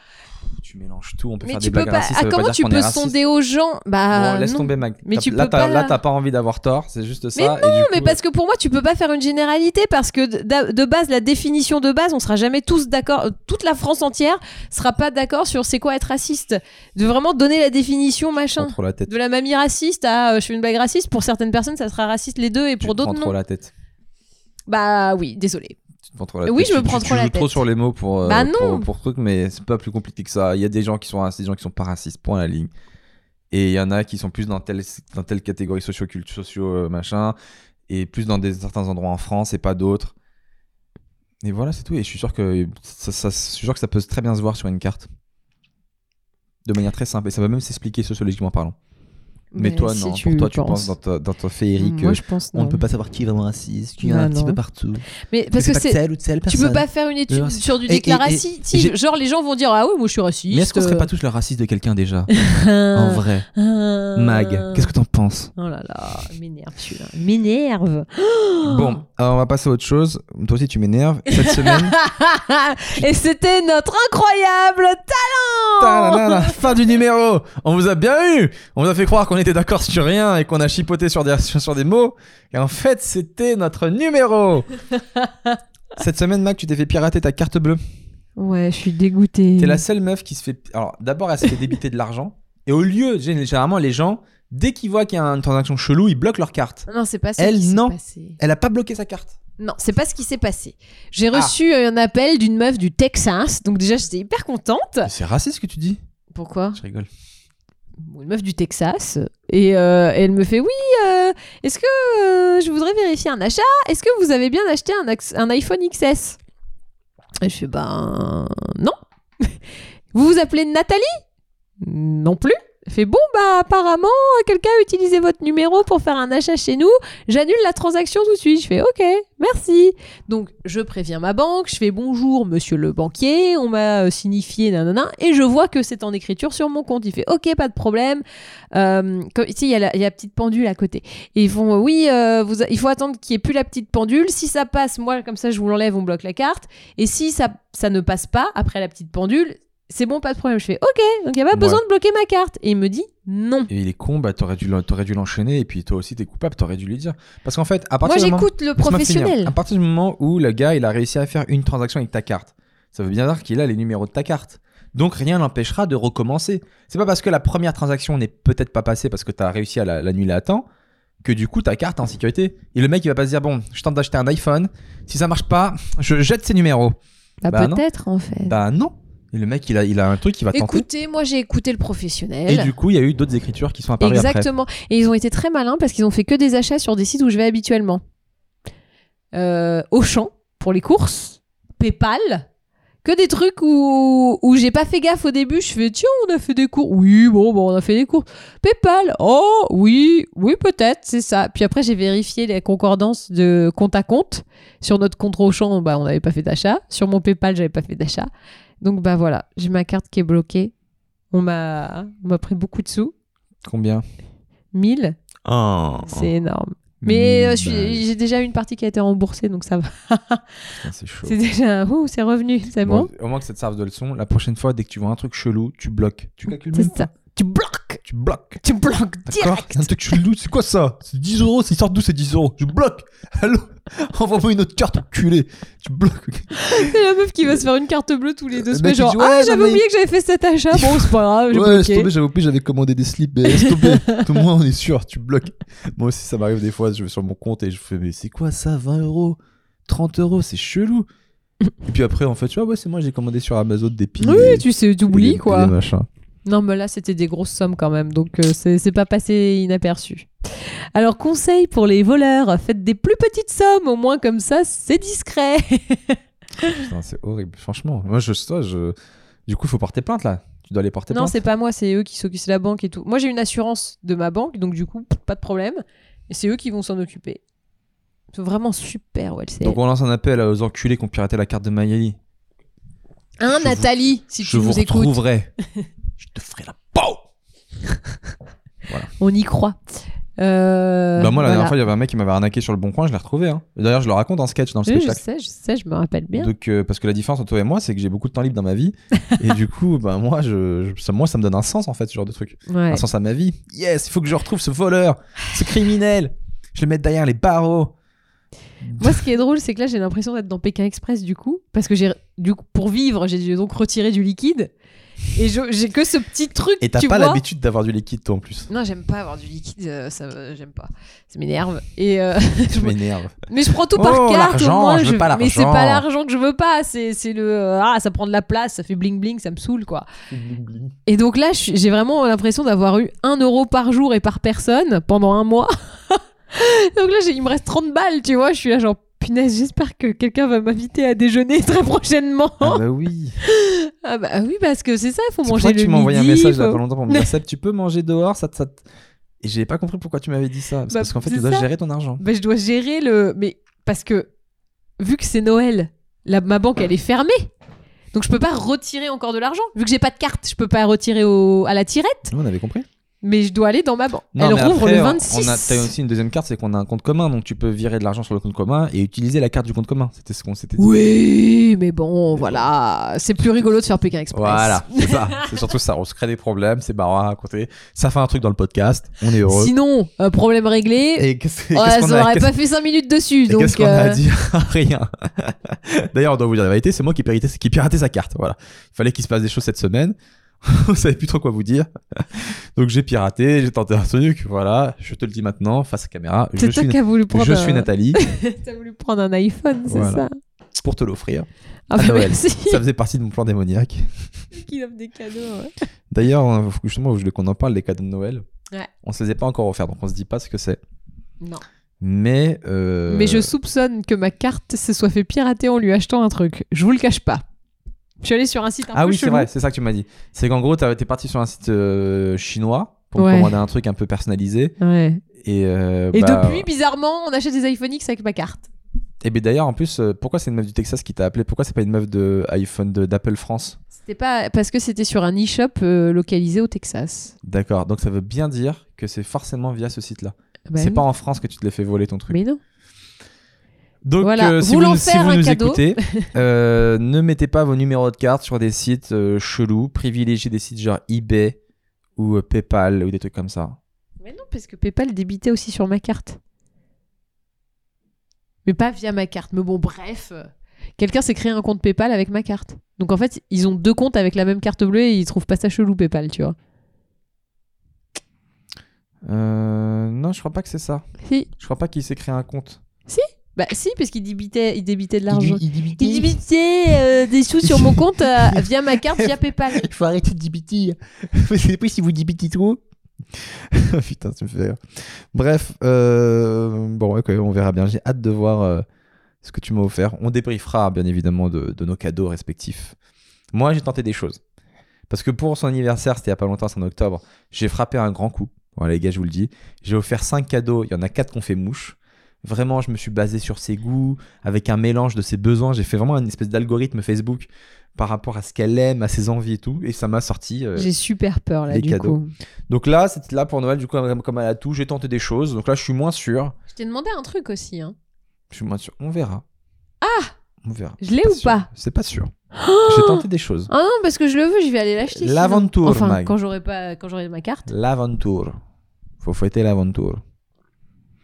Speaker 1: Tu mélanges tout, on peut
Speaker 2: Mais
Speaker 1: faire
Speaker 2: tu
Speaker 1: des
Speaker 2: peux
Speaker 1: blagues
Speaker 2: pas.
Speaker 1: racistes.
Speaker 2: ah,
Speaker 1: ça veut pas
Speaker 2: comment
Speaker 1: dire
Speaker 2: tu
Speaker 1: qu'on est
Speaker 2: peux
Speaker 1: raciste.
Speaker 2: sonder aux gens Bah
Speaker 1: Bon, laisse
Speaker 2: non.
Speaker 1: tomber, Mag.
Speaker 2: Mais
Speaker 1: T'as-
Speaker 2: tu
Speaker 1: là,
Speaker 2: peux
Speaker 1: t'as-
Speaker 2: pas-
Speaker 1: là, t'as pas envie d'avoir tort, c'est juste ça.
Speaker 2: Mais
Speaker 1: et du coup,
Speaker 2: mais
Speaker 1: euh,
Speaker 2: parce que pour moi, tu peux pas faire une généralité parce que de, de base, la définition de base, on sera jamais tous d'accord. euh, Toute la France entière sera pas d'accord sur c'est quoi être raciste. De vraiment donner la définition,
Speaker 1: tu
Speaker 2: machin.
Speaker 1: prends trop la tête.
Speaker 2: De la mamie raciste à euh, je fais une blague raciste. Pour certaines personnes, ça sera raciste les deux et
Speaker 1: Tu
Speaker 2: pour
Speaker 1: te
Speaker 2: d'autres,
Speaker 1: prends trop
Speaker 2: non.
Speaker 1: la tête.
Speaker 2: Bah oui, désolé.
Speaker 1: Tu te prends trop la
Speaker 2: Oui,
Speaker 1: tête.
Speaker 2: je me
Speaker 1: Tu-
Speaker 2: prends
Speaker 1: tu-
Speaker 2: trop la
Speaker 1: Tu joues trop
Speaker 2: tête.
Speaker 1: sur les mots pour, euh,
Speaker 2: Bah
Speaker 1: pour-
Speaker 2: non.
Speaker 1: pour truc, mais c'est pas plus compliqué que ça. Il y a des gens qui sont racistes, des gens qui sont pas racistes, point à la ligne. Et il y en a qui sont plus dans telle, dans telle catégorie socio-culture, socio euh, machin, et plus dans des, certains endroits en France et pas d'autres. Et voilà, c'est tout. Et je suis sûr que ça, ça- je suis sûr que ça peut très bien se voir sur une carte. De manière très simple. Et ça va même s'expliquer sociologiquement parlant. Mais, toi, non. Pour toi, tu penses dans, ta- dans ton féerique.
Speaker 2: Moi,
Speaker 1: euh,
Speaker 2: je pense
Speaker 1: On
Speaker 2: non.
Speaker 1: ne peut pas savoir qui est vraiment raciste, qui est
Speaker 2: Bah,
Speaker 1: un petit
Speaker 2: non.
Speaker 1: peu partout.
Speaker 2: Mais parce
Speaker 1: c'est
Speaker 2: que
Speaker 1: pas de
Speaker 2: c'est.
Speaker 1: telle ou de telle
Speaker 2: Tu
Speaker 1: personne.
Speaker 2: peux pas faire une
Speaker 1: Le
Speaker 2: étude
Speaker 1: racisme.
Speaker 2: sur du
Speaker 1: Et- et- et-
Speaker 2: déclaratif.
Speaker 1: j'ai-
Speaker 2: Genre, les gens vont dire Ah ouais, moi je suis raciste.
Speaker 1: Mais est-ce qu'on serait pas tous le raciste de quelqu'un déjà En vrai. Mag,
Speaker 2: Mag.
Speaker 1: qu'est-ce que t'en penses
Speaker 2: ah, Oh là là, il m'énerve celui-là. Il M'énerve.
Speaker 1: Bon, alors on va passer à autre chose. Toi aussi, tu m'énerves. Cette semaine.
Speaker 2: Et c'était notre incroyable talent
Speaker 1: Ta-la-la-la, fin du numéro On vous a bien eu On vous a fait croire qu'on était d'accord sur rien et qu'on a chipoté sur des, sur des mots. Et en fait, c'était notre numéro Cette semaine, Mac, tu t'es fait pirater ta carte bleue.
Speaker 2: Ouais, je suis dégoûtée.
Speaker 1: T'es la seule meuf qui se fait. Alors, d'abord, elle se fait débiter de l'argent. Et au lieu, généralement, les gens, dès qu'ils voient qu'il y a une transaction chelou, ils bloquent leur carte.
Speaker 2: Non, c'est pas ça
Speaker 1: Elle,
Speaker 2: qui s'est
Speaker 1: non.
Speaker 2: passé.
Speaker 1: Elle a pas bloqué sa carte.
Speaker 2: Non, c'est pas ce qui s'est passé. J'ai
Speaker 1: Ah.
Speaker 2: reçu euh, un appel d'une meuf du Texas, donc déjà j'étais hyper contente.
Speaker 1: C'est raciste ce que tu dis.
Speaker 2: Pourquoi
Speaker 1: Je rigole.
Speaker 2: Une meuf du Texas. Et euh, elle me fait Oui, euh, est-ce que euh, je voudrais vérifier un achat Est-ce que vous avez bien acheté un, ax- un iPhone XS Et je fais Ben non. vous vous appelez Nathalie Non plus. Elle fait Bon, bah apparemment, quelqu'un a utilisé votre numéro pour faire un achat chez nous. J'annule la transaction tout de suite. Je fais OK, merci. Donc je préviens ma banque, je fais bonjour monsieur le banquier, on m'a euh, signifié nanana et je vois que c'est en écriture sur mon compte. Il fait OK, pas de problème. Euh, comme- tu sais, il y, a la- il y a la petite pendule à côté. Et ils font euh, oui, euh, vous a- il faut attendre qu'il n'y ait plus la petite pendule. Si ça passe, moi comme ça je vous l'enlève, on bloque la carte. Et si ça, ça ne passe pas après la petite pendule, c'est bon, pas de problème. Je fais OK, donc il n'y a pas
Speaker 1: Ouais.
Speaker 2: besoin de bloquer ma carte. Et il me dit non.
Speaker 1: Et il est con, bah t'aurais dû, l'en- t'aurais dû l'enchaîner et puis toi aussi t'es coupable, t'aurais dû lui dire. Parce qu'en fait, à
Speaker 2: Moi
Speaker 1: partir du moment...
Speaker 2: j'écoute le
Speaker 1: Laisse-moi finir.
Speaker 2: professionnel.
Speaker 1: À partir du moment où le gars il a réussi à faire une transaction avec ta carte, ça veut bien dire qu'il a les numéros de ta carte. Donc rien n'empêchera de recommencer. C'est pas parce que la première transaction n'est peut-être pas passée parce que t'as réussi à la- l'annuler à temps que du coup ta carte est en sécurité. Et le mec il va pas se dire bon, je tente d'acheter un iPhone, si ça marche pas, je jette ses numéros.
Speaker 2: Bah,
Speaker 1: Bah, non.
Speaker 2: peut-être en fait.
Speaker 1: Bah non. Et le mec il a, il a un truc qui va tenter.
Speaker 2: Écoutez, moi j'ai écouté le professionnel.
Speaker 1: Et du coup il y a eu d'autres écritures qui sont apparues après.
Speaker 2: Exactement. Et ils ont été très malins parce qu'ils ont fait que des achats sur des sites où je vais habituellement. Euh, Auchan pour les courses, PayPal, que des trucs où, où j'ai pas fait gaffe au début. Je fais tiens, on a fait des cours. Oui, bon, bon, on a fait des cours. PayPal, oh oui, oui peut-être, c'est ça. Puis après j'ai vérifié les concordances de compte à compte sur notre compte Auchan, bah on n'avait pas fait d'achat. Sur mon PayPal, j'avais pas fait d'achat. Donc bah voilà, j'ai ma carte qui est bloquée. On m'a on m'a pris beaucoup de sous.
Speaker 1: Combien
Speaker 2: 1000,
Speaker 3: Oh.
Speaker 2: c'est énorme. Mais euh, je suis-
Speaker 1: Bah,
Speaker 2: j'ai déjà une partie qui a été remboursée, donc ça va.
Speaker 1: putain, c'est chaud.
Speaker 2: C'est déjà. Ouh, c'est revenu, c'est bon.
Speaker 1: Bon, Au moins que ça te serve de leçon. La prochaine fois, dès que tu vois un truc chelou, tu bloques. Tu calcules
Speaker 2: C'est
Speaker 1: même
Speaker 2: ça.
Speaker 1: pas.
Speaker 2: Tu bloques
Speaker 1: Tu bloques.
Speaker 2: Tu bloques
Speaker 1: D'accord
Speaker 2: direct
Speaker 1: C'est un truc chelou. C'est quoi ça C'est 10 euros. C'est sortent d'où c'est 10 euros Je bloque. Allô Envoie-moi une autre carte, enculé. Tu bloques.
Speaker 2: C'est la meuf qui va se faire une carte bleue tous les deux
Speaker 1: Le
Speaker 2: semaines,
Speaker 1: mec, il
Speaker 2: genre
Speaker 1: dit, bah, ouais,
Speaker 2: Ah,
Speaker 1: non,
Speaker 2: j'avais
Speaker 1: mais-
Speaker 2: oublié que j'avais fait cet achat. Bon, c'est pas grave, j'ai
Speaker 1: ouais, laisse
Speaker 2: bloqué.
Speaker 1: tomber, j'avais oublié, j'avais commandé des slips. Mais laisse tomber. Tout le monde, on est sûr. Tu bloques. Moi aussi, ça m'arrive des fois. Je vais sur mon compte et je fais Mais c'est quoi ça 20 euros 30 euros C'est chelou. Et puis après, en fait, tu vois, ouais, c'est moi, j'ai commandé sur Amazon des piles.
Speaker 2: Oui,
Speaker 1: et-
Speaker 2: tu sais, tu
Speaker 1: et
Speaker 2: oublies
Speaker 1: des-
Speaker 2: quoi.
Speaker 1: et des machins.
Speaker 2: Non, mais là, c'était des grosses sommes quand même, donc euh, c'est c'est pas passé inaperçu. Alors, conseil pour les voleurs faites des plus petites sommes, au moins comme ça, c'est discret.
Speaker 1: Putain, c'est horrible, franchement. Moi, je, ça, je... Du coup, faut porter plainte là. Tu dois aller porter
Speaker 2: Non,
Speaker 1: plainte.
Speaker 2: c'est pas moi, c'est eux qui s'occupent, c'est la banque et tout. Moi, j'ai une assurance de ma banque, donc du coup, pas de problème. Et c'est eux qui vont s'en occuper. C'est vraiment super, Walsall.
Speaker 1: Donc, on lance un appel aux enculés qui ont piraté la carte de Magali.
Speaker 2: Hein,
Speaker 1: je
Speaker 2: Nathalie, si
Speaker 1: je
Speaker 2: tu
Speaker 1: vous
Speaker 2: nous écoutes,
Speaker 1: retrouverai. je te ferai la peau.
Speaker 2: on y croit. Euh,
Speaker 1: bah, moi, la
Speaker 2: voilà.
Speaker 1: dernière fois, il y avait un mec qui m'avait arnaqué sur le bon coin, je l'ai retrouvé. hein. D'ailleurs, je le raconte en sketch dans le
Speaker 2: Oui, je
Speaker 1: spectacle.
Speaker 2: sais, je sais, je me rappelle bien.
Speaker 1: Donc, euh, parce que la différence entre toi et moi, c'est que j'ai beaucoup de temps libre dans ma vie. et du coup, bah, moi, je, je- ça, moi, ça me donne un sens en fait, ce genre de truc.
Speaker 2: Ouais.
Speaker 1: un sens à ma vie. Yes, il faut que je retrouve ce voleur, ce criminel. Je le mette derrière les barreaux.
Speaker 2: Moi, ce qui est drôle, c'est que là, j'ai l'impression d'être dans Pékin Express, du coup, parce que j'ai, du coup, pour vivre, j'ai donc retiré du liquide, et je- j'ai que ce petit truc,
Speaker 1: Et t'as
Speaker 2: tu
Speaker 1: pas
Speaker 2: vois.
Speaker 1: l'habitude d'avoir du liquide, toi, en plus.
Speaker 2: Non, j'aime pas avoir du liquide, euh, ça, me- j'aime pas, ça m'énerve. Et euh,
Speaker 1: Je m'énerve.
Speaker 2: Mais je prends tout par
Speaker 1: Oh,
Speaker 2: carte.
Speaker 1: l'argent,
Speaker 2: au moins,
Speaker 1: je veux pas
Speaker 2: Mais c'est
Speaker 1: l'argent.
Speaker 2: pas l'argent que je veux pas. C'est c'est le euh, ah ça prend de la place, ça fait bling bling, ça me saoule quoi. Et donc là, je suis- j'ai vraiment l'impression d'avoir eu 1 euro par jour et par personne pendant un mois. donc là, j'ai- il me reste 30 balles, tu vois. Je suis là genre punaise, j'espère que quelqu'un va m'inviter à déjeuner très prochainement.
Speaker 1: Ah bah oui.
Speaker 2: Ah bah oui, parce que c'est ça, il faut
Speaker 1: C'est pour ça
Speaker 2: manger
Speaker 1: que
Speaker 2: le
Speaker 1: tu m'as envoyé un
Speaker 2: midi,
Speaker 1: message là
Speaker 2: faut-
Speaker 1: pas longtemps pour me dire Seb, tu peux manger dehors, ça te, ça te- Et j'ai pas compris pourquoi tu m'avais dit ça. C'est
Speaker 2: Bah,
Speaker 1: parce qu'en fait,
Speaker 2: c'est
Speaker 1: tu dois
Speaker 2: ça.
Speaker 1: gérer ton argent.
Speaker 2: Ben, je dois gérer le. Mais parce que, vu que c'est Noël, la, ma banque, elle est fermée. Donc, je peux pas retirer encore de l'argent. Vu que j'ai pas de carte, je peux pas retirer au, à la tirette.
Speaker 1: Nous, on avait compris.
Speaker 2: Mais je dois aller dans ma banque.
Speaker 1: Non,
Speaker 2: elle
Speaker 1: mais
Speaker 2: rouvre
Speaker 1: après,
Speaker 2: le
Speaker 1: on-
Speaker 2: 26.
Speaker 1: On a, t'as aussi une deuxième carte, c'est qu'on a un compte commun, donc tu peux virer de l'argent sur le compte commun et utiliser la carte du compte commun. C'était ce qu'on s'était dit.
Speaker 2: Oui, mais bon, voilà. C'est plus rigolo de faire Pékin Express.
Speaker 1: Voilà, c'est ça. C'est surtout ça. On se crée des problèmes, c'est marrant à raconter. Ça fait un truc dans le podcast. On est heureux.
Speaker 2: Sinon, oh, euh, problème réglé.
Speaker 1: Et qu'est-ce
Speaker 2: on
Speaker 1: qu'est-ce qu'on a,
Speaker 2: n'aurait
Speaker 1: qu'est-ce-
Speaker 2: pas fait 5 minutes dessus.
Speaker 1: et
Speaker 2: donc,
Speaker 1: qu'est-ce qu'on a à
Speaker 2: euh,
Speaker 1: dire Ah, Rien. D'ailleurs, on doit vous dire la vérité, c'est moi qui piratais, qui piratais sa carte. Voilà. Il fallait qu'il se passe des choses cette semaine. on savait plus trop quoi vous dire. Donc j'ai piraté, j'ai tenté un truc. Voilà, je te le dis maintenant, face à caméra. Je
Speaker 2: C'est toi
Speaker 1: suis,
Speaker 2: qui as voulu prendre,
Speaker 1: je suis
Speaker 2: un...
Speaker 1: Nathalie
Speaker 2: t'as voulu prendre un iPhone, c'est
Speaker 1: Voilà.
Speaker 2: ça
Speaker 1: pour te l'offrir.
Speaker 2: Ah,
Speaker 1: À
Speaker 2: bah
Speaker 1: Noël.
Speaker 2: merci.
Speaker 1: Ça faisait partie de mon plan démoniaque.
Speaker 2: Qui offre des cadeaux. ouais.
Speaker 1: D'ailleurs, euh, faut que- justement, je voulais qu'on en parle des cadeaux de Noël.
Speaker 2: Ouais.
Speaker 1: On se les a pas encore offerts, donc on se dit pas ce que c'est.
Speaker 2: Non.
Speaker 1: Mais. euh,
Speaker 2: Mais je soupçonne que ma carte se soit fait pirater en lui achetant un truc. Je vous le cache pas. Je suis allée sur un site un
Speaker 1: Ah
Speaker 2: peu
Speaker 1: oui, c'est
Speaker 2: chelou.
Speaker 1: vrai, c'est ça que tu m'as dit. C'est qu'en gros, t'as- t'es parti sur un site euh, chinois pour me
Speaker 2: Ouais.
Speaker 1: commander un truc un peu personnalisé.
Speaker 2: Ouais.
Speaker 1: Et, euh,
Speaker 2: Et
Speaker 1: bah,
Speaker 2: depuis, bizarrement, on achète des iPhone X avec ma carte.
Speaker 1: Et ben d'ailleurs, en plus, euh, pourquoi c'est une meuf du Texas qui t'a appelé Pourquoi c'est pas une meuf de iPhone de- d'Apple France
Speaker 2: C'était pas parce que c'était sur un e-shop euh, localisé au Texas.
Speaker 1: D'accord, donc ça veut bien dire que c'est forcément via ce site-là.
Speaker 2: Bah
Speaker 1: c'est
Speaker 2: oui.
Speaker 1: pas en France que tu te l'es fait voler ton truc.
Speaker 2: Mais non.
Speaker 1: Donc,
Speaker 2: Voilà,
Speaker 1: euh, si vous,
Speaker 2: voulant
Speaker 1: si
Speaker 2: faire
Speaker 1: vous
Speaker 2: un
Speaker 1: nous
Speaker 2: cadeau.
Speaker 1: écoutez, euh, ne mettez pas vos numéros de carte sur des sites euh, chelous. Privilégiez des sites genre eBay ou euh, PayPal ou des trucs comme ça.
Speaker 2: Mais non, parce que PayPal débitait aussi sur ma carte. Mais pas via ma carte. Mais bon, bref. Quelqu'un s'est créé un compte PayPal avec ma carte. Donc en fait, ils ont deux comptes avec la même carte bleue et ils trouvent pas ça chelou PayPal, tu vois.
Speaker 1: Euh, non, je crois pas que c'est ça.
Speaker 2: Si.
Speaker 1: Je crois pas qu'il s'est créé un compte.
Speaker 2: Bah si, parce qu'il débitait, il débitait de
Speaker 1: Il
Speaker 2: l'argent.
Speaker 1: dit- il dit-
Speaker 2: Il débitait euh, des sous sur mon compte euh, via ma carte, via PayPal.
Speaker 1: Il faut arrêter de débiter. C'est plus si vous débitez trop. Putain, ça me fait rire. Bref, euh, bon, ok, on verra bien. J'ai hâte de voir euh, ce que tu m'as offert. On débriefera, bien évidemment, de, de nos cadeaux respectifs. Moi, j'ai tenté des choses. Parce que pour son anniversaire, c'était il y a pas longtemps, c'est en octobre, j'ai frappé un grand coup. Voilà, les gars, je vous le dis. J'ai offert 5 cadeaux, il y en a 4 qu'on fait mouche. Vraiment, je me suis basé sur ses goûts, avec un mélange de ses besoins. J'ai fait vraiment une espèce d'algorithme Facebook par rapport à ce qu'elle aime, à ses envies et tout. Et ça m'a sorti. euh,
Speaker 2: J'ai super peur là
Speaker 1: Les
Speaker 2: du
Speaker 1: cadeaux.
Speaker 2: coup.
Speaker 1: Donc là, c'était là pour Noël, du coup, comme comme à la touche, j'ai tenté des choses. Donc là, je suis moins sûr.
Speaker 2: Je t'ai demandé un truc aussi. Hein.
Speaker 1: Je suis moins sûr. On verra.
Speaker 2: Ah
Speaker 1: On verra.
Speaker 2: Je l'ai
Speaker 1: Pas
Speaker 2: ou
Speaker 1: sûr.
Speaker 2: pas
Speaker 1: C'est pas sûr. J'ai tenté des choses.
Speaker 2: Ah non, parce que je le veux, je vais aller l'acheter. sinon.
Speaker 1: L'aventure,
Speaker 2: Enfin,
Speaker 1: Mag.
Speaker 2: quand j'aurai pas, quand j'aurai ma carte.
Speaker 1: L'aventure. Faut fouetter l'aventure.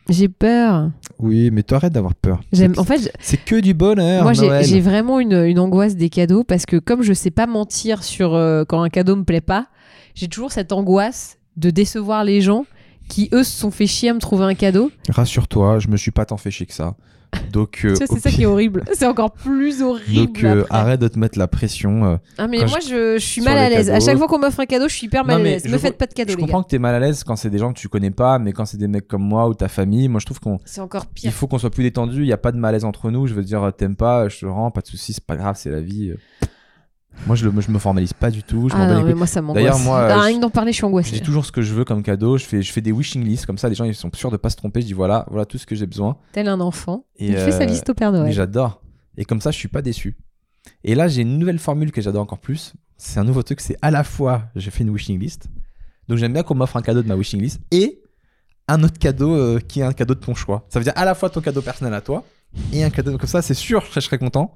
Speaker 2: J'ai peur.
Speaker 1: Oui, mais t'arrêtes d'avoir peur.
Speaker 2: J'aime.
Speaker 1: C'est-
Speaker 2: En fait,
Speaker 1: C'est que du bonheur.
Speaker 2: Moi, j'ai-
Speaker 1: Noël.
Speaker 2: j'ai vraiment une, une angoisse des cadeaux parce que comme je sais pas mentir sur euh, quand un cadeau me plaît pas, j'ai toujours cette angoisse de décevoir les gens qui eux se sont fait chier à me trouver un cadeau.
Speaker 1: Rassure-toi, je me suis pas tant fait chier que ça. Donc, euh,
Speaker 2: Tu vois,
Speaker 1: au
Speaker 2: c'est ça
Speaker 1: pire-
Speaker 2: qui est horrible. C'est encore plus horrible.
Speaker 1: Donc, euh,
Speaker 2: après.
Speaker 1: arrête de te mettre la pression. euh.
Speaker 2: Ah, mais
Speaker 1: quand
Speaker 2: moi je, je suis
Speaker 1: sur
Speaker 2: mal à
Speaker 1: les
Speaker 2: l'aise. À
Speaker 1: cadeaux-
Speaker 2: chaque fois qu'on m'offre un cadeau, je suis hyper
Speaker 1: Non,
Speaker 2: mal
Speaker 1: mais
Speaker 2: à l'aise.
Speaker 1: je
Speaker 2: Me faites
Speaker 1: com-
Speaker 2: pas de cadeaux
Speaker 1: je
Speaker 2: les gars.
Speaker 1: comprends que t'es mal à l'aise quand c'est des gens que tu connais pas, mais quand c'est des mecs comme moi ou ta famille, moi, je trouve qu'on
Speaker 2: C'est encore pire.
Speaker 1: il faut qu'on soit plus détendu. Il y a pas de malaise entre nous. Je veux dire, euh, t'aimes pas, je te rends, pas de soucis, c'est pas grave, c'est la vie. euh. Moi, je, le, je me formalise pas du tout. Je m'en bats
Speaker 2: Ah
Speaker 1: les
Speaker 2: non, mais
Speaker 1: couilles.
Speaker 2: moi ça m'angoisse.
Speaker 1: D'ailleurs, moi,
Speaker 2: Ah,
Speaker 1: euh,
Speaker 2: rien que d'en parler, je suis
Speaker 1: Je
Speaker 2: angoissée.
Speaker 1: dis toujours ce que je veux comme cadeau. Je fais, je fais des wishing lists comme ça. Les gens, ils sont sûrs de pas se tromper. Je dis voilà, voilà tout ce que j'ai besoin.
Speaker 2: Tel un enfant.
Speaker 1: Et,
Speaker 2: il fait sa
Speaker 1: euh,
Speaker 2: liste au Père
Speaker 1: Mais
Speaker 2: Noël.
Speaker 1: J'adore. Et comme ça, je suis pas déçu. Et là, j'ai une nouvelle formule que j'adore encore plus. C'est un nouveau truc. C'est à la fois, j'ai fait une wishing list. Donc j'aime bien qu'on m'offre un cadeau de ma wishing list et un autre cadeau euh, qui est un cadeau de ton choix. Ça veut dire à la fois ton cadeau personnel à toi et un cadeau comme ça. C'est sûr, je serais- je serais content.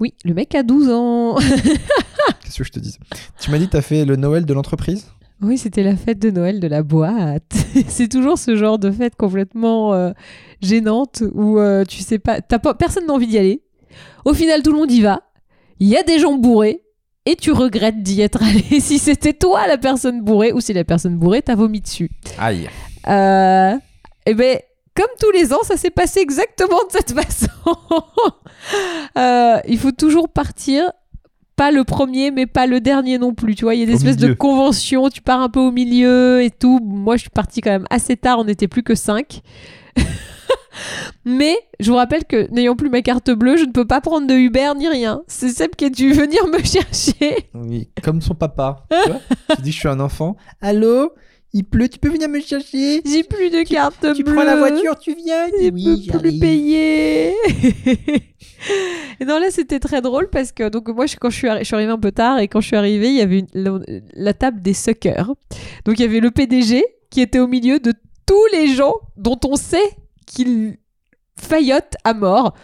Speaker 2: Oui, le mec a 12 ans.
Speaker 1: Qu'est-ce que je te dis Tu m'as dit t'as fait le Noël de l'entreprise
Speaker 2: Oui, c'était la fête de Noël de la boîte. c'est toujours ce genre de fête complètement euh, gênante où euh, tu sais pas, t'as pas, personne n'a envie d'y aller. Au final, tout le monde y va. Il y a des gens bourrés et tu regrettes d'y être allé. si c'était toi la personne bourrée ou si la personne bourrée t'as vomi dessus.
Speaker 1: Aïe.
Speaker 2: Euh, eh ben, comme tous les ans, ça s'est passé exactement de cette façon. Euh, il faut toujours partir, pas le premier, mais pas le dernier non plus. Tu vois, il y a des
Speaker 1: Au
Speaker 2: espèces de
Speaker 1: milieu.
Speaker 2: conventions, tu pars un peu au milieu et tout. Moi, je suis partie quand même assez tard, on n'était plus que 5. Mais je vous rappelle que n'ayant plus ma carte bleue, je ne peux pas prendre de Uber ni rien. C'est Seb qui a dû venir me chercher.
Speaker 1: Oui, comme son papa. Tu vois Tu dis que je suis un enfant. Allô
Speaker 4: Il pleut, tu peux venir me chercher
Speaker 2: J'ai plus de carte bleue.
Speaker 4: Tu prends la voiture, tu viens
Speaker 1: Eh
Speaker 2: Je
Speaker 4: Oui,
Speaker 2: peux plus
Speaker 4: j'arrive.
Speaker 2: payer. et non, là, c'était très drôle parce que donc moi, je, quand je suis, arri- je suis arrivée un peu tard et quand je suis arrivée, il y avait une- la, la table des suckers. Donc, il y avait le PDG qui était au milieu de tous les gens dont on sait qu'ils faillotent à mort.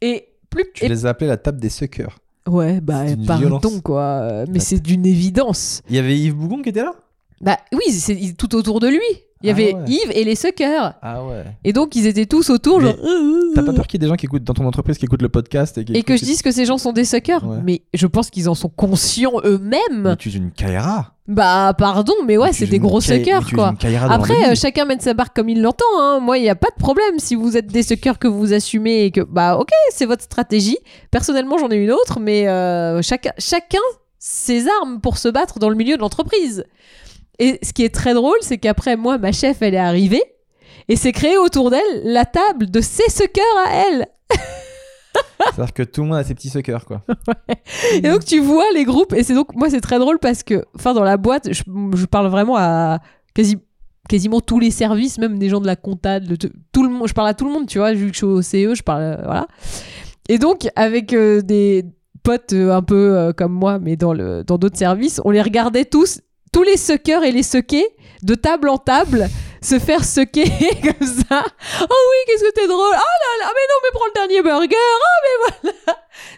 Speaker 2: Et plus
Speaker 1: Tu
Speaker 2: et-
Speaker 1: les appelais la table des suckers.
Speaker 2: Ouais, bah,
Speaker 1: C'est une
Speaker 2: pardon,
Speaker 1: violence.
Speaker 2: quoi. Mais
Speaker 1: Ouais.
Speaker 2: c'est d'une évidence.
Speaker 1: Il y avait Yves Bougon qui était là
Speaker 2: Bah oui, c'est il- tout autour de lui. Il y
Speaker 1: Ah
Speaker 2: avait
Speaker 1: ouais.
Speaker 2: Yves et les suckers.
Speaker 1: Ah ouais.
Speaker 2: Et donc, ils étaient tous autour,
Speaker 1: Mais
Speaker 2: genre. euh,
Speaker 1: T'as pas peur qu'il y ait des gens qui écoutent dans ton entreprise qui écoutent le podcast et, qui
Speaker 2: Et que
Speaker 1: écoutent-
Speaker 2: je dise que ces gens sont des suckers.
Speaker 1: Ouais.
Speaker 2: Mais je pense qu'ils en sont conscients eux-mêmes.
Speaker 1: Mais tu es une caillera.
Speaker 2: Bah, pardon, mais bah. ouais, c'est des gros suckers, quoi. Après, euh, chacun mène sa barque comme il l'entend. hein. Moi, il n'y a pas de problème si vous êtes des suckers que vous assumez et que, bah, ok, c'est votre stratégie. Personnellement, j'en ai une autre, mais euh, chacun, chacun ses armes pour se battre dans le milieu de l'entreprise. Et ce qui est très drôle, c'est qu'après, moi, ma chef, elle est arrivée et s'est créée autour d'elle la table de ses suckers à elle.
Speaker 1: C'est-à-dire que tout le monde a ses petits suckers, quoi.
Speaker 2: Et donc tu vois les groupes et c'est donc moi c'est très drôle parce que enfin dans la boîte je, je parle vraiment à quasi quasiment tous les services même des gens de la compta de t- tout le monde je parle à tout le monde tu vois vu que je suis au CE je parle euh, voilà et donc avec euh, des potes euh, un peu euh, comme moi mais dans le dans d'autres services on les regardait tous tous les suckers et les suckés de table en table se faire sucker comme ça oh oui qu'est-ce que t'es drôle oh là là mais non mais prends le dernier burger Ah,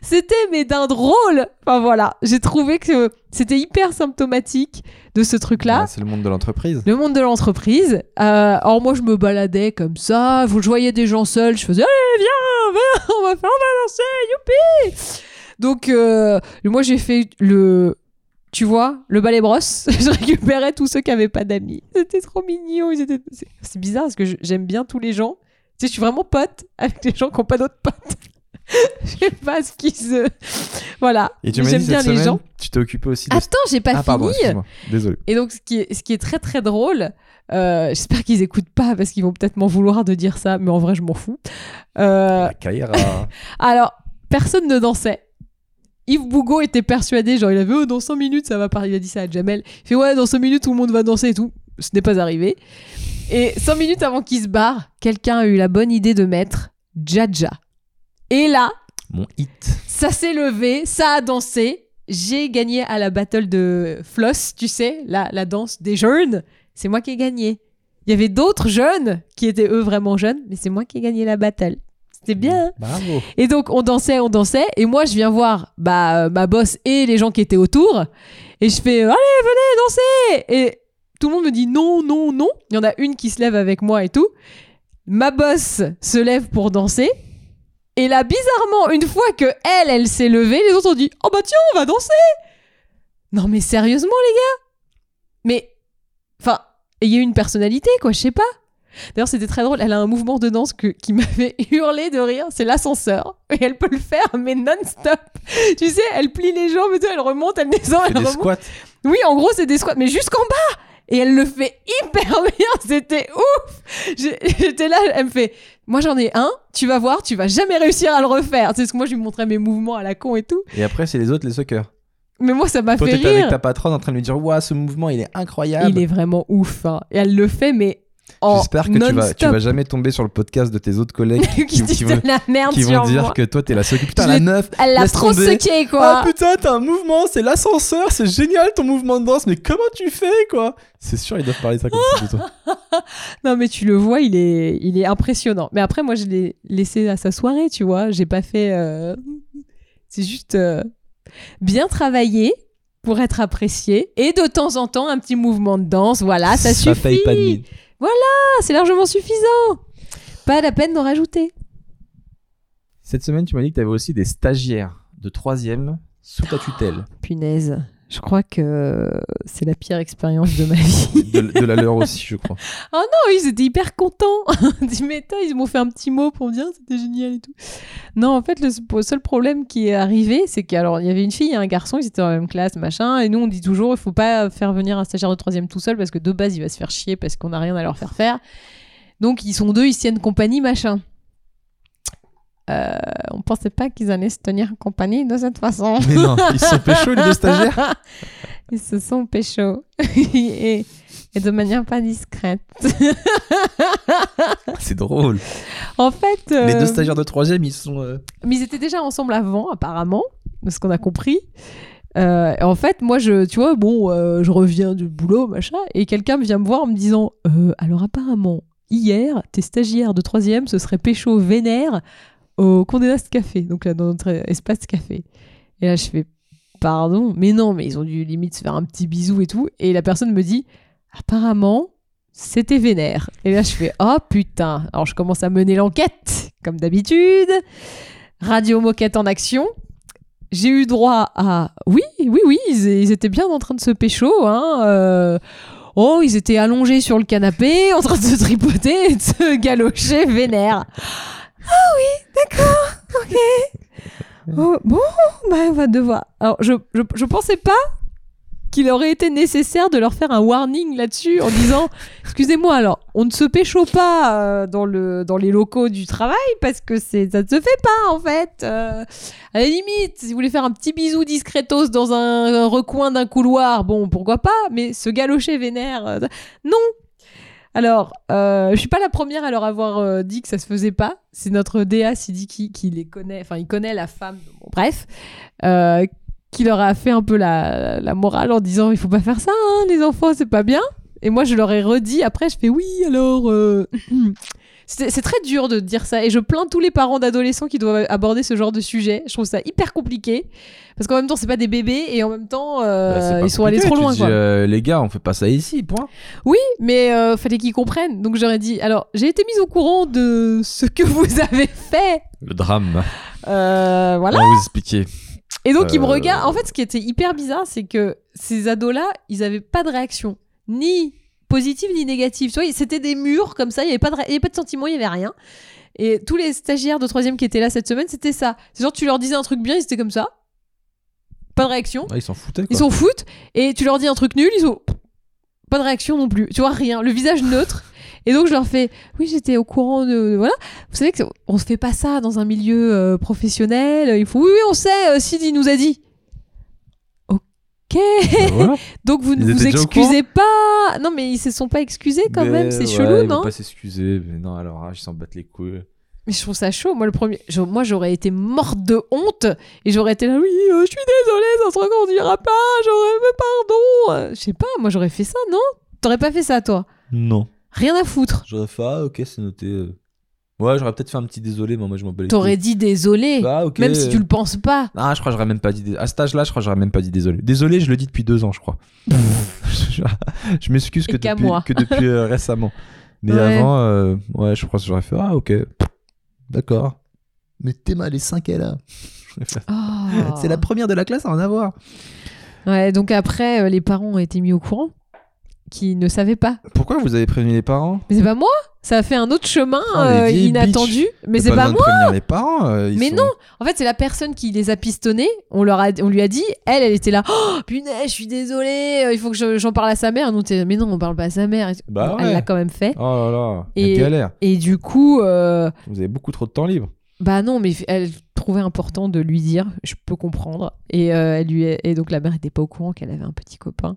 Speaker 2: c'était mais d'un drôle. Enfin voilà, j'ai trouvé que c'était hyper symptomatique de ce truc-là.
Speaker 1: Ouais, c'est le monde de l'entreprise.
Speaker 2: Le monde de l'entreprise. Euh, alors moi je me baladais comme ça, vous je voyais des gens seuls, je faisais allez viens, viens, on va faire, on va lancer, youpi. Donc euh, moi j'ai fait le tu vois, le balai brosse, je récupérais tous ceux qui avaient pas d'amis. C'était trop mignon. Ils étaient... c'est- C'est bizarre parce que je- j'aime bien tous les gens. Tu sais, je suis vraiment pote avec les gens qui n'ont pas d'autres potes. je sais pas ce qu'ils se. Voilà.
Speaker 1: Et tu m'as
Speaker 2: J'aime
Speaker 1: dit
Speaker 2: bien
Speaker 1: cette
Speaker 2: les
Speaker 1: semaine,
Speaker 2: gens.
Speaker 1: tu t'es occupé aussi de...
Speaker 2: Attends, j'ai pas
Speaker 1: ah
Speaker 2: fini.
Speaker 1: pardon, excuse-moi. Désolé.
Speaker 2: Et donc, ce qui est, ce qui est très très drôle, euh, j'espère qu'ils écoutent pas parce qu'ils vont peut-être m'en vouloir de dire ça, mais en vrai, je m'en fous. Euh,
Speaker 1: La caillera.
Speaker 2: alors, personne ne dansait. Yves Bougot était persuadé, genre il avait oh, dans 5 minutes ça va pas, il a dit ça à Jamel. Il fait ouais, dans 5 minutes tout le monde va danser et tout. Ce n'est pas arrivé. Et 5 minutes avant qu'il se barre, quelqu'un a eu la bonne idée de mettre Jaja. Et là,
Speaker 1: Mon hit.
Speaker 2: ça s'est levé, ça a dansé. J'ai gagné à la battle de Floss, tu sais, la, la danse des jeunes. C'est moi qui ai gagné. Il y avait d'autres jeunes qui étaient eux vraiment jeunes, mais c'est moi qui ai gagné la battle. C'était bien. hein
Speaker 1: Bravo.
Speaker 2: et donc on dansait, on dansait, et moi je viens voir bah, euh, ma boss et les gens qui étaient autour, et je fais allez venez danser, et tout le monde me dit non non non, il y en a une qui se lève avec moi et tout, ma boss se lève pour danser, et là bizarrement une fois que elle elle s'est levée, les autres ont dit oh bah tiens on va danser, non mais sérieusement les gars, mais enfin ayez une personnalité quoi, je sais pas. D'ailleurs, c'était très drôle. Elle a un mouvement de danse que- qui m'avait hurlé de rire. C'est l'ascenseur. Et elle peut le faire, mais non-stop. Tu sais, elle plie les jambes et tout, elle remonte, elle descend,
Speaker 1: Fais
Speaker 2: elle
Speaker 1: des
Speaker 2: remonte.
Speaker 1: squats.
Speaker 2: Oui, en gros, c'est des squats, mais jusqu'en bas. Et elle le fait hyper bien. C'était ouf. J'ai- J'étais là, elle me fait Moi, j'en ai un. Tu vas voir, tu vas jamais réussir à le refaire. C'est ce que moi, je lui montrais mes mouvements à la con et tout.
Speaker 1: Et après, c'est les autres, les suckers.
Speaker 2: Mais moi, ça m'a
Speaker 1: Toi,
Speaker 2: fait
Speaker 1: t'étais avec
Speaker 2: rire.
Speaker 1: ta patronne en train de lui dire Waouh, ce mouvement, il est incroyable.
Speaker 2: Il est vraiment ouf. hein. Et elle le fait, mais en
Speaker 1: J'espère que tu vas,
Speaker 2: non-stop.
Speaker 1: tu vas jamais tomber sur le podcast de tes autres collègues
Speaker 2: qui,
Speaker 1: qui-
Speaker 2: disent
Speaker 1: qui
Speaker 2: de
Speaker 1: vont-
Speaker 2: la merde
Speaker 1: qui
Speaker 2: sur
Speaker 1: vont dire
Speaker 2: moi.
Speaker 1: que toi, t'es la seule. Putain,
Speaker 2: Je
Speaker 1: la
Speaker 2: l'ai-
Speaker 1: neuf.
Speaker 2: Elle l'a
Speaker 1: Laisse
Speaker 2: trop
Speaker 1: tomber.
Speaker 2: sequée, quoi.
Speaker 1: Ah putain, t'as un mouvement, c'est l'ascenseur, c'est génial ton mouvement de danse, mais comment tu fais quoi C'est sûr, ils doivent parler ça comme ça de toi.
Speaker 2: non, mais tu le vois, il est, il est impressionnant. Mais après, moi, je l'ai laissé à sa soirée, tu vois. J'ai pas fait. euh, C'est juste euh, bien travaillé pour être apprécié. Et de temps en temps, un petit mouvement de danse. Voilà, ça, suffit.
Speaker 1: paye pas de mine.
Speaker 2: Ah, C'est largement suffisant. Pas la peine d'en rajouter.
Speaker 1: Cette semaine, tu m'as dit que t'avais aussi des stagiaires de 3ème sous ta tutelle.
Speaker 2: Punaise. Je crois que c'est la pire expérience de ma vie.
Speaker 1: De, de la leur aussi, je crois.
Speaker 2: Oh, ils étaient hyper contents. du méta, ils m'ont fait un petit mot pour me dire c'était génial et tout. Non, en fait, le sp- seul problème qui est arrivé, c'est qu'alors il y avait une fille et un garçon, ils étaient dans la même classe, machin. Et nous, on dit toujours, il faut pas faire venir un stagiaire de troisième tout seul parce que de base, il va se faire chier parce qu'on n'a rien à leur faire faire. Donc, ils sont deux, ils se tiennent compagnie, machin. Euh, on pensait pas qu'ils allaient se tenir compagnie de cette façon.
Speaker 1: Mais non, ils sont pécho les deux stagiaires.
Speaker 2: Ils se sont pécho. et, et de manière pas discrète.
Speaker 1: C'est drôle.
Speaker 2: En fait.
Speaker 1: Les
Speaker 2: euh,
Speaker 1: deux stagiaires de troisième, ils sont. euh,
Speaker 2: Mais ils étaient déjà ensemble avant, apparemment, de ce qu'on a compris. Euh, et en fait, moi, je, tu vois, bon, euh, je reviens du boulot, machin, et quelqu'un vient me voir en me disant Euh, Alors, apparemment, hier, tes stagiaires de 3 se seraient pécho vénère au Condénast Café, donc là, dans notre espace café. Et là, je fais Pardon, mais non, mais ils ont dû limite se faire un petit bisou et tout. Et la personne me dit Apparemment, c'était vénère. Et là, je fais Oh putain Alors, je commence à mener l'enquête, comme d'habitude. Radio Moquette en action. J'ai eu droit à oui, oui, oui, ils, ils étaient bien en train de se pécho. Hein, euh, Oh, ils étaient allongés sur le canapé, en train de se tripoter et de se galocher vénère. Ah oui, d'accord, ok. Oh, bon, bah, on va devoir. Alors, je, je, je pensais pas qu'il aurait été nécessaire de leur faire un warning là-dessus en disant Excusez-moi, alors, on ne se pécho pas euh, dans, le, dans les locaux du travail parce que c'est ça ne se fait pas en fait. Euh, à la limite, si vous voulez faire un petit bisou discretos dans un, un recoin d'un couloir, bon, pourquoi pas, mais se galocher vénère, euh, ça- non. Alors, euh, je suis pas la première à leur avoir euh, dit que ça se faisait pas. C'est notre DA Sidiki qui les connaît, enfin, il connaît la femme, bon, bref, euh, qui leur a fait un peu la, la morale en disant il faut pas faire ça, hein, les enfants, c'est pas bien. Et moi, je leur ai redit après, je fais oui, alors. euh, C'est c'est très dur de dire ça et je plains tous les parents d'adolescents qui doivent aborder ce genre de sujet. Je trouve ça hyper compliqué parce qu'en même temps c'est pas des bébés et en même temps euh,
Speaker 1: bah, c'est pas
Speaker 2: ils sont allés
Speaker 1: compliqué,
Speaker 2: trop
Speaker 1: tu
Speaker 2: loin.
Speaker 1: dis,
Speaker 2: quoi.
Speaker 1: euh, les gars, on fait pas ça ici, point.
Speaker 2: Oui, mais euh, fallait qu'ils comprennent. Donc j'aurais dit, alors j'ai été mise au courant de ce que vous avez fait.
Speaker 1: Le drame.
Speaker 2: Euh, voilà.
Speaker 1: On va vous expliquer.
Speaker 2: Et donc ils me
Speaker 1: Euh.
Speaker 2: regardent. En fait, ce qui était hyper bizarre, c'est que ces ados-là, ils avaient pas de réaction, ni positive ni négative. Tu vois, c'était des murs comme ça. Il y avait pas de, ré- il y avait pas de sentiment, il y avait rien. Et tous les stagiaires de troisième qui étaient là cette semaine, c'était ça. C'est genre tu leur disais un truc bien, ils étaient comme ça, pas de réaction.
Speaker 1: Ouais, ils s'en foutaient.
Speaker 2: Ils
Speaker 1: Quoi.
Speaker 2: s'en foutent et tu leur dis un truc nul, ils ont pas de réaction non plus. Tu vois rien, le visage neutre. Et donc je leur fais oui, j'étais au courant de, de- voilà. Vous savez que c'est- on se fait pas ça dans un milieu euh, professionnel. Il faut oui, oui, on sait. euh, Sid il nous a dit. Ok.
Speaker 1: Bah, voilà.
Speaker 2: Donc vous ne
Speaker 1: Ils étaient
Speaker 2: vous
Speaker 1: déjà au
Speaker 2: excusez pas. Non mais ils se sont pas excusés quand
Speaker 1: Mais
Speaker 2: même. C'est
Speaker 1: ouais,
Speaker 2: chelou,
Speaker 1: ils vont
Speaker 2: non
Speaker 1: pas s'excuser, mais non, alors, ah, ils s'en battent les couilles.
Speaker 2: Mais je trouve ça chaud. Moi, le premier, je- moi, j'aurais été morte de honte et j'aurais été là, oui, euh, je suis désolée, ça se reconduira pas, j'aurais, mais pardon. Euh, je sais pas, moi, j'aurais fait ça, non T'aurais pas fait ça, toi
Speaker 1: Non.
Speaker 2: Rien à foutre.
Speaker 1: J'aurais fait, ah, ok, c'est noté. euh. Ouais, j'aurais peut-être fait un petit désolé, mais moi, je m'en bats les
Speaker 2: T'aurais
Speaker 1: couilles.
Speaker 2: dit désolé,
Speaker 1: Ah, ok.
Speaker 2: même si tu le penses pas.
Speaker 1: Ah, je crois que j'aurais même pas dit. dé- À cet âge-là, je crois que j'aurais même pas dit désolé. Désolé, je le dis depuis deux ans, je crois. je je m'excuse
Speaker 2: Et
Speaker 1: que,
Speaker 2: qu'à
Speaker 1: depuis-
Speaker 2: moi.
Speaker 1: que depuis euh, récemment. Mais
Speaker 2: Ouais.
Speaker 1: avant, euh, ouais, je crois que j'aurais fait. Ah, ok. D'accord.
Speaker 5: Mais Théma, les 5 elle a.
Speaker 1: J'aurais fait,
Speaker 2: Oh.
Speaker 5: C'est la première de la classe à en avoir.
Speaker 2: Ouais, donc après, euh, les parents ont été mis au courant, qui ne savaient pas.
Speaker 1: Pourquoi vous avez prévenu les parents
Speaker 2: Mais c'est pas moi. Ça a fait un autre chemin
Speaker 1: Oh, les
Speaker 2: euh,
Speaker 1: vieilles
Speaker 2: inattendu, mais
Speaker 1: T'as
Speaker 2: c'est pas
Speaker 1: besoin de
Speaker 2: moi.
Speaker 1: prévenir les parents. euh, ils
Speaker 2: Mais
Speaker 1: sont-
Speaker 2: non En fait, c'est la personne qui les a pistonnés. On, leur a, on lui a dit, elle, elle était là. Oh, punaise, je suis désolée, euh, il faut que je- j'en parle à sa mère. Nous, on était, mais non, on parle pas à sa mère. Et-
Speaker 1: Bah
Speaker 2: Bon,
Speaker 1: ouais.
Speaker 2: Elle l'a quand même fait.
Speaker 1: Oh là là.
Speaker 2: Et-
Speaker 1: la galère.
Speaker 2: Et du coup, euh,
Speaker 1: Vous avez beaucoup trop de temps libre.
Speaker 2: bah non, mais elle trouvait important de lui dire, je peux comprendre. Et, euh, elle lui est- et donc, la mère était pas au courant qu'elle avait un petit copain.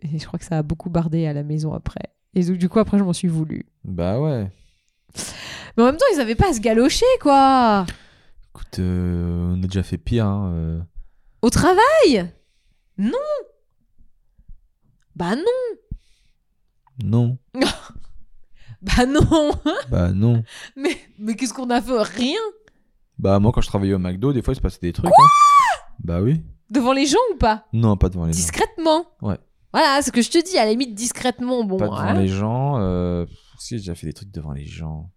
Speaker 2: Et je crois que ça a beaucoup bardé à la maison après. Et donc, du coup, après, je m'en suis voulu.
Speaker 1: Bah ouais.
Speaker 2: Mais en même temps, ils avaient pas à se galocher, quoi
Speaker 1: Écoute, euh, on a déjà fait pire. hein, euh.
Speaker 2: Au travail Non Bah non
Speaker 1: Non.
Speaker 2: Bah non
Speaker 1: Bah non.
Speaker 2: Mais, mais qu'est-ce qu'on a fait Rien
Speaker 1: Bah moi quand je travaillais au McDo, des fois il se passait des trucs. hein. bah oui.
Speaker 2: Devant les gens ou pas
Speaker 1: Non, pas devant les gens.
Speaker 2: Discrètement
Speaker 1: Ouais.
Speaker 2: Voilà, ce que je te dis, à la limite, discrètement, bon.
Speaker 1: Pas devant
Speaker 2: hein.
Speaker 1: les gens. euh, Est-ce que j'ai déjà fait des trucs devant les gens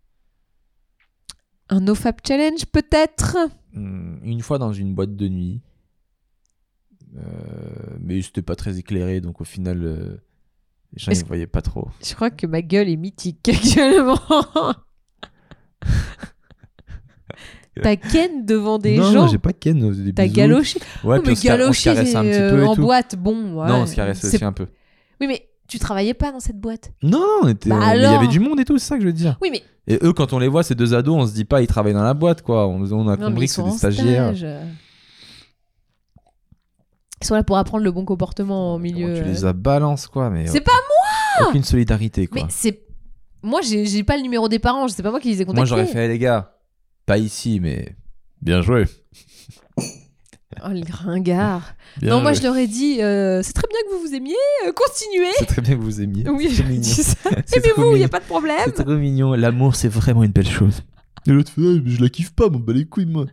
Speaker 2: Un nofap challenge, peut-être
Speaker 1: Hmm, Une fois dans une boîte de nuit. Euh, mais c'était pas très éclairé, donc au final, euh, les gens
Speaker 2: Est-ce-
Speaker 1: ne voyaient pas trop.
Speaker 2: Je crois que ma gueule est mythique actuellement. T'as Ken devant des
Speaker 1: non,
Speaker 2: gens
Speaker 1: j'ai pas Ken euh, au début.
Speaker 2: T'as galoché
Speaker 1: Ouais,
Speaker 2: Non,
Speaker 1: puis
Speaker 2: mais
Speaker 1: on se ca- on se
Speaker 2: galoché
Speaker 1: caressait un petit
Speaker 2: euh,
Speaker 1: peu et
Speaker 2: en
Speaker 1: tout.
Speaker 2: boîte, bon. ouais.
Speaker 1: non, on se caressait
Speaker 2: C'est-
Speaker 1: aussi un peu.
Speaker 2: Oui, mais tu travaillais pas dans cette boîte.
Speaker 1: Non, non, on était.
Speaker 2: Bah
Speaker 1: mais il y
Speaker 2: alors
Speaker 1: avait du monde et tout, c'est ça que je veux dire.
Speaker 2: Oui, mais,
Speaker 1: Et eux, quand on les voit, ces deux ados, on se dit pas, ils travaillent dans la boîte, quoi. On, on a
Speaker 2: non, mais
Speaker 1: compris
Speaker 2: ils
Speaker 1: que c'est
Speaker 2: sont
Speaker 1: des
Speaker 2: en
Speaker 1: stagiaires.
Speaker 2: stage. Ils sont là pour apprendre le bon comportement au milieu.
Speaker 1: tu
Speaker 2: euh.
Speaker 1: les as balance quoi, mais
Speaker 2: C'est pas
Speaker 1: aucune solidarité
Speaker 2: Mais
Speaker 1: quoi.
Speaker 2: c'est. Moi, j'ai j'ai pas le numéro des parents, je sais pas moi qui les ai contactés.
Speaker 1: Moi j'aurais fait les gars, pas ici mais
Speaker 3: Bien joué.
Speaker 2: Oh, le ringard.
Speaker 3: Bien
Speaker 2: non, moi,
Speaker 3: joué.
Speaker 2: je leur ai dit euh, c'est très bien que vous vous aimiez, euh, continuez.
Speaker 1: c'est très bien que vous aimiez.
Speaker 2: Oui,
Speaker 1: c'est
Speaker 2: je
Speaker 1: mignon.
Speaker 2: dis ça. Eh,
Speaker 1: C'est trop
Speaker 2: Aimez-vous, il a
Speaker 1: mignon.
Speaker 2: pas de problème.
Speaker 1: C'est trop mignon. L'amour c'est vraiment une belle chose.
Speaker 4: Et l'autre fait, Ah, mais je la kiffe pas, mon bats les couilles, moi.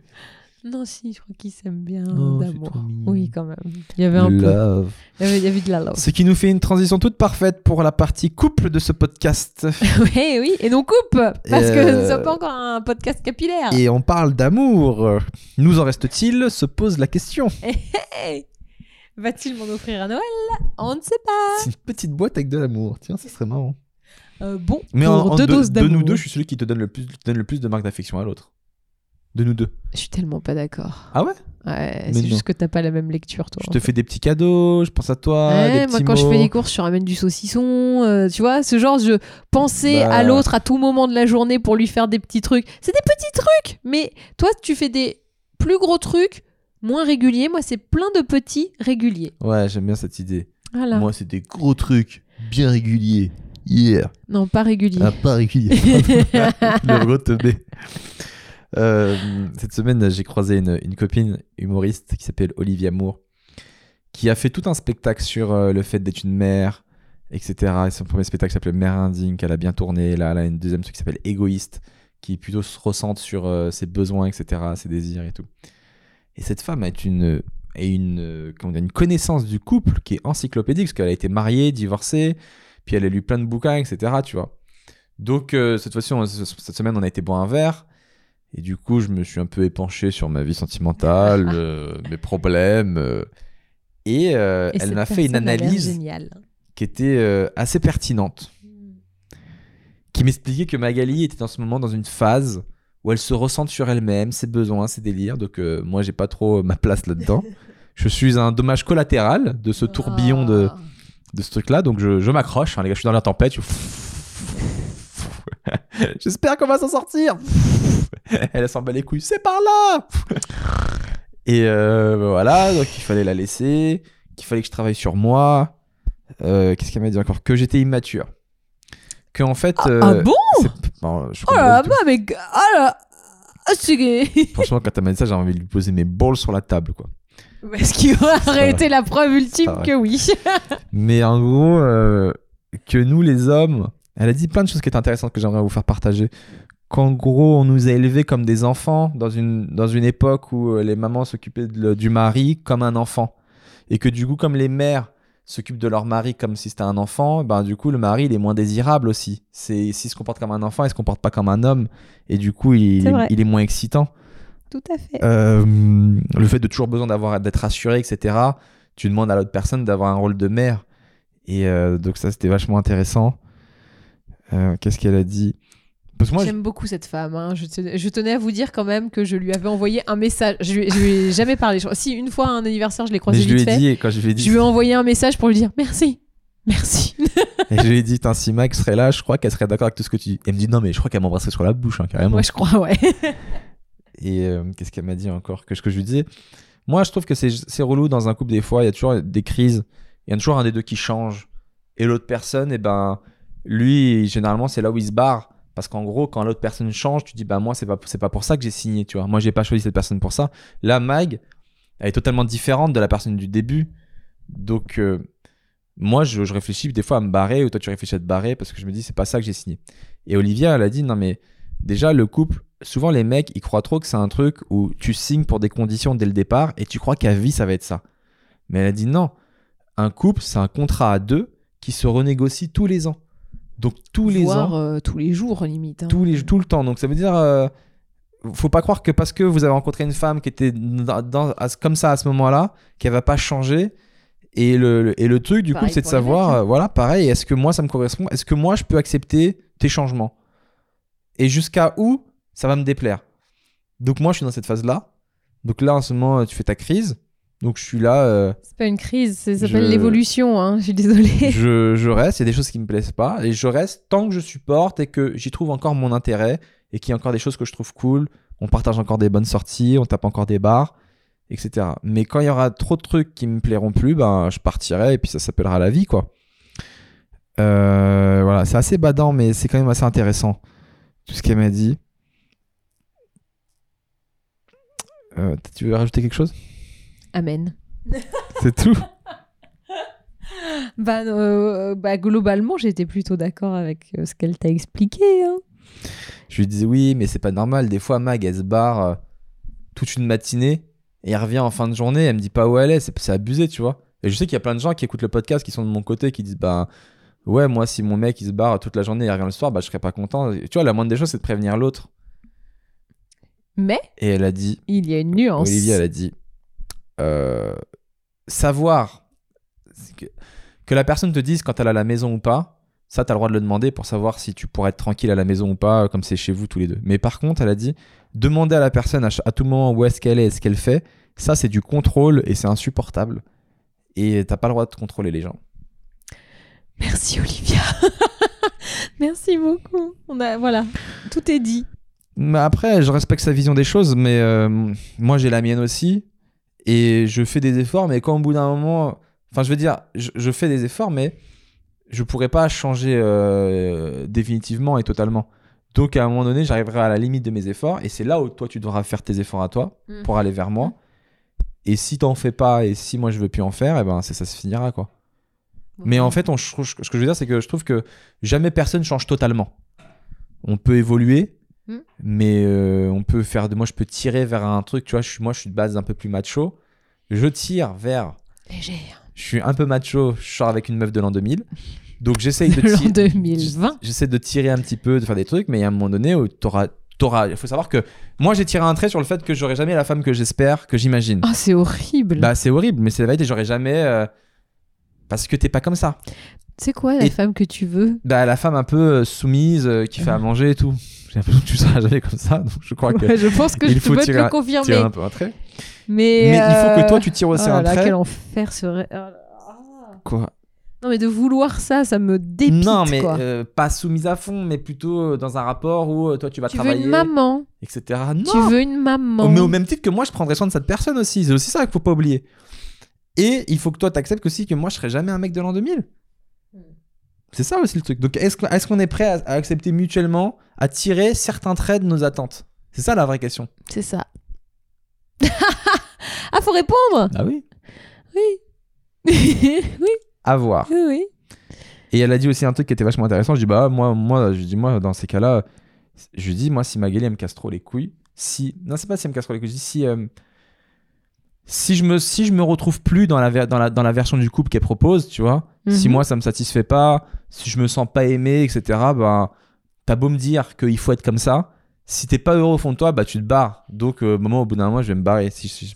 Speaker 2: Non, si, je crois qu'ils s'aiment bien
Speaker 4: Oh, c'est
Speaker 2: d'amour.
Speaker 4: trop mignon.
Speaker 2: Oui, quand même. Il y avait un peu.
Speaker 1: Love.
Speaker 2: Il y avait, il y avait de la love.
Speaker 1: Ce qui nous fait une transition toute parfaite pour la partie couple de ce podcast.
Speaker 2: oui, Eh oui. Et donc, coupe Parce que
Speaker 1: Euh,
Speaker 2: nous sommes pas encore un podcast capillaire.
Speaker 1: Et on parle d'amour. Nous en reste-t-il Se pose la question.
Speaker 2: Hey Va-t-il m'en offrir à Noël On ne sait pas.
Speaker 4: C'est une petite boîte avec de l'amour. Tiens, ça serait marrant.
Speaker 2: Euh, bon,
Speaker 1: Mais
Speaker 2: pour
Speaker 1: en, en
Speaker 2: deux
Speaker 1: de-
Speaker 2: doses
Speaker 1: de
Speaker 2: d'amour.
Speaker 1: nous deux, je suis celui qui te donne le plus, qui donne le plus de marques d'affection à l'autre. De nous deux.
Speaker 2: Je suis tellement pas d'accord.
Speaker 1: Ah ouais
Speaker 2: Ouais,
Speaker 1: Mais
Speaker 2: c'est
Speaker 1: non.
Speaker 2: juste que t'as pas la même lecture, toi.
Speaker 1: Je
Speaker 2: en
Speaker 1: te
Speaker 2: fait.
Speaker 1: fais des petits cadeaux, je pense à toi.
Speaker 2: Ouais,
Speaker 1: des
Speaker 2: moi,
Speaker 1: petits
Speaker 2: quand je
Speaker 1: mots.
Speaker 2: fais les courses, je ramène du saucisson. euh, tu vois, ce genre, je pensais
Speaker 1: Bah.
Speaker 2: à l'autre à tout moment de la journée pour lui faire des petits trucs. C'est des petits trucs, mais toi, tu fais des plus gros trucs, moins réguliers. Moi, c'est plein de petits réguliers.
Speaker 1: Ouais, j'aime bien cette idée.
Speaker 2: Voilà.
Speaker 4: Moi, c'est des gros trucs bien réguliers. Hier,
Speaker 2: Non, pas réguliers.
Speaker 1: Ah,
Speaker 4: à pas régulier.
Speaker 1: le retenez. Euh, cette semaine, j'ai croisé une, une copine humoriste qui s'appelle Olivia Moore, qui a fait tout un spectacle sur euh, le fait d'être une mère, etc. Et son premier spectacle s'appelait Mère indigne, qu'elle a bien tourné. Là, elle a une deuxième truc qui s'appelle Égoïste, qui plutôt se ressente sur euh, ses besoins, etc., ses désirs et tout. Et cette femme a une, a une, euh, comment dire, une connaissance du couple qui est encyclopédique, parce qu'elle a été mariée, divorcée, puis elle a lu plein de bouquins, etc., tu vois. Donc, euh, cette fois-ci, on- cette semaine, on a été boire un verre. Et du coup, je me suis un peu épanché sur ma vie sentimentale, euh, mes problèmes. euh, et euh,
Speaker 2: Et
Speaker 1: elle
Speaker 2: cette
Speaker 1: m'a fait une
Speaker 2: personne a l'air
Speaker 1: analyse
Speaker 2: géniale.
Speaker 1: qui était euh, assez pertinente, qui m'expliquait que Magali était en ce moment dans une phase où elle se ressente sur elle-même, ses besoins, ses délires. Donc euh, moi, j'ai pas trop euh, ma place là-dedans. je suis un dommage collatéral de ce tourbillon de,
Speaker 2: Ah.
Speaker 1: de ce truc-là. Donc je, je m'accroche. hein, les gars, je suis dans la tempête. je- J'espère qu'on va s'en sortir. Elle s'en bat les couilles. C'est par là. Et euh, ben voilà. Donc il fallait la laisser. Qu'il fallait que je travaille sur moi. Euh, Qu'est-ce qu'elle m'a dit encore Que j'étais immature. Que en fait. euh,
Speaker 2: Ah bon
Speaker 1: c'est- non, je
Speaker 2: Oh
Speaker 1: comprends pas
Speaker 2: là là,
Speaker 1: du
Speaker 2: bah, mais. Ah là Ah, c'est gay
Speaker 1: tout. Franchement, quand elle m'a dit ça, j'ai envie de lui poser mes balls sur la table, quoi.
Speaker 2: Parce qu'il aurait
Speaker 1: vrai.
Speaker 2: été la preuve ultime
Speaker 1: vrai.
Speaker 2: que oui.
Speaker 1: Mais en gros, euh, que nous les hommes, elle a dit plein de choses qui étaient intéressantes que j'aimerais vous faire partager. Qu'en gros, on nous a élevés comme des enfants dans une, dans une époque où euh, les mamans s'occupaient de le- du mari comme un enfant. Et que du coup, comme les mères s'occupent de leur mari comme si c'était un enfant, ben du coup, le mari, il est moins désirable aussi. C'est S'il se comporte comme un enfant, il se comporte pas comme un homme. Et du coup, il,
Speaker 6: C'est vrai.
Speaker 1: il est moins excitant.
Speaker 6: Tout à fait.
Speaker 1: Euh, le fait de toujours besoin d'avoir d'être assuré, etc. Tu demandes à l'autre personne d'avoir un rôle de mère. Et euh, donc ça, c'était vachement intéressant. Euh, Qu'est-ce qu'elle a dit Parce que moi, je-
Speaker 2: J'aime beaucoup cette femme. hein. Je, tenais, je tenais à vous dire quand même que je lui avais envoyé un message. Je lui, je lui ai jamais parlé. Je- Si une fois à un anniversaire, je l'ai
Speaker 1: mais
Speaker 2: croisée
Speaker 1: je lui
Speaker 2: vite
Speaker 1: ai
Speaker 2: fait.
Speaker 1: dit, et quand je lui ai dit,
Speaker 2: Je lui ai envoyé un message pour lui dire merci. Merci.
Speaker 1: Ah et je lui ai dit, Tain, si Max serait là, je crois qu'elle serait d'accord avec tout ce que tu dis. Elle me dit, non, mais je crois qu'elle m'embrasserait sur la bouche, hein, carrément.
Speaker 2: Moi, je crois, ouais.
Speaker 1: Et euh, qu'est-ce qu'elle m'a dit encore que, ce que je lui disais Moi, je trouve que c'est c'est relou dans un couple, des fois, il y a toujours des crises. Il y en a toujours un des deux qui change. Et l'autre personne, et ben, lui, généralement, c'est là où il se barre. Parce qu'en gros, quand l'autre personne change, tu dis, bah, moi, c'est pas, c'est pas pour ça que j'ai signé, tu vois. Moi, j'ai pas choisi cette personne pour ça. Là, Mag, elle est totalement différente de la personne du début. Donc, euh, moi, je, je réfléchis des fois à me barrer, ou toi, tu réfléchis à te barrer, parce que je me dis, c'est pas ça que j'ai signé. Et Olivia, elle a dit, non, mais déjà, le couple, souvent, les mecs, ils croient trop que c'est un truc où tu signes pour des conditions dès le départ et tu crois qu'à vie, ça va être ça. Mais elle a dit, non, un couple, c'est un contrat à deux qui se renégocie tous les ans. Donc, tous les ans
Speaker 2: Voir, euh, tous les jours, limite. hein.
Speaker 1: tous les, tout le temps. Donc ça veut dire, euh, faut pas croire que parce que vous avez rencontré une femme qui était dans- dans- à ce- comme ça à ce moment-là, qu'elle va pas changer. Et le, le- et le truc du
Speaker 2: Pareil
Speaker 1: coup, c'est de
Speaker 2: pour les
Speaker 1: savoir,
Speaker 2: mecs, hein.
Speaker 1: euh, voilà, pareil, est-ce que moi ça me correspond Est-ce que moi je peux accepter tes changements Et jusqu'à où ça va me déplaire Donc moi je suis dans cette phase-là. Donc là en ce moment, tu fais ta crise. Donc je suis là. euh,
Speaker 2: C'est pas une crise, ça s'appelle
Speaker 1: Je-
Speaker 2: l'évolution. hein. Je suis désolée.
Speaker 1: je, je reste, il y a des choses qui me plaisent pas, et je reste tant que je supporte et que j'y trouve encore mon intérêt et qu'il y a encore des choses que je trouve cool. On partage encore des bonnes sorties, on tape encore des bars, etc. Mais quand il y aura trop de trucs qui me plairont plus, ben, je partirai et puis ça s'appellera la vie, quoi. Euh, voilà, c'est assez badant, mais c'est quand même assez intéressant tout ce qu'elle m'a dit. Euh, tu veux rajouter quelque chose
Speaker 2: Amen.
Speaker 1: C'est tout
Speaker 2: Bah, euh, bah, globalement, j'étais plutôt d'accord avec euh, ce qu'elle t'a expliqué. hein.
Speaker 1: Je lui disais oui, mais c'est pas normal. Des fois, Mag, elle se barre euh, toute une matinée et elle revient en fin de journée. Elle me dit pas où elle est. C'est c'est abusé, tu vois. Et je sais qu'il y a plein de gens qui écoutent le podcast qui sont de mon côté qui disent bah ouais, moi, si mon mec il se barre toute la journée et il revient le soir, bah je serais pas content. Et tu vois, la moindre des choses, c'est de prévenir l'autre.
Speaker 2: Mais
Speaker 1: Et elle a dit
Speaker 2: il y a une nuance.
Speaker 1: Olivia, elle a dit euh, savoir c'est que, que la personne te dise quand elle a la maison ou pas, ça, t'as le droit de le demander pour savoir si tu pourrais être tranquille à la maison ou pas, comme c'est chez vous tous les deux. Mais par contre, elle a dit demander à la personne à, ch- à tout moment où est-ce qu'elle est et ce qu'elle fait, ça, c'est du contrôle et c'est insupportable. Et t'as pas le droit de contrôler les gens.
Speaker 2: Merci Olivia.
Speaker 6: Merci beaucoup. On a, voilà, tout est dit.
Speaker 1: Mais après, je respecte sa vision des choses, mais euh, moi j'ai la mienne aussi. Et je fais des efforts, mais quand au bout d'un moment. Enfin, je veux dire, je, je fais des efforts, mais je pourrais pas changer euh, définitivement et totalement. Donc à un moment donné, j'arriverai à la limite de mes efforts, et c'est là où toi tu devras faire tes efforts à toi pour aller vers moi. Et si t'en fais pas, et si moi je veux plus en faire, et ben c'est- ça se finira quoi. Mais en fait, on, je trouve- ce que je veux dire, c'est que je trouve que jamais personne change totalement. On peut évoluer,
Speaker 2: Mm.
Speaker 1: mais euh, on peut faire. de Moi, je peux tirer vers un truc. Tu vois, je suis, moi, je suis de base un peu plus macho. Je tire vers.
Speaker 2: Légère.
Speaker 1: Je suis un peu macho. Je sors avec une meuf de l'an 2000. Donc, j'essaye de,
Speaker 2: De l'an
Speaker 1: tirer.
Speaker 2: 2020.
Speaker 1: J'essaie de tirer un petit peu, de faire des trucs, mais il y a un moment donné où t'auras. t'auras- Il faut savoir que moi, j'ai tiré un trait sur le fait que j'aurai jamais la femme que j'espère, que j'imagine.
Speaker 2: Ah, c'est horrible.
Speaker 1: Bah, c'est horrible, mais c'est la vérité. J'aurai jamais. euh, Parce que t'es pas comme ça.
Speaker 2: C'est quoi la
Speaker 1: Et-
Speaker 2: femme que tu veux
Speaker 1: bah, la femme un peu euh, soumise euh, qui fait à manger et tout. J'ai l'impression que tu seras jamais comme ça, donc je crois que
Speaker 2: Mm. Ouais, Je pense que
Speaker 1: Il
Speaker 2: je
Speaker 1: faut
Speaker 2: peux te
Speaker 1: tirer un-
Speaker 2: le confirmer.
Speaker 1: tu as un peu un trait.
Speaker 2: Mais,
Speaker 1: Mais il faut que
Speaker 2: euh,
Speaker 1: toi tu tires aussi
Speaker 2: oh là
Speaker 1: un
Speaker 2: là,
Speaker 1: trait.
Speaker 2: quel enfer serait. oh là là.
Speaker 1: Quoi
Speaker 2: Non, mais de vouloir ça, ça me dépite.
Speaker 1: Non, mais
Speaker 2: quoi.
Speaker 1: euh, pas soumise à fond, mais plutôt euh, dans un rapport où euh, toi tu vas
Speaker 2: tu veux
Speaker 1: travailler,
Speaker 2: une maman.
Speaker 1: etc. Non, Oh,
Speaker 2: Tu veux une maman.
Speaker 1: mais au même titre que moi, je prendrais soin de cette personne aussi. C'est aussi ça qu'il faut pas oublier. Et il faut que toi t'acceptes aussi que moi je serai jamais un mec de l'an 2000.
Speaker 2: Mm.
Speaker 1: C'est ça aussi le truc. Donc est-ce que- est-ce qu'on est prêt à- à accepter mutuellement, à tirer certains traits de nos attentes C'est ça la vraie question.
Speaker 2: C'est ça. ah, faut répondre
Speaker 1: Ah oui.
Speaker 2: Oui, oui,
Speaker 1: À voir.
Speaker 2: oui.
Speaker 1: Et elle a dit aussi un truc qui était vachement intéressant. Je dis bah moi moi je dis moi dans ces cas-là, je dis moi si Magali elle me casse trop les couilles, si non c'est pas si elle me casse trop les couilles, je dis si euh, si je me si je me retrouve plus dans la ver- dans la dans la version du couple qu'elle propose, tu vois, si
Speaker 2: Mhm.
Speaker 1: moi ça me satisfait pas, si je me sens pas aimé, etc. Bah t'as beau me dire qu'il faut être comme ça, si t'es pas heureux au fond de toi, bah tu te barres. Donc euh, moment au bout d'un moment je vais me barrer. Si, si- si-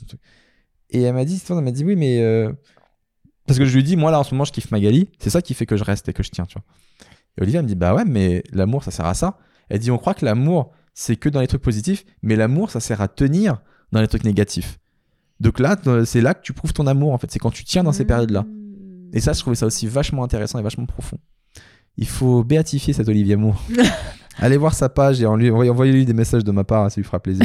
Speaker 1: Et elle m'a dit elle m'a dit oui mais euh, parce que je lui dis, moi là en ce moment je kiffe Magali, c'est ça qui fait que je reste et que je tiens, tu vois. Et Olivia elle me dit, bah ouais, mais l'amour ça sert à ça. Elle dit, on croit que l'amour c'est que dans les trucs positifs, mais l'amour ça sert à tenir dans les trucs négatifs. Donc là, t- c'est là que tu prouves ton amour en fait, c'est quand tu tiens dans
Speaker 2: Mmh. Hmm.
Speaker 1: ces périodes-là. Et ça, je trouvais ça aussi vachement intéressant et vachement profond. Il faut béatifier cet Olivier Moore. Allez voir sa page et en lui- envoyez- envoyez-lui des messages de ma part, hein, ça lui fera plaisir.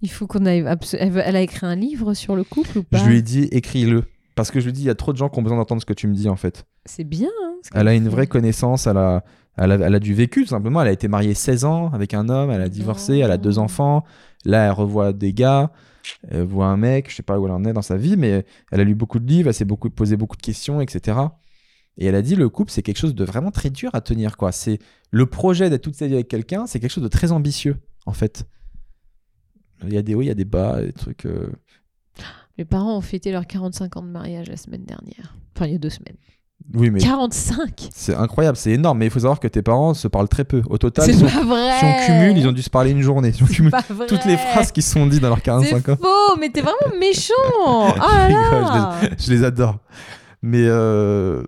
Speaker 2: Il faut qu'on aille. abso- Elle veut- elle a écrit un livre sur le couple ou pas
Speaker 1: je lui ai dit, écris-le. Parce que je lui dis, il y a trop de gens qui ont besoin d'entendre ce que tu me dis en fait.
Speaker 2: C'est bien. hein, ce
Speaker 1: Elle a
Speaker 2: qu'elle
Speaker 1: une
Speaker 2: fait.
Speaker 1: vraie connaissance, elle a, elle, a, elle a du vécu tout simplement. Elle a été mariée 16 ans avec un homme, elle a divorcé, elle a deux enfants. Là, elle revoit des gars, elle voit un mec, je sais pas où elle en est dans sa vie, mais elle a lu beaucoup de livres, elle s'est beaucoup, posé beaucoup de questions, etc. Et elle a dit le couple, c'est quelque chose de vraiment très dur à tenir. quoi. C'est Le projet d'être toute sa vie avec quelqu'un, c'est quelque chose de très ambitieux, en fait. Il y a des hauts, il y a des bas, des trucs. euh,
Speaker 2: Mes parents ont fêté leurs 45 ans de mariage la semaine dernière. Enfin, il y a deux semaines.
Speaker 1: Oui, mais
Speaker 2: 45
Speaker 1: c'est incroyable, c'est énorme, mais il faut savoir que tes parents se parlent très peu. Au total, ils
Speaker 2: C'est
Speaker 1: sont
Speaker 2: pas vrai
Speaker 1: Si on cumule, ils ont dû se parler une journée. Si on cumule
Speaker 2: Pas vrai.
Speaker 1: toutes les phrases qui sont dites dans leurs
Speaker 2: C'est
Speaker 1: 45 ans,
Speaker 2: faux, mais t'es vraiment méchant Oh là là
Speaker 1: je les adore. Mais euh,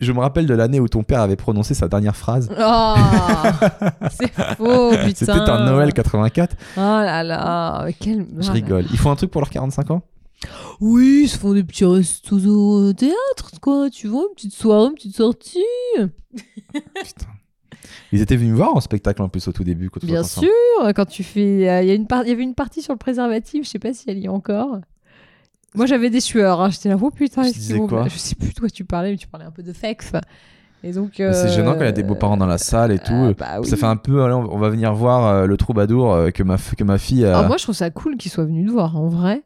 Speaker 1: je me rappelle de l'année où ton père avait prononcé sa dernière phrase.
Speaker 2: Oh, C'est faux, putain
Speaker 1: C'était un Noël 84.
Speaker 2: Oh là là Quel...
Speaker 1: Je
Speaker 2: oh là-
Speaker 1: rigole. Ils font un truc pour leurs 45 ans
Speaker 2: Oui, ils se font des petits restos au théâtre, quoi, tu vois, une petite soirée, une petite sortie
Speaker 1: Putain. Ils étaient venus me voir en spectacle en plus au tout début. quand tout
Speaker 2: Bien
Speaker 1: ça-
Speaker 2: sûr, quand tu fais. euh, Il y, a une par- il y avait une partie sur le préservatif, je sais pas si elle y est encore. Moi j'avais des sueurs, hein, j'étais là, oh putain,
Speaker 1: Tu
Speaker 2: est-ce qu'ils
Speaker 1: disais
Speaker 2: vont-
Speaker 1: quoi
Speaker 2: je sais plus de quoi tu parlais, mais tu parlais un peu de sexe. Et donc.
Speaker 1: Mais Bah, C'est
Speaker 2: euh,
Speaker 1: gênant quand il y a des beaux-parents dans la salle et tout. euh,
Speaker 2: ah, bah oui.
Speaker 1: Ça fait un peu, allez, on on va venir voir euh, le troubadour euh, que, ma, f- que ma fille. euh,
Speaker 2: Ah, moi je trouve ça cool qu'ils soient venus te voir, en vrai.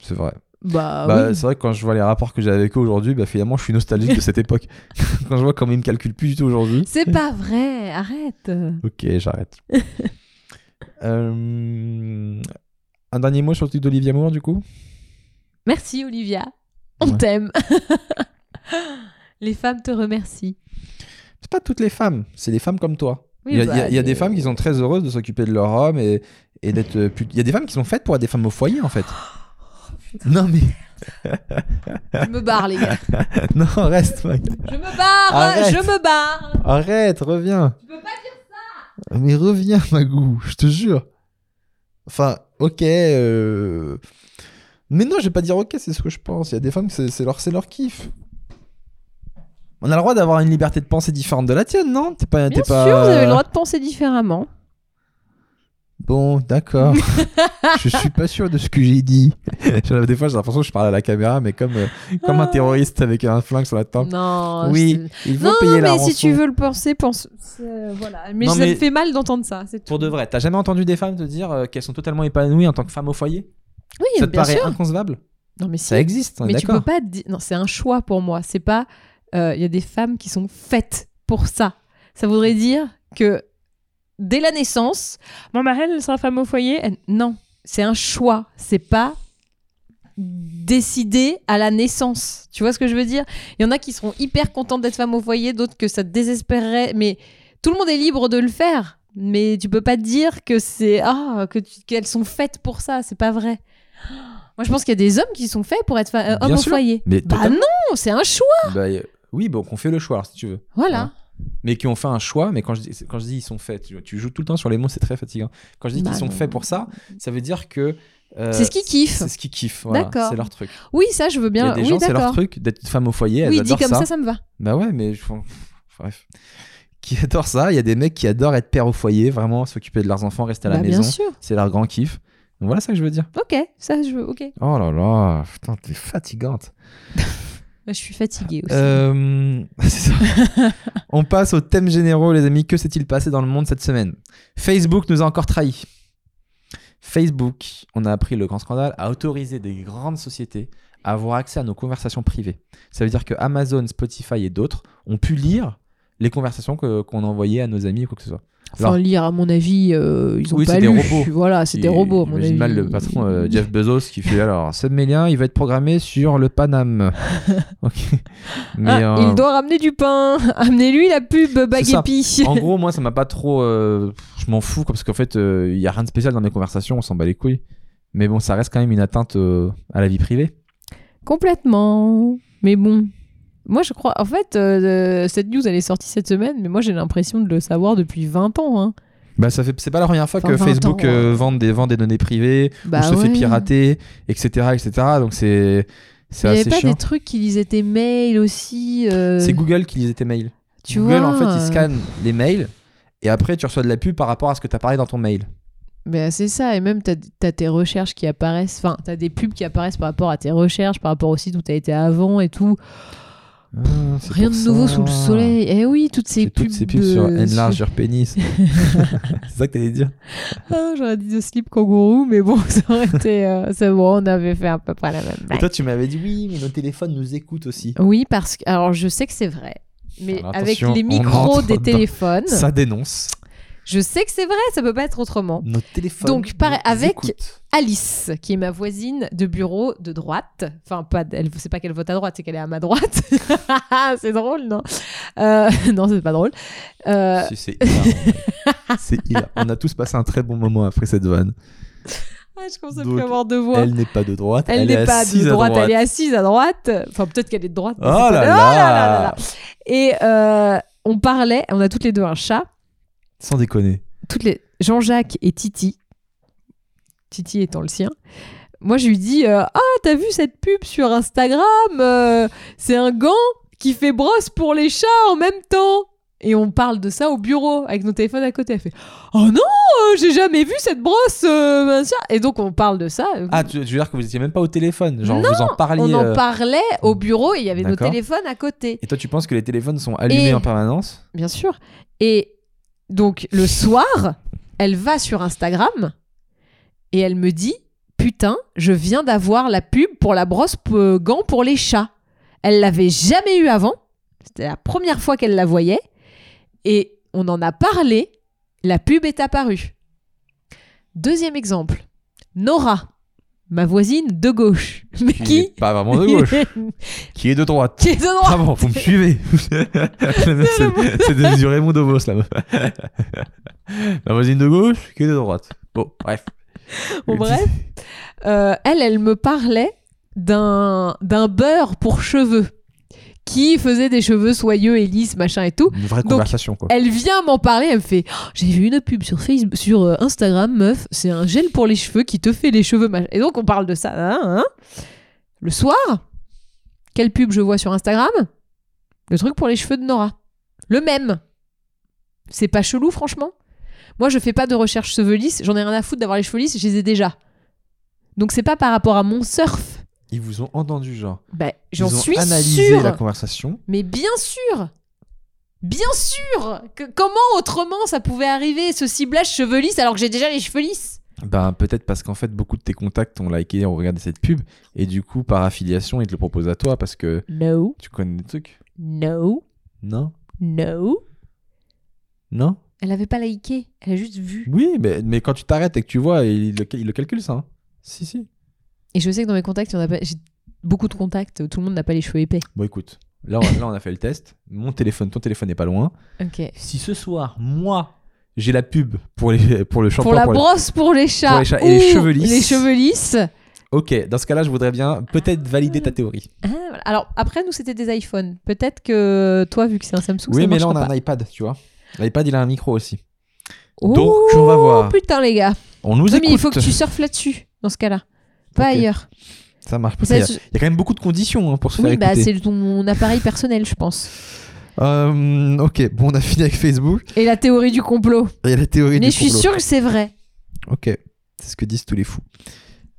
Speaker 1: C'est vrai.
Speaker 2: Bah,
Speaker 1: Bah,
Speaker 2: oui.
Speaker 1: C'est vrai que quand je vois les rapports que j'ai avec eux aujourd'hui, bah, finalement, je suis nostalgique de cette époque. quand je vois comment ils me calculent plus du tout aujourd'hui.
Speaker 2: C'est pas vrai, arrête.
Speaker 1: Ok, j'arrête. Euh, Un dernier mot sur le titre d'Olivier Moore, du coup
Speaker 2: Merci Olivia, on
Speaker 1: Ouais.
Speaker 2: t'aime. Les femmes te remercient.
Speaker 1: C'est pas toutes les femmes, c'est des femmes comme toi.
Speaker 2: Oui,
Speaker 1: il y a,
Speaker 2: bah,
Speaker 1: il y a- il y a
Speaker 2: mais-
Speaker 1: des femmes qui sont très heureuses de s'occuper de leur homme et, et d'être euh, pute- Il y a des femmes qui sont faites pour être des femmes au foyer, en fait.
Speaker 2: Oh,
Speaker 1: non, mais.
Speaker 2: Je me barre, les gars.
Speaker 1: Non, reste, Mac.
Speaker 2: Je me barre,
Speaker 1: Arrête.
Speaker 2: je me barre.
Speaker 1: Arrête, reviens.
Speaker 2: Tu peux pas
Speaker 1: Mais reviens, Magou, je te jure. Enfin, ok. euh, Mais non, je vais pas dire ok, c'est ce que je pense. Il y a des femmes, c'est c'est leur, c'est leur kiff. On a le droit d'avoir une liberté de pensée différente de la tienne, non T'es pas, Ah,
Speaker 2: Bien
Speaker 1: t'es
Speaker 2: sûr,
Speaker 1: pas.
Speaker 2: vous avez le droit de penser différemment.
Speaker 1: Bon, d'accord. je suis pas sûr de ce que j'ai dit. J'en ai- Des fois, j'ai l'impression que je parle à la caméra, mais comme, euh, comme un terroriste avec un flingue sur la tempe.
Speaker 2: Ah. Non.
Speaker 1: oui, il faut
Speaker 2: Non,
Speaker 1: payer la
Speaker 2: mais si
Speaker 1: rançon.
Speaker 2: tu veux le penser, pense. euh, voilà. Mais
Speaker 1: Non,
Speaker 2: ça
Speaker 1: mais-
Speaker 2: me fait mal d'entendre ça. C'est tout.
Speaker 1: Pour de vrai, t'as jamais entendu des femmes te dire euh, qu'elles sont totalement épanouies en tant que femme au foyer
Speaker 2: Oui,
Speaker 1: Ça te
Speaker 2: bien
Speaker 1: paraît
Speaker 2: sûr.
Speaker 1: inconcevable
Speaker 2: Non, mais si.
Speaker 1: Ça existe, on est
Speaker 2: mais tu peux
Speaker 1: d'accord.
Speaker 2: pas. di- Non, c'est un choix pour moi. C'est pas. euh, Il y a des femmes qui sont faites pour ça. Ça voudrait dire que dès la naissance, mon mari elle sera femme au foyer. Elle- Non, c'est un choix. C'est pas décidé à la naissance. Tu vois ce que je veux dire Il y en a qui seront hyper contentes d'être femme au foyer, d'autres que ça te désespérerait. Mais tout le monde est libre de le faire. Mais tu peux pas dire que c'est ah que tu- qu'elles sont faites pour ça. C'est pas vrai. Moi, je pense qu'il y a des hommes qui sont faits pour être fa- euh,
Speaker 1: Bien
Speaker 2: hommes au
Speaker 1: sûr.
Speaker 2: foyer.
Speaker 1: Mais
Speaker 2: Bah
Speaker 1: totalement.
Speaker 2: non, c'est un choix.
Speaker 1: Bah, euh, oui, bon, qu'on fait le choix alors, si tu veux. Ah.
Speaker 2: Voilà.
Speaker 1: Mais qui ont fait un choix, mais quand je dis, quand je dis ils sont faits, tu, tu joues tout le temps sur les mots, c'est très fatigant. Quand je dis
Speaker 2: Bah
Speaker 1: qu'ils sont
Speaker 2: non.
Speaker 1: faits pour ça, ça veut dire que. euh,
Speaker 2: C'est ce qu'ils kiffent.
Speaker 1: C'est ce qu'ils kiffent, voilà,
Speaker 2: D'accord.
Speaker 1: c'est leur truc.
Speaker 2: Oui, ça, je veux
Speaker 1: Il y
Speaker 2: bien.
Speaker 1: a des
Speaker 2: oui,
Speaker 1: gens, c'est leur
Speaker 2: d'accord.
Speaker 1: truc d'être femme au foyer, elles
Speaker 2: Oui, dit
Speaker 1: adorent
Speaker 2: comme ça. ça, me va.
Speaker 1: Bah ouais, mais je... bref. Qui adorent ça, il y a des mecs qui adorent être père au foyer, vraiment s'occuper de leurs enfants, rester à la
Speaker 2: Bah, bien
Speaker 1: maison,
Speaker 2: sûr.
Speaker 1: c'est leur grand kiff. Donc voilà ça que je veux dire.
Speaker 2: Ok, ça, je veux. Ok.
Speaker 1: Oh là là, putain, t'es fatigante.
Speaker 2: Bah, je suis fatiguée aussi.
Speaker 1: Euh, c'est ça. On passe aux thèmes généraux, les amis. Que s'est-il passé dans le monde cette semaine Facebook nous a encore trahis. Facebook, on a appris le grand scandale, a autorisé des grandes sociétés à avoir accès à nos conversations privées. Ça veut dire que Amazon, Spotify et d'autres ont pu lire les conversations que- qu'on envoyait à nos amis ou quoi que ce soit.
Speaker 2: Enfin,
Speaker 1: alors-
Speaker 2: lire, à mon avis, euh, ils ont
Speaker 1: Oui,
Speaker 2: pas
Speaker 1: c'est des
Speaker 2: lu.
Speaker 1: robots.
Speaker 2: Voilà, c'est des robots, à mon avis. Ah,
Speaker 1: J'imagine mal le patron euh, Jeff Bezos qui fait alors, ce mélien, il va être programmé sur le Paname. ok. Mais,
Speaker 2: Ah,
Speaker 1: euh,
Speaker 2: Il doit ramener du pain. Amenez-lui la pub bague
Speaker 1: ça.
Speaker 2: épi.
Speaker 1: en gros, moi, ça m'a pas trop. euh, je m'en fous, quoi, parce qu'en fait, il y a rien de spécial dans mes conversations, on s'en bat les couilles. Mais bon, ça reste quand même une atteinte euh, à la vie privée.
Speaker 2: Complètement. Mais bon. Moi, je crois. En fait, euh, cette news, elle est sortie cette semaine, mais moi, j'ai l'impression de le savoir depuis 20 ans. hein.
Speaker 1: Bah, ça fait, c'est pas la première fois
Speaker 2: Enfin,
Speaker 1: que
Speaker 2: 20
Speaker 1: Facebook
Speaker 2: ans,
Speaker 1: euh, vend, des, vend des données privées
Speaker 2: Bah
Speaker 1: ou se fait
Speaker 2: ouais.
Speaker 1: pirater, etc., etc. Donc c'est, c'est
Speaker 2: Il n'y
Speaker 1: assez
Speaker 2: avait pas
Speaker 1: chiant.
Speaker 2: des trucs qui lisaient tes mails aussi. euh,
Speaker 1: C'est Google qui lisait tes mails.
Speaker 2: tu
Speaker 1: Google,
Speaker 2: vois,
Speaker 1: en fait, il
Speaker 2: euh,
Speaker 1: scanne les mails et après, tu reçois de la pub par rapport à ce que t'as parlé dans ton mail.
Speaker 2: Mais c'est ça, et même t'as as tes recherches qui apparaissent, enfin t'as des pubs qui apparaissent par rapport à tes recherches, par rapport aussi d'où t'as été avant et tout. Ah,
Speaker 1: Ah,
Speaker 2: Rien de nouveau sous le soleil. Eh oui, toutes ces
Speaker 1: C'est
Speaker 2: pubs.
Speaker 1: toutes ces pubs
Speaker 2: de-
Speaker 1: sur Enlarge Your Penis. c'est ça que t'allais dire
Speaker 2: Ah, J'aurais dit de slip kangourou, mais bon, ça aurait été. euh, c'est bon, on avait fait à peu près la même
Speaker 1: Et
Speaker 2: blague.
Speaker 1: toi, tu m'avais dit oui, mais nos téléphones nous écoutent aussi.
Speaker 2: Oui, parce que. Alors je sais que c'est vrai, mais
Speaker 1: Alors,
Speaker 2: avec
Speaker 1: attention,
Speaker 2: les
Speaker 1: on
Speaker 2: micros
Speaker 1: rentre
Speaker 2: des
Speaker 1: dans-
Speaker 2: téléphones,
Speaker 1: Ça dénonce.
Speaker 2: je sais que c'est vrai, ça peut pas être autrement.
Speaker 1: Nos téléphones.
Speaker 2: Donc, pareil,
Speaker 1: nous
Speaker 2: avec-
Speaker 1: écoutent.
Speaker 2: Alice, qui est ma voisine de bureau de droite. Enfin, pas, elle, c'est pas qu'elle vote à droite, c'est qu'elle est à ma droite. c'est drôle, non Euh, Non, c'est pas drôle. Euh,
Speaker 1: Si, C'est hilarant. C'est hilarant. On a tous passé un très bon moment après cette vanne.
Speaker 2: ah, je commence à
Speaker 1: Donc,
Speaker 2: plus avoir de voix.
Speaker 1: Elle n'est pas de droite.
Speaker 2: Elle,
Speaker 1: est
Speaker 2: n'est pas de
Speaker 1: assise à
Speaker 2: droite, elle est assise à droite. Enfin, peut-être qu'elle est de droite. mais
Speaker 1: Oh
Speaker 2: c'est pas-
Speaker 1: là
Speaker 2: Oh
Speaker 1: là
Speaker 2: là là. Et euh, on parlait, on a toutes les deux un chat.
Speaker 1: Sans déconner.
Speaker 2: toutes les Jean-Jacques et Titi, Titi étant le sien. Moi, je lui dis euh, Ah, t'as vu cette pub sur Instagram euh, C'est un gant qui fait brosse pour les chats en même temps. Et on parle de ça au bureau avec nos téléphones à côté. Elle fait Oh non, euh, j'ai jamais vu cette brosse, euh, machin. Et donc on parle de ça.
Speaker 1: Ah, tu, tu veux dire que vous étiez même pas au téléphone Genre, vous en parliez.
Speaker 2: on en
Speaker 1: euh,
Speaker 2: parlait au bureau et il y avait nos
Speaker 1: D'accord.
Speaker 2: téléphones à côté.
Speaker 1: Et toi, tu penses que les téléphones sont allumés
Speaker 2: Et-
Speaker 1: en permanence
Speaker 2: Bien sûr. Et donc le soir, elle va sur Instagram et elle me dit "Putain, je viens d'avoir la pub pour la brosse euh, gant pour les chats." Elle l'avait jamais eu avant. C'était la première fois qu'elle la voyait et on en a parlé, la pub est apparue. Deuxième exemple. Nora, ma voisine de gauche, mais
Speaker 1: Qui n'est
Speaker 2: qui
Speaker 1: Pas vraiment de gauche, qui est de droite.
Speaker 2: qui est de droite.
Speaker 1: Ah bon, vous me suivez C'est c'est des Raymond Dobos là. La voisine de gauche qui est de droite. Bon, bref.
Speaker 2: Bon, bref. Euh, elle, elle me parlait d'un d'un beurre pour cheveux qui faisait des cheveux soyeux et lisses, machin et tout.
Speaker 1: Une vraie
Speaker 2: Donc,
Speaker 1: conversation quoi.
Speaker 2: Elle vient m'en parler, elle me fait Oh, J'ai vu une pub sur, Facebook, sur euh, Instagram, meuf, c'est un gel pour les cheveux qui te fait les cheveux. machin. Et donc on parle de ça. hein, hein. Le soir, quelle pub je vois sur Instagram Le truc pour les cheveux de Nora. Le même. C'est pas chelou, franchement. Moi, je fais pas de recherche cheveux lisses, j'en ai rien à foutre d'avoir les cheveux lisses, je les ai déjà. Donc c'est pas par rapport à mon surf.
Speaker 1: Ils vous ont entendu genre.
Speaker 2: Bah, eh, j'en
Speaker 1: Ils ont
Speaker 2: suis
Speaker 1: analysé
Speaker 2: sûre.
Speaker 1: la conversation.
Speaker 2: Mais bien sûr Bien sûr que, Comment autrement ça pouvait arriver, ce ciblage cheveux lisses, alors que j'ai déjà les cheveux lisses
Speaker 1: Ben peut-être parce qu'en fait beaucoup de tes contacts ont liké, ont regardé cette pub et du coup par affiliation ils te le proposent à toi parce que
Speaker 2: No,
Speaker 1: tu connais des trucs.
Speaker 2: no,
Speaker 1: Non
Speaker 2: no.
Speaker 1: Non
Speaker 2: Elle avait pas liké, elle a juste vu.
Speaker 1: Oui, mais, mais quand tu t'arrêtes et que tu vois, ils le, ils le calculent ça. hein. Si, si.
Speaker 2: Et je sais que dans mes contacts, il y en a pas- j'ai beaucoup de contacts, tout le monde n'a pas les cheveux épais.
Speaker 1: Bon écoute, là on, là on a fait le test. Mon téléphone, ton téléphone n'est pas loin.
Speaker 2: Ok.
Speaker 1: si ce soir, moi, j'ai la pub pour, les, pour le shampoing
Speaker 2: Pour la
Speaker 1: pour les-
Speaker 2: brosse pour les chats,
Speaker 1: Pour les chats et les
Speaker 2: ou
Speaker 1: cheveux lisses.
Speaker 2: les cheveux lisses.
Speaker 1: Ok, dans ce cas-là, je voudrais bien peut-être valider ta théorie.
Speaker 2: Ah, voilà. Alors après, nous c'était des iPhones. Peut-être que toi, vu que c'est un Samsung,
Speaker 1: oui,
Speaker 2: ça
Speaker 1: mais là, on
Speaker 2: marchera
Speaker 1: a
Speaker 2: pas.
Speaker 1: un iPad, tu vois. L'iPad, il a un micro aussi.
Speaker 2: Oh,
Speaker 1: Donc, on va voir.
Speaker 2: Putain, les gars.
Speaker 1: On nous
Speaker 2: Oui,
Speaker 1: écoute.
Speaker 2: mais il faut que tu surfes là-dessus, dans ce cas-là. Pas
Speaker 1: Ok.
Speaker 2: ailleurs.
Speaker 1: Ça marche. pas.
Speaker 2: Ça,
Speaker 1: Il y, a,
Speaker 2: je-
Speaker 1: il y a quand même beaucoup de conditions hein, pour se
Speaker 2: Oui,
Speaker 1: faire
Speaker 2: bah
Speaker 1: écouter.
Speaker 2: c'est ton appareil personnel, je pense.
Speaker 1: Euh, ok, bon, on a fini avec Facebook.
Speaker 2: Et la théorie du complot.
Speaker 1: Il y a la théorie
Speaker 2: Mais
Speaker 1: du
Speaker 2: je suis
Speaker 1: complot.
Speaker 2: sûre que c'est vrai.
Speaker 1: Ok, c'est ce que disent tous les fous.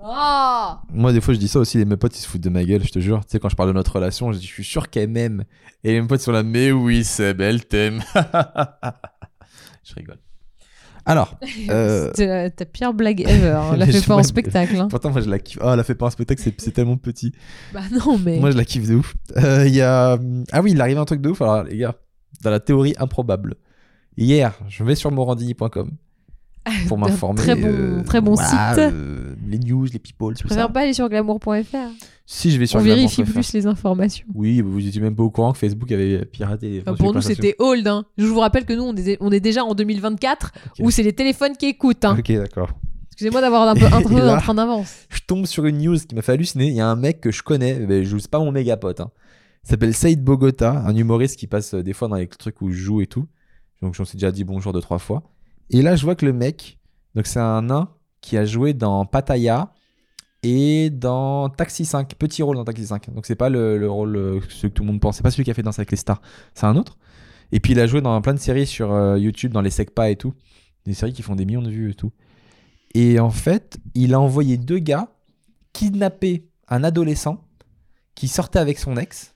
Speaker 2: Oh
Speaker 1: Moi, des fois, je dis ça aussi, les mes potes, ils se foutent de ma gueule, je te jure. Tu sais, quand je parle de notre relation, je dis, je suis sûr qu'elle m'aime. Et mes potes sont là, mais oui, Seb, elle t'aime. je rigole. Alors, euh,
Speaker 2: C'est la- ta pire blague ever. On la
Speaker 1: Mais
Speaker 2: fait
Speaker 1: je
Speaker 2: pas en
Speaker 1: vois-
Speaker 2: spectacle. hein.
Speaker 1: pourtant, moi, je la kiffe. Ah, la fait pas un spectacle, c'est c'est tellement petit.
Speaker 2: Bah non, mais.
Speaker 1: Moi, je la kiffe de ouf. Euh, Il y a... Ah oui, il arrive un truc de ouf. Alors, les gars, dans la théorie improbable. Hier, je vais sur morandini.com pour m'informer.
Speaker 2: Ah, très bon- très bon site.
Speaker 1: euh, les news, les people,
Speaker 2: je
Speaker 1: tout ça.
Speaker 2: préfère pas aller sur glamour.fr.
Speaker 1: Si, je vais sur
Speaker 2: On
Speaker 1: Glamour,
Speaker 2: vérifie
Speaker 1: je préfère.
Speaker 2: plus les informations.
Speaker 1: Oui, vous étiez même pas au courant que Facebook avait piraté les
Speaker 2: Enfin, Ah, pour nous, c'était old. hein. Je vous rappelle que nous, on est, on est déjà en 2024
Speaker 1: Ok.
Speaker 2: où c'est les téléphones qui écoutent. hein.
Speaker 1: Ok, d'accord.
Speaker 2: Excusez-moi d'avoir un peu un
Speaker 1: Et là-
Speaker 2: train, en train d'avance.
Speaker 1: Je tombe sur une news qui m'a fait halluciner. Il y a un mec que je connais, mais je c'est pas mon méga pote. hein. Il s'appelle Saïd Bogota, un humoriste qui passe euh, des fois dans les trucs où je joue et tout. Donc, j'en suis déjà dit bonjour deux, trois fois. Et là, je vois que le mec, donc c'est un nain qui a joué dans Pattaya et dans Taxi 5, petit rôle dans Taxi 5. Donc, c'est pas le, le rôle euh, celui que tout le monde pense. C'est pas celui qui a fait Danse avec les stars. C'est un autre. Et puis, il a joué dans plein de séries sur euh, YouTube, dans les SECPA et tout. Des séries qui font des millions de vues et tout. Et en fait, il a envoyé deux gars kidnapper un adolescent qui sortait avec son ex.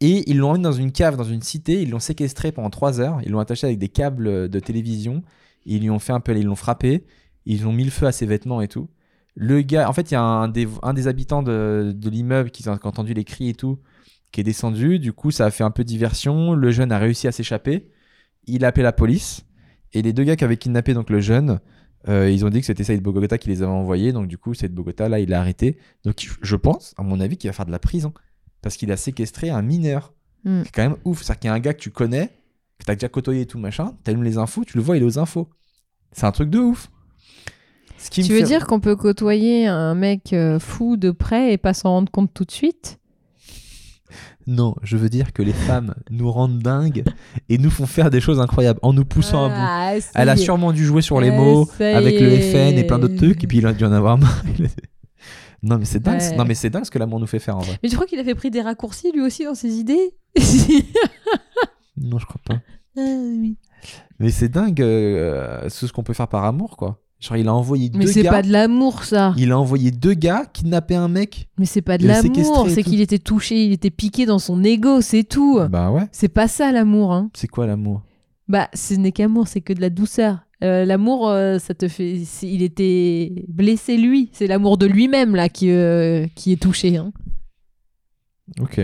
Speaker 1: Et ils l'ont emmené dans une cave, dans une cité. Ils l'ont séquestré pendant trois heures. Ils l'ont attaché avec des câbles de télévision. Ils lui ont fait un peu, ils l'ont frappé. Ils ont mis le feu à ses vêtements et tout. Le gars, en fait, il y a un des, un des habitants de, de l'immeuble qui a qui a entendu les cris et tout, qui est descendu. Du coup, ça a fait un peu diversion. Le jeune a réussi à s'échapper. Il a appelé la police. Et les deux gars qui avaient kidnappé donc le jeune, euh, ils ont dit que c'était Saïd Bogota qui les avait envoyés. Donc, du coup, Saïd Bogota, là, il l'a arrêté. Donc, je- je pense, à mon avis, qu'il va faire de la prison. Parce qu'il a séquestré un mineur.
Speaker 2: Mm.
Speaker 1: C'est quand même ouf. C'est-à-dire qu'il y a un gars que tu connais, que t'as déjà côtoyé et tout, machin. T'allumes les infos, tu le vois, il est aux infos. C'est un truc de ouf. Ce qui
Speaker 2: Tu
Speaker 1: me
Speaker 2: veux
Speaker 1: fait-
Speaker 2: dire qu'on peut côtoyer un mec euh, fou de près et pas s'en rendre compte tout de suite
Speaker 1: Non, je veux dire que les femmes nous rendent dingues et nous font faire des choses incroyables en nous poussant à bout.
Speaker 2: Ah, ça
Speaker 1: Elle a
Speaker 2: y est.
Speaker 1: sûrement dû jouer sur les
Speaker 2: Ah,
Speaker 1: mots
Speaker 2: ça y
Speaker 1: avec le
Speaker 2: est.
Speaker 1: FN et plein d'autres trucs, et puis il a dû en avoir marre. Il a- Non mais c'est dingue,
Speaker 2: Ouais.
Speaker 1: non mais c'est dingue ce que l'amour nous fait faire en vrai.
Speaker 2: Mais tu crois qu'il avait pris des raccourcis lui aussi dans ses idées
Speaker 1: Non je crois pas. Mais c'est dingue euh, ce ce qu'on peut faire par amour, quoi. Genre, il a envoyé
Speaker 2: Mais
Speaker 1: deux
Speaker 2: c'est
Speaker 1: gars.
Speaker 2: pas de l'amour, ça.
Speaker 1: Il a envoyé deux gars kidnapper un mec.
Speaker 2: Mais c'est pas de
Speaker 1: Il l'a séquestré
Speaker 2: l'amour.
Speaker 1: et
Speaker 2: C'est
Speaker 1: tout.
Speaker 2: qu'il était touché, il était piqué dans son ego, c'est tout.
Speaker 1: Bah ouais.
Speaker 2: C'est pas ça l'amour, hein.
Speaker 1: C'est quoi l'amour
Speaker 2: Bah, ce n'est qu'amour, c'est que de la douceur. Euh, l'amour, euh, ça te fait. c'est- Il était blessé lui. C'est l'amour de lui-même là qui, euh, qui est touché. hein.
Speaker 1: Ok.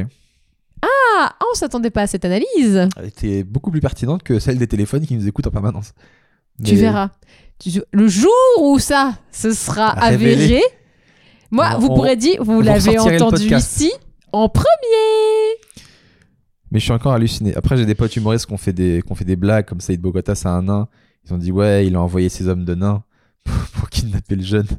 Speaker 2: Ah, on s'attendait pas à cette analyse.
Speaker 1: Elle était beaucoup plus pertinente que celle des téléphones qui nous écoutent en permanence.
Speaker 2: Tu
Speaker 1: Mais-
Speaker 2: verras. Tu- Le jour où ça, ce sera
Speaker 1: Révélé.
Speaker 2: avéré, moi,
Speaker 1: On-
Speaker 2: vous
Speaker 1: on-
Speaker 2: pourrez dire, vous
Speaker 1: on
Speaker 2: l'avez
Speaker 1: ressortirait le
Speaker 2: entendu
Speaker 1: podcast.
Speaker 2: ici en premier.
Speaker 1: Mais je suis encore halluciné. Après, j'ai des potes humoristes qui ont fait des, qui ont fait des blagues, comme Saïd Bogota, c'est un nain. Ils ont dit, ouais, il a envoyé ses hommes de nains pour, pour kidnapper le jeune.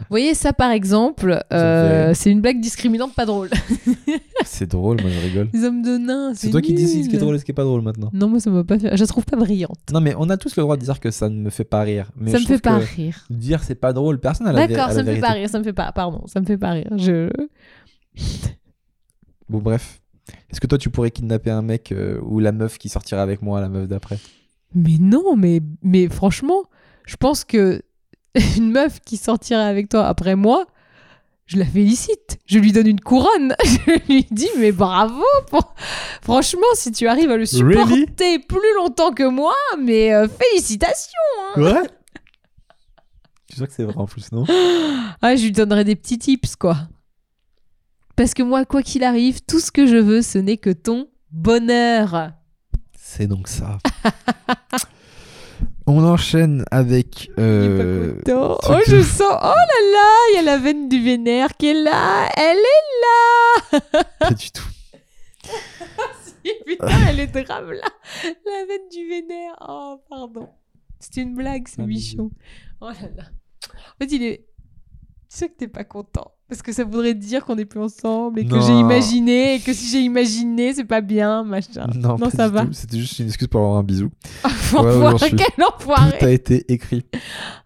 Speaker 2: Vous voyez ça par exemple, euh, c'est une blague discriminante pas drôle.
Speaker 1: C'est drôle, moi je rigole.
Speaker 2: Les hommes de nains, c'est
Speaker 1: C'est toi qui dis ce qui est
Speaker 2: nul.
Speaker 1: drôle et ce qui est pas drôle maintenant.
Speaker 2: Non, moi ça me pas fait- Je la trouve pas brillante.
Speaker 1: Non, mais on a tous le droit de dire que ça ne me fait pas rire. Mais
Speaker 2: ça
Speaker 1: je
Speaker 2: me fait
Speaker 1: trouve
Speaker 2: pas
Speaker 1: que
Speaker 2: rire.
Speaker 1: Dire c'est pas drôle, personne à la vé- à
Speaker 2: D'accord,
Speaker 1: la
Speaker 2: ça me fait
Speaker 1: vérité.
Speaker 2: pas rire, ça me fait pas, pardon, ça me fait pas rire. Je...
Speaker 1: Bon, bref. Est-ce que toi tu pourrais kidnapper un mec euh, ou la meuf qui sortira avec moi, la meuf d'après
Speaker 2: Mais non, mais, mais franchement, je pense que une meuf qui sortirait avec toi après moi, je la félicite, je lui donne une couronne, je lui dis mais bravo. pour- Franchement, si tu arrives à le supporter
Speaker 1: Really
Speaker 2: plus longtemps que moi, mais euh, félicitations.
Speaker 1: Ouais Tu sûr que c'est vrai en plus, non
Speaker 2: Ah, je lui donnerai des petits tips quoi. Parce que moi, quoi qu'il arrive, tout ce que je veux, ce n'est que ton bonheur.
Speaker 1: C'est donc ça. On enchaîne avec. euh,
Speaker 2: Il est pas content.
Speaker 1: truc
Speaker 2: Oh,
Speaker 1: de-
Speaker 2: je sens. Oh là là, il y a la veine du vénère qui est là. Elle est
Speaker 1: Pas du tout.
Speaker 2: là. Putain, elle est grave là. La veine du vénère. Oh, pardon. C'est une blague, ce
Speaker 1: Ah,
Speaker 2: bichon. Oh là là. En fait, il est. Je sais que t'es pas content. Parce que ça voudrait dire qu'on est plus ensemble et que j'ai
Speaker 1: Non.
Speaker 2: imaginé. Et que si j'ai imaginé, c'est pas bien, machin.
Speaker 1: Non, pas
Speaker 2: ça
Speaker 1: du
Speaker 2: va.
Speaker 1: tout. C'était juste une excuse pour avoir un bisou.
Speaker 2: Enfoiré,
Speaker 1: j'en suis-
Speaker 2: quel
Speaker 1: Tout
Speaker 2: enfoiré.
Speaker 1: a été écrit.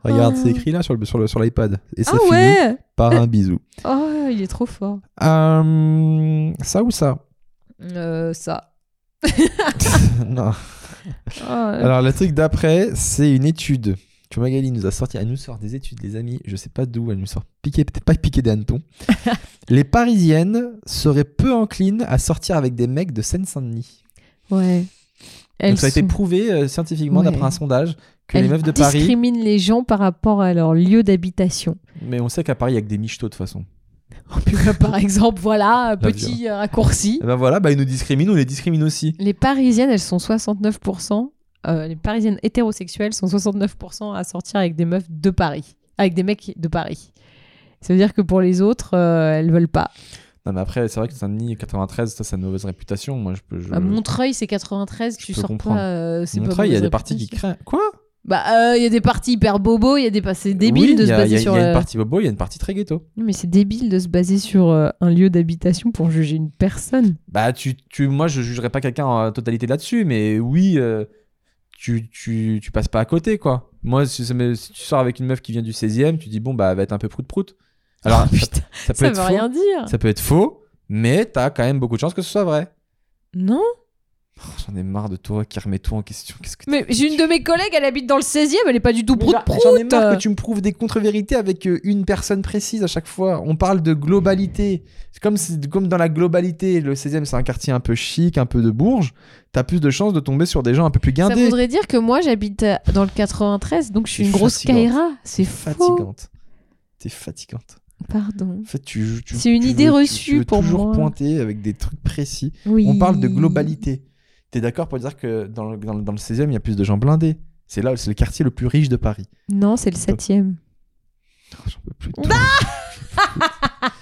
Speaker 1: Regarde,
Speaker 2: Ah.
Speaker 1: c'est écrit là sur le sur le sur l'iPad. Et ça
Speaker 2: Ah
Speaker 1: finit
Speaker 2: ouais.
Speaker 1: par un bisou.
Speaker 2: Oh, il est trop fort.
Speaker 1: Euh, ça ou ça
Speaker 2: Euh, ça.
Speaker 1: Non.
Speaker 2: Oh, là
Speaker 1: Alors le truc d'après, c'est une étude. Tu vois, Magali nous a sorti, elle nous sort des études, les amis. Je sais pas d'où, elle nous sort piqué, peut-être pas piqué des hannetons. les Parisiennes seraient peu enclines à sortir avec des mecs de Seine-Saint-Denis.
Speaker 2: Ouais.
Speaker 1: Donc, ça a été
Speaker 2: sont-
Speaker 1: prouvé euh, scientifiquement
Speaker 2: Ouais.
Speaker 1: d'après un sondage que les
Speaker 2: elles
Speaker 1: meufs de Paris.
Speaker 2: discriminent les gens par rapport à leur lieu d'habitation.
Speaker 1: Mais on sait qu'à Paris, il y a que des michetots de toute façon. Oh,
Speaker 2: par exemple, voilà, un
Speaker 1: La
Speaker 2: petit euh, raccourci.
Speaker 1: Et ben voilà, bah, ils nous discriminent, on les discrimine aussi.
Speaker 2: Les parisiennes, elles sont 69%. euh, les parisiennes hétérosexuelles sont 69% à sortir avec des meufs de Paris. Avec des mecs de Paris. Ça veut dire que pour les autres, euh, elles veulent pas.
Speaker 1: Non, mais après, c'est vrai que Saint-Denis, 93, ça, ça a une mauvaise réputation. Moi, je peux. Je...
Speaker 2: À Montreuil, c'est 93,
Speaker 1: Je
Speaker 2: tu
Speaker 1: peux
Speaker 2: sors
Speaker 1: comprendre.
Speaker 2: pas. euh, Ah, c'est pas
Speaker 1: Montreuil, il y a
Speaker 2: mauvaise
Speaker 1: des parties qui
Speaker 2: réputation.
Speaker 1: craignent. Quoi
Speaker 2: Bah, euh, il y a des parties hyper bobo, il y a des parties débiles
Speaker 1: Oui,
Speaker 2: de
Speaker 1: il y
Speaker 2: se
Speaker 1: a- il y
Speaker 2: baser
Speaker 1: a-
Speaker 2: sur.
Speaker 1: Il y a
Speaker 2: euh,
Speaker 1: une partie bobo, il y a une partie très ghetto.
Speaker 2: Non, mais c'est débile de se baser sur euh, un lieu d'habitation pour juger une personne.
Speaker 1: Bah, tu, tu, moi, je jugerais pas quelqu'un en totalité là-dessus, mais oui, euh, tu, tu, tu passes pas à côté, quoi. Moi, si, ça me- si tu sors avec une meuf qui vient du 16 e tu dis, bon, bah, elle va être un peu prout-prout. Alors, ça-
Speaker 2: Oh, putain,
Speaker 1: ça, peut
Speaker 2: Ça
Speaker 1: être
Speaker 2: veut
Speaker 1: faux,
Speaker 2: rien dire.
Speaker 1: ça peut être faux, mais t'as quand même beaucoup de chances que ce soit vrai.
Speaker 2: Non
Speaker 1: Oh, J'en ai marre de toi qui remets tout en question. Qu'est-ce que t'es-
Speaker 2: Mais j'ai une de mes collègues, elle habite dans le 16 e elle est pas du tout
Speaker 1: Mais j'en-
Speaker 2: prout-prout.
Speaker 1: J'en ai marre que tu me prouves des contre-vérités avec euh, une personne précise à chaque fois. On parle de globalité. C'est comme, si- comme dans la globalité, le 16e c'est un quartier un peu chic, un peu de bourge. T'as plus de chances de tomber sur des gens un peu plus
Speaker 2: Ça
Speaker 1: guindés.
Speaker 2: voudrait dire que moi, j'habite euh, dans le 93, donc je suis
Speaker 1: C'est
Speaker 2: une grosse
Speaker 1: fatigante.
Speaker 2: Kaira. C'est faux.
Speaker 1: Fatigante. T'es fatigante.
Speaker 2: Pardon.
Speaker 1: En fait, tu, tu-
Speaker 2: C'est une
Speaker 1: tu
Speaker 2: idée
Speaker 1: veux- tu-
Speaker 2: reçue
Speaker 1: tu veux
Speaker 2: pour
Speaker 1: toujours
Speaker 2: moi.
Speaker 1: pointer avec des trucs précis.
Speaker 2: Oui.
Speaker 1: On parle de globalité. T'es d'accord pour dire que dans le, dans le- dans le 16e, il y a plus de gens blindés. C'est là, c'est le quartier le plus riche de Paris.
Speaker 2: Non, c'est le 7 e
Speaker 1: Oh, J'en peux plus. de
Speaker 2: Bah
Speaker 1: toi.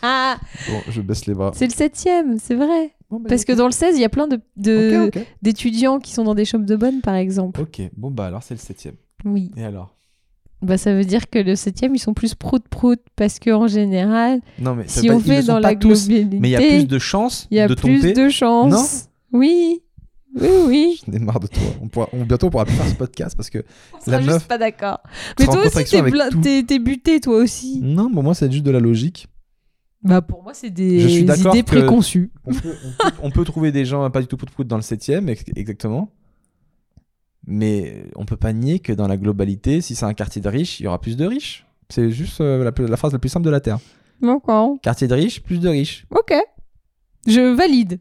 Speaker 2: Ah,
Speaker 1: Bon, je baisse les bras.
Speaker 2: c'est le 7 e c'est vrai.
Speaker 1: Bon, bah,
Speaker 2: Parce que dans le 16, il y a plein de- de-
Speaker 1: ok, ok.
Speaker 2: d'étudiants qui sont dans des chambres de bonne, par exemple.
Speaker 1: Ok, bon bah alors c'est le septième.
Speaker 2: Oui.
Speaker 1: Et alors
Speaker 2: Bah, ça veut dire que le 7 e ils sont plus prout-prout, parce que en général,
Speaker 1: Non mais ça
Speaker 2: si
Speaker 1: veut
Speaker 2: on
Speaker 1: pas- ils ne
Speaker 2: fait
Speaker 1: sont
Speaker 2: dans
Speaker 1: pas
Speaker 2: la
Speaker 1: tous,
Speaker 2: globalité,
Speaker 1: mais il y a plus de chances
Speaker 2: il y a
Speaker 1: de
Speaker 2: plus
Speaker 1: tomber.
Speaker 2: de chances. Oui, oui, oui.
Speaker 1: J'en ai marre de toi. On pourra, on, bientôt on pourra plus faire ce podcast parce que
Speaker 2: On
Speaker 1: sera La juste meuf
Speaker 2: pas d'accord.
Speaker 1: Mais sera en toi aussi, contradiction t'es avec blin- tout.
Speaker 2: t'es buté, toi aussi.
Speaker 1: non, bon moi c'est juste de la logique.
Speaker 2: Bah pour moi, c'est des
Speaker 1: Je suis d'accord
Speaker 2: idées
Speaker 1: que-
Speaker 2: préconçues.
Speaker 1: On peut, on peut- on peut trouver des gens pas du tout prout dans le 7ème, exactement. Mais on peut pas nier que dans la globalité, si c'est un quartier de riches, il y aura plus de riches. C'est juste euh, la, plus- la phrase la plus simple de la Terre.
Speaker 2: D'accord.
Speaker 1: Quartier de riches, plus de riches.
Speaker 2: Ok. Je valide.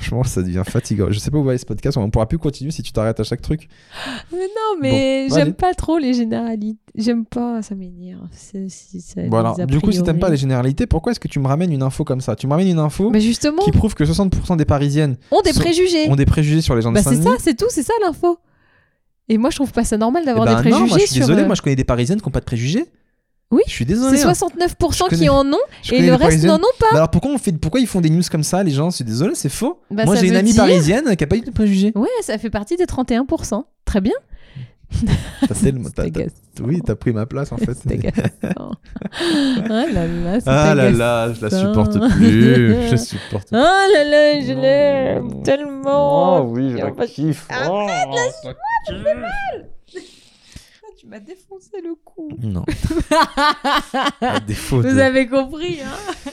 Speaker 1: Franchement, ça devient fatigant. Je sais pas où va aller ce podcast. On pourra plus continuer si tu t'arrêtes à chaque truc.
Speaker 2: Mais non, mais
Speaker 1: Bon,
Speaker 2: j'aime
Speaker 1: valide.
Speaker 2: pas trop les généralités. J'aime pas, ça m'énerve. C'est- c'est- c'est
Speaker 1: Bon, alors,
Speaker 2: des a
Speaker 1: du coup, si t'aimes
Speaker 2: priori.
Speaker 1: pas les généralités, pourquoi est-ce que tu me ramènes une info comme ça Tu me ramènes une info
Speaker 2: Mais justement,
Speaker 1: qui prouve que 60% des Parisiennes
Speaker 2: on des
Speaker 1: sont-
Speaker 2: préjugés.
Speaker 1: ont des préjugés sur les gens de
Speaker 2: Bah c'est
Speaker 1: Saint-Denis
Speaker 2: ça, c'est tout, c'est ça l'info. Et moi, je trouve pas ça normal
Speaker 1: Eh
Speaker 2: d'avoir
Speaker 1: ben
Speaker 2: des préjugés
Speaker 1: non, moi, je suis
Speaker 2: sur.
Speaker 1: désolé,
Speaker 2: euh,
Speaker 1: moi je connais des Parisiennes qui n'ont pas de préjugés.
Speaker 2: Oui,
Speaker 1: Je suis désolé.
Speaker 2: c'est
Speaker 1: hein.
Speaker 2: 69%
Speaker 1: Je
Speaker 2: qui
Speaker 1: connais-
Speaker 2: en ont
Speaker 1: Je
Speaker 2: et
Speaker 1: connais
Speaker 2: le
Speaker 1: des
Speaker 2: reste
Speaker 1: Parisiennes.
Speaker 2: n'en ont pas.
Speaker 1: Bah alors pourquoi on fait, pourquoi ils font des news comme ça les gens Je suis désolé, c'est faux.
Speaker 2: Bah,
Speaker 1: moi
Speaker 2: ça
Speaker 1: j'ai une
Speaker 2: veut
Speaker 1: amie
Speaker 2: dire-
Speaker 1: parisienne qui a pas eu de préjugés.
Speaker 2: Ouais, ça fait partie des 31%. Très bien.
Speaker 1: T'as tellement- t'as-
Speaker 2: C'est
Speaker 1: t'as-
Speaker 2: agaçant.
Speaker 1: oui, t'as pris ma place en fait.
Speaker 2: C'est agaçant. ah là là, c'est
Speaker 1: Ah là
Speaker 2: agaçant.
Speaker 1: là, je la
Speaker 2: agaçant.
Speaker 1: supporte plus. Je la supporte plus.
Speaker 2: Ah là là, je l'aime tellement.
Speaker 1: oui,
Speaker 2: Oh je la
Speaker 1: kiffe.
Speaker 2: Arrête, Ah, Tu m'as défoncé le cou.
Speaker 1: Non. À défaut. de-
Speaker 2: Vous avez compris, hein
Speaker 1: euh,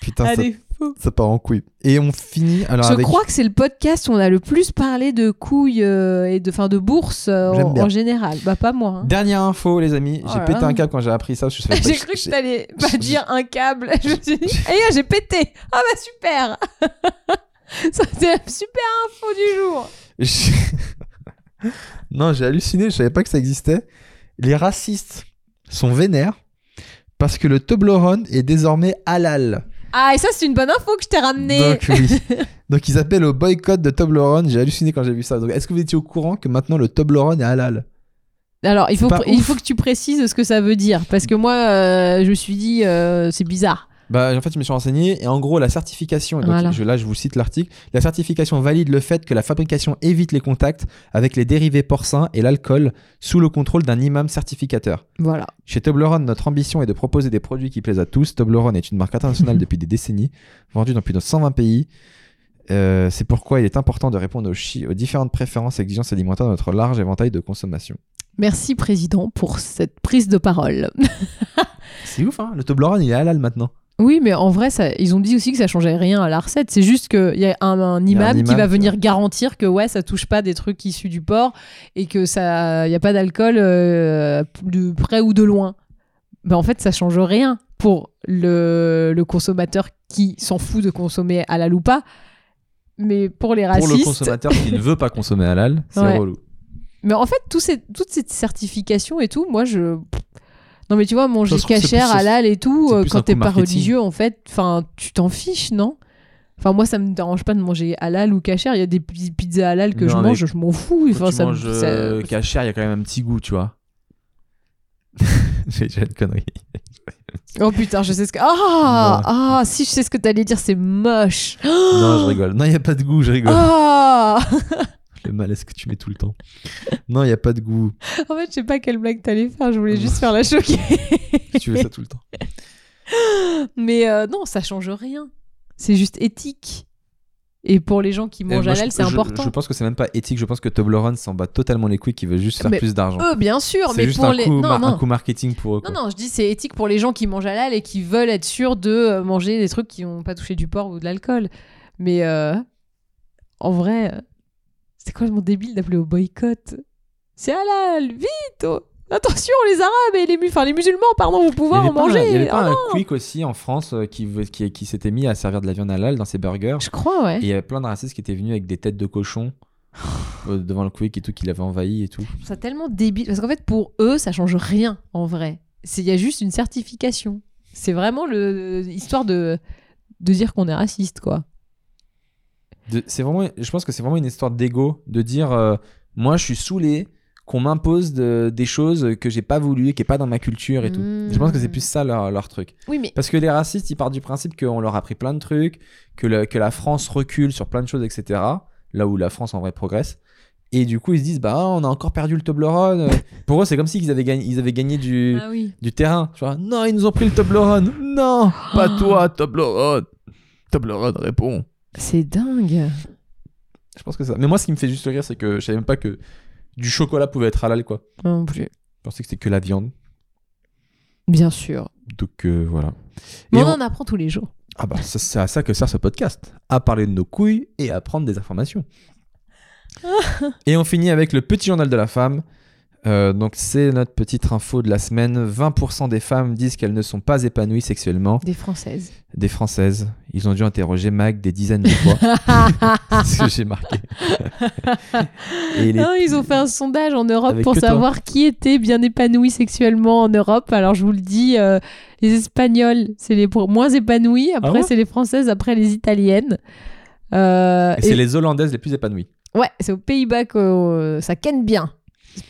Speaker 1: Putain, ça,
Speaker 2: Allez, fou.
Speaker 1: ça part en couille. Et on finit alors
Speaker 2: Je
Speaker 1: avec.
Speaker 2: crois que c'est le podcast où on a le plus parlé de couilles euh, et de, fin, de bourse euh,
Speaker 1: J'aime
Speaker 2: en,
Speaker 1: bien.
Speaker 2: en général. Bah, pas moi. hein.
Speaker 1: Dernière info, les amis.
Speaker 2: Oh
Speaker 1: J'ai
Speaker 2: là
Speaker 1: pété
Speaker 2: là.
Speaker 1: un câble quand j'ai appris ça. Je savais pas-
Speaker 2: J'ai cru que
Speaker 1: j'ai-
Speaker 2: t'allais pas
Speaker 1: j'ai-
Speaker 2: dire un câble. Je me suis dit, ah, j'ai pété. Ah bah super. Ça, C'était la super info du jour.
Speaker 1: J'ai- non, j'ai halluciné, je savais pas que ça existait. Les racistes sont vénères parce que le Toblerone est désormais halal.
Speaker 2: Ah, et ça, c'est une bonne info que je t'ai ramenée.
Speaker 1: Donc, oui. Donc ils appellent au boycott de Toblerone. J'ai halluciné quand j'ai vu ça. Donc est-ce que vous étiez au courant que maintenant le Toblerone est halal
Speaker 2: Alors, il
Speaker 1: C'est
Speaker 2: faut,
Speaker 1: pas
Speaker 2: pr- il
Speaker 1: ouf.
Speaker 2: faut que tu précises ce que ça veut dire. Parce que moi, euh, je me suis dit, euh, c'est bizarre.
Speaker 1: Bah en fait je me suis renseigné et en gros la certification, donc
Speaker 2: Voilà.
Speaker 1: je, là je vous cite l'article, la certification valide le fait que la fabrication évite les contacts avec les dérivés porcins et l'alcool sous le contrôle d'un imam certificateur.
Speaker 2: Voilà.
Speaker 1: Chez Toblerone, notre ambition est de proposer des produits qui plaisent à tous. Toblerone est une marque internationale depuis des décennies, vendue dans plus de 120 pays. Euh, c'est pourquoi il est important de répondre aux, chi- aux différentes préférences et exigences alimentaires de notre large éventail de consommation.
Speaker 2: Merci, Président, pour cette prise de parole.
Speaker 1: C'est ouf, hein Le Toblerone, il est halal maintenant.
Speaker 2: Oui, mais en vrai, ça- ils ont dit aussi que ça changeait rien à la recette. C'est juste qu'il y a un, un
Speaker 1: y a un
Speaker 2: imam qui
Speaker 1: imam
Speaker 2: va
Speaker 1: qui
Speaker 2: venir garantir que ouais, ça touche pas des trucs issus du porc et que ça, il y a pas d'alcool euh, de près ou de loin. Ben, en fait, ça change rien pour le, le consommateur qui s'en fout de consommer à la loupa. Mais pour les
Speaker 1: Pour le
Speaker 2: racistes,
Speaker 1: consommateur qui ne veut pas consommer halal, c'est
Speaker 2: Ouais.
Speaker 1: relou.
Speaker 2: mais en fait, tout ces, toutes ces certifications et tout, moi, je. Non, mais tu vois, manger
Speaker 1: Ça se trouve, c'est
Speaker 2: cachère,
Speaker 1: plus-
Speaker 2: halal et tout,
Speaker 1: c'est
Speaker 2: euh,
Speaker 1: plus un
Speaker 2: quand
Speaker 1: coup
Speaker 2: t'es pas
Speaker 1: marketing.
Speaker 2: religieux, en fait, enfin, tu t'en fiches, non Enfin, moi, ça me dérange pas de manger halal ou cachère. Il y a des pi- pizzas halal que
Speaker 1: Non,
Speaker 2: je
Speaker 1: mais
Speaker 2: mange, je m'en fous. Enfin, ça me- ça-
Speaker 1: euh, il y a quand même un petit goût, tu vois. J'ai déjà une connerie.
Speaker 2: Oh putain, je sais ce que. Ah Ah Si, je sais ce que t'allais dire, c'est moche
Speaker 1: Non, je rigole. Non, il n'y a pas de goût, je rigole.
Speaker 2: Ah
Speaker 1: Le malaise que tu mets tout le temps. Non, il n'y a pas de goût.
Speaker 2: En fait, je sais pas quelle blague t'allais faire, je voulais juste faire la choquer.
Speaker 1: tu fais ça tout le temps.
Speaker 2: Mais euh, non, ça change rien. C'est juste éthique. Et pour les gens qui
Speaker 1: Eh,
Speaker 2: mangent
Speaker 1: moi, je-
Speaker 2: halal, c'est
Speaker 1: je-
Speaker 2: important.
Speaker 1: Je pense que c'est même pas éthique. Je pense que Toblerone s'en bat totalement les couilles, qui veut juste faire
Speaker 2: Mais
Speaker 1: plus d'argent.
Speaker 2: Eux, bien sûr,
Speaker 1: C'est
Speaker 2: mais
Speaker 1: juste
Speaker 2: pour
Speaker 1: un,
Speaker 2: les.
Speaker 1: coup,
Speaker 2: non,
Speaker 1: mar- un
Speaker 2: non.
Speaker 1: coup marketing pour eux.
Speaker 2: non,
Speaker 1: quoi.
Speaker 2: non, je dis c'est éthique pour les gens qui mangent halal et qui veulent être sûrs de euh, manger des trucs qui n'ont pas touché du porc ou de l'alcool. Mais euh, en vrai, euh, c'est complètement débile d'appeler au boycott. C'est halal, vite oh. Attention, les Arabes et les, mu- enfin, les musulmans, pardon, vous pouvez
Speaker 1: Il y avait
Speaker 2: en
Speaker 1: pas-
Speaker 2: manger.
Speaker 1: Il y avait pas
Speaker 2: Ah,
Speaker 1: un quick aussi en France euh, qui, veut- qui, qui s'était mis à servir de la viande halal dans ses burgers.
Speaker 2: Je crois, ouais.
Speaker 1: Et il y avait plein de racistes qui étaient venus avec des têtes de cochon euh, devant le quick et tout, qu'il avait envahi et tout.
Speaker 2: Je trouve ça tellement débile. Parce qu'en fait, pour eux, ça change rien en vrai. C'est- Il y a juste une certification. C'est vraiment le, histoire de, de dire qu'on est raciste, quoi.
Speaker 1: De- C'est vraiment, je pense que c'est vraiment une histoire d'ego de dire euh, moi je suis saoulé qu'on m'impose de- des choses que j'ai pas voulu, qui est pas dans ma culture et tout. Je pense que c'est
Speaker 2: Mm.
Speaker 1: plus ça leur, leur truc.
Speaker 2: Oui, mais
Speaker 1: Parce que les racistes, ils partent du principe qu'on leur a pris plein de trucs, que, le- que la France recule sur plein de choses, etc. Là où la France en vrai progresse. Et du coup, ils se disent, bah, on a encore perdu le Toblerone. Pour eux, c'est comme si ils avaient gagné, ils avaient gagné du,
Speaker 2: Ah oui.
Speaker 1: du terrain. Tu vois, non, ils nous ont pris le Toblerone. Non,
Speaker 7: Pas toi, Toblerone. Toblerone répond.
Speaker 2: C'est dingue.
Speaker 1: je pense que ça. Mais moi, ce qui me fait juste rire, c'est que je savais même pas que du chocolat pouvait être halal, quoi.
Speaker 2: Non plus.
Speaker 1: Je pensais que c'était que la viande.
Speaker 2: Bien sûr.
Speaker 1: Donc euh, voilà.
Speaker 2: Mais
Speaker 1: Et
Speaker 2: on
Speaker 1: on-
Speaker 2: en apprend tous les jours.
Speaker 1: Ah bah ça- c'est à ça que sert ce podcast, à parler de nos couilles et à prendre des informations. et on finit avec le petit journal de la femme. Euh, donc c'est notre petite info de la semaine. 20% des femmes disent qu'elles ne sont pas épanouies sexuellement.
Speaker 2: Des Françaises.
Speaker 1: Des Françaises, ils ont dû interroger Mag des dizaines de fois. c'est ce que j'ai marqué. et les-
Speaker 2: Non, ils ont fait un sondage en Europe
Speaker 1: Avec
Speaker 2: pour
Speaker 1: que toi.
Speaker 2: savoir qui était bien épanoui sexuellement en Europe. Alors je vous le dis, euh, les Espagnols, c'est les pro- moins épanouis. Après,
Speaker 1: Ah ouais
Speaker 2: c'est les Françaises. Après, les Italiennes. Euh,
Speaker 1: et c'est
Speaker 2: et-
Speaker 1: les Hollandaises les plus épanouies.
Speaker 2: Ouais, c'est aux Pays-Bas que euh, ça ken bien.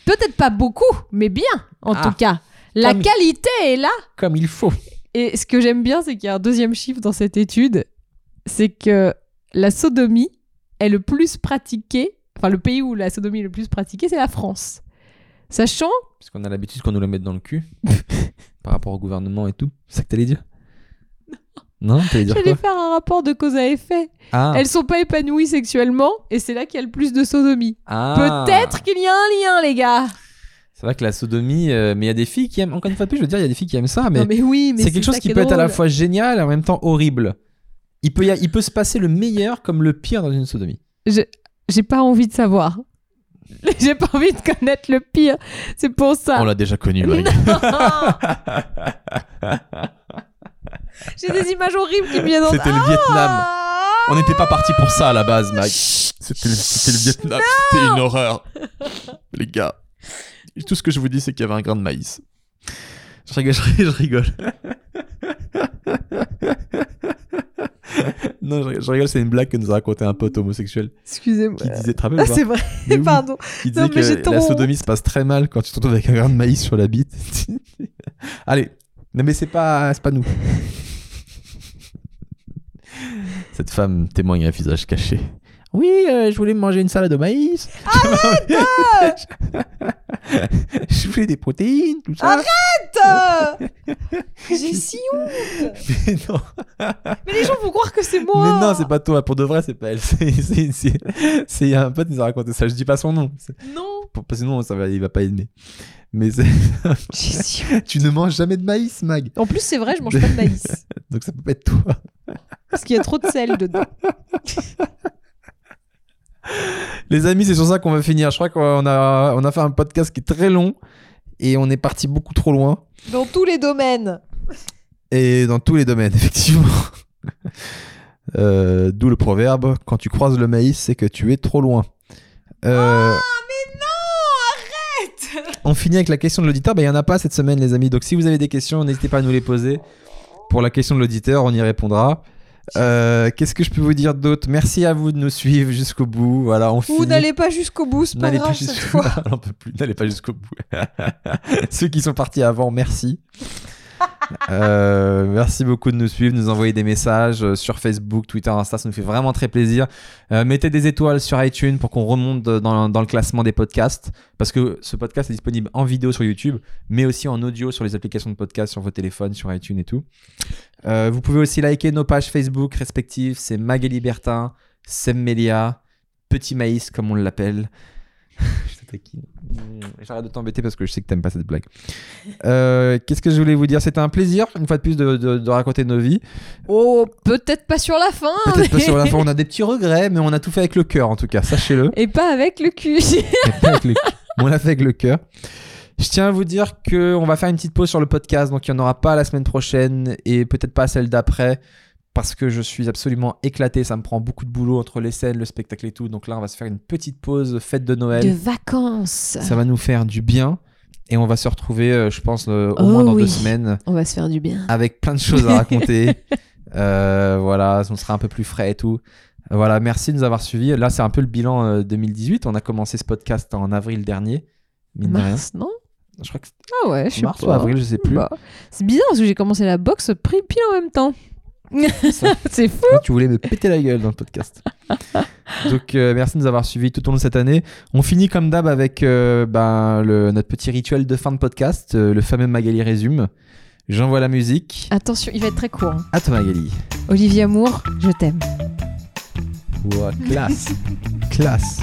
Speaker 2: Peut-être pas beaucoup, mais bien en
Speaker 1: Ah.
Speaker 2: tout cas. La
Speaker 1: Comme-
Speaker 2: qualité est là.
Speaker 1: Comme il faut.
Speaker 2: Et ce que j'aime bien, c'est qu'il y a un deuxième chiffre dans cette étude, c'est que la sodomie est le plus pratiquée, enfin le pays où la sodomie est le plus pratiquée, c'est la France. Sachant,
Speaker 1: Parce qu'on a l'habitude qu'on nous le mette dans le cul par rapport au gouvernement et tout. C'est ça que t'allais dire Non, t'allais dire
Speaker 2: j'allais
Speaker 1: quoi
Speaker 2: faire un rapport de cause à effet.
Speaker 1: Ah,
Speaker 2: Elles sont pas épanouies sexuellement, et c'est là qu'il y a le plus de sodomie.
Speaker 1: ah.
Speaker 2: Peut-être qu'il y a un lien, les gars.
Speaker 1: C'est vrai que la sodomie, euh, mais il y a des filles qui aiment. Encore une fois de plus, je veux dire, il y a des filles qui aiment ça, mais,
Speaker 2: non mais oui, mais
Speaker 1: c'est quelque chose
Speaker 2: ça
Speaker 1: qui
Speaker 2: est
Speaker 1: peut être à la
Speaker 2: drôle.
Speaker 1: fois génial et en même temps horrible. Il peut, y a- il peut se passer le meilleur comme le pire dans une sodomie.
Speaker 2: J'ai pas envie de savoir. J'ai pas envie de connaître le pire. C'est pour ça.
Speaker 1: Oh
Speaker 3: On l'a déjà connu, Mag.
Speaker 2: J'ai des images horribles qui me viennent en
Speaker 1: C'était le Vietnam.
Speaker 2: Ah
Speaker 1: On n'était pas parti pour ça à la base, Mike.
Speaker 3: C'était le, c'était le Vietnam, c'était une horreur. Les gars, tout ce que je vous dis, c'est qu'il y avait un grain de maïs.
Speaker 1: Je rigole, je rigole, je rigole. non, je rigole, je rigole, c'est une blague que nous a raconté un pote homosexuel
Speaker 2: Excusez-moi.
Speaker 1: qui disait, te rappelles
Speaker 2: Ah,
Speaker 1: ou pas
Speaker 2: c'est vrai,
Speaker 1: Mais oui,
Speaker 2: pardon.
Speaker 1: Qui disait
Speaker 2: Non, mais j'ai
Speaker 1: que la
Speaker 2: trop
Speaker 1: sodomie se passe très mal quand tu te retrouves avec un grain de maïs sur la bite. Allez, non mais c'est pas, c'est pas nous. Cette femme témoigne à visage caché. Oui, euh, je voulais manger une salade au maïs. Arrête Je voulais des protéines, tout ça.
Speaker 2: Putain J'ai si honte.
Speaker 1: Mais non.
Speaker 2: Mais les gens vont croire que c'est moi.
Speaker 1: Mais non, c'est pas toi. Pour de vrai, c'est pas elle. C'est- C'est c'est- c'est un pote qui nous a raconté ça. Je dis pas son nom. C'est-
Speaker 2: Non,
Speaker 1: pour- Parce que sinon, ça va, il va pas aimer. Mais c'est-
Speaker 2: j'ai si
Speaker 1: tu ne manges jamais de maïs, Mag.
Speaker 2: honte. En plus, c'est vrai, je mange pas de maïs.
Speaker 1: Donc ça peut pas être toi.
Speaker 2: Parce qu'il y a trop de sel dedans.
Speaker 1: Les amis, c'est sur ça qu'on va finir. Je crois qu'on a, on a fait un podcast qui est très long et on est parti beaucoup trop loin.
Speaker 2: Dans tous les domaines.
Speaker 1: Et dans tous les domaines, effectivement. Euh, D'où le proverbe quand tu croises le maïs, c'est que tu es trop loin. Euh, on finit avec la question de l'auditeur. Ben, Il y n'y en a pas cette semaine, les amis. Donc, si vous avez des questions, n'hésitez pas à nous les poser. Pour la question de l'auditeur, on y répondra. Euh, Qu'est-ce que je peux vous dire d'autre Merci à vous de nous suivre jusqu'au bout. Voilà, on
Speaker 2: Ou
Speaker 1: finit.
Speaker 2: n'allez pas jusqu'au bout, c'est pas
Speaker 1: N'allez
Speaker 2: grave
Speaker 1: pas
Speaker 2: cette
Speaker 1: jusqu'au
Speaker 2: fois.
Speaker 1: Ah, on en peut plus. N'allez pas jusqu'au bout. Ceux qui sont partis avant, merci. Euh, merci beaucoup de nous suivre, de nous envoyer des messages euh, sur Facebook, Twitter, Insta, ça nous fait vraiment très plaisir. Euh, mettez des étoiles sur iTunes pour qu'on remonte euh, dans, dans le classement des podcasts, parce que ce podcast est disponible en vidéo sur YouTube, mais aussi en audio sur les applications de podcast, sur vos téléphones, sur iTunes et tout. Euh, vous pouvez aussi liker nos pages Facebook respectives, c'est Magali Bertin, Semmelia, Petit Maïs comme on l'appelle. Je te taquine. Mm, J'arrête de t'embêter parce que je sais que t'aimes pas cette blague. Euh, Qu'est-ce que je voulais vous dire C'était un plaisir, une fois de plus, de, de- de raconter nos vies.
Speaker 2: Oh, peut-être pas sur la fin.
Speaker 1: Peut-être pas
Speaker 2: mais-
Speaker 1: sur la fin, on a des petits regrets, mais on a tout fait avec le cœur, en tout cas, sachez-le.
Speaker 2: Et pas avec le cul.
Speaker 1: Pas avec le- on l'a fait avec le cœur. Je tiens à vous dire que on va faire une petite pause sur le podcast, donc il n'y en aura pas la semaine prochaine et peut-être pas celle d'après, parce que je suis absolument éclaté, ça me prend beaucoup de boulot entre les scènes, le spectacle et tout. Donc là, on va se faire une petite pause fête de Noël.
Speaker 2: De vacances.
Speaker 1: Ça va nous faire du bien. Et on va se retrouver, euh, je pense, euh, au
Speaker 2: Oh
Speaker 1: moins dans
Speaker 2: oui.
Speaker 1: deux semaines,
Speaker 2: On va se faire du bien.
Speaker 1: avec plein de choses à raconter. Euh, voilà, on sera un peu plus frais et tout. Voilà, merci de nous avoir suivis. Là, c'est un peu le bilan euh, 2018. On a commencé ce podcast en avril dernier. Mine de rien.
Speaker 2: Mars, non
Speaker 1: Je crois que c'était
Speaker 2: Ah ouais, je sais
Speaker 1: mars
Speaker 2: pas.
Speaker 1: ou avril, je sais plus.
Speaker 2: Bah, c'est bizarre parce que j'ai commencé la boxe pris pile en même temps. c'est fou.
Speaker 1: tu voulais me péter la gueule dans le podcast. Donc, euh, merci de nous avoir suivis tout au long de cette année. On finit comme d'hab avec euh, ben, le- notre petit rituel de fin de podcast, euh, le fameux Magali résume. J'envoie la musique.
Speaker 2: Attention, il va être très court. hein.
Speaker 1: À toi, Magali.
Speaker 2: Olivier Amour, je t'aime.
Speaker 1: Ouah, classe. classe.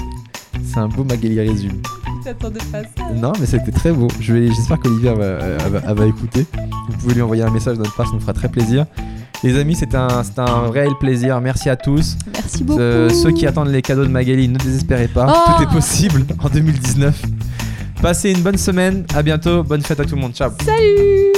Speaker 1: C'est un beau Magali résume.
Speaker 6: T'attendais pas ça.
Speaker 1: Non, mais c'était très beau. Je vais- J'espère qu'Olivia va, elle va- elle va écouter. Vous pouvez lui envoyer un message de notre part, ça nous fera très plaisir. Les amis, c'était un, c'était un réel plaisir. Merci à tous.
Speaker 6: Merci beaucoup.
Speaker 1: Euh, ceux qui attendent les cadeaux de Magali, ne désespérez pas.
Speaker 6: Oh
Speaker 1: Tout est possible en 2019. Passez une bonne semaine. À bientôt. Bonne fête à tout le monde. Ciao.
Speaker 6: Salut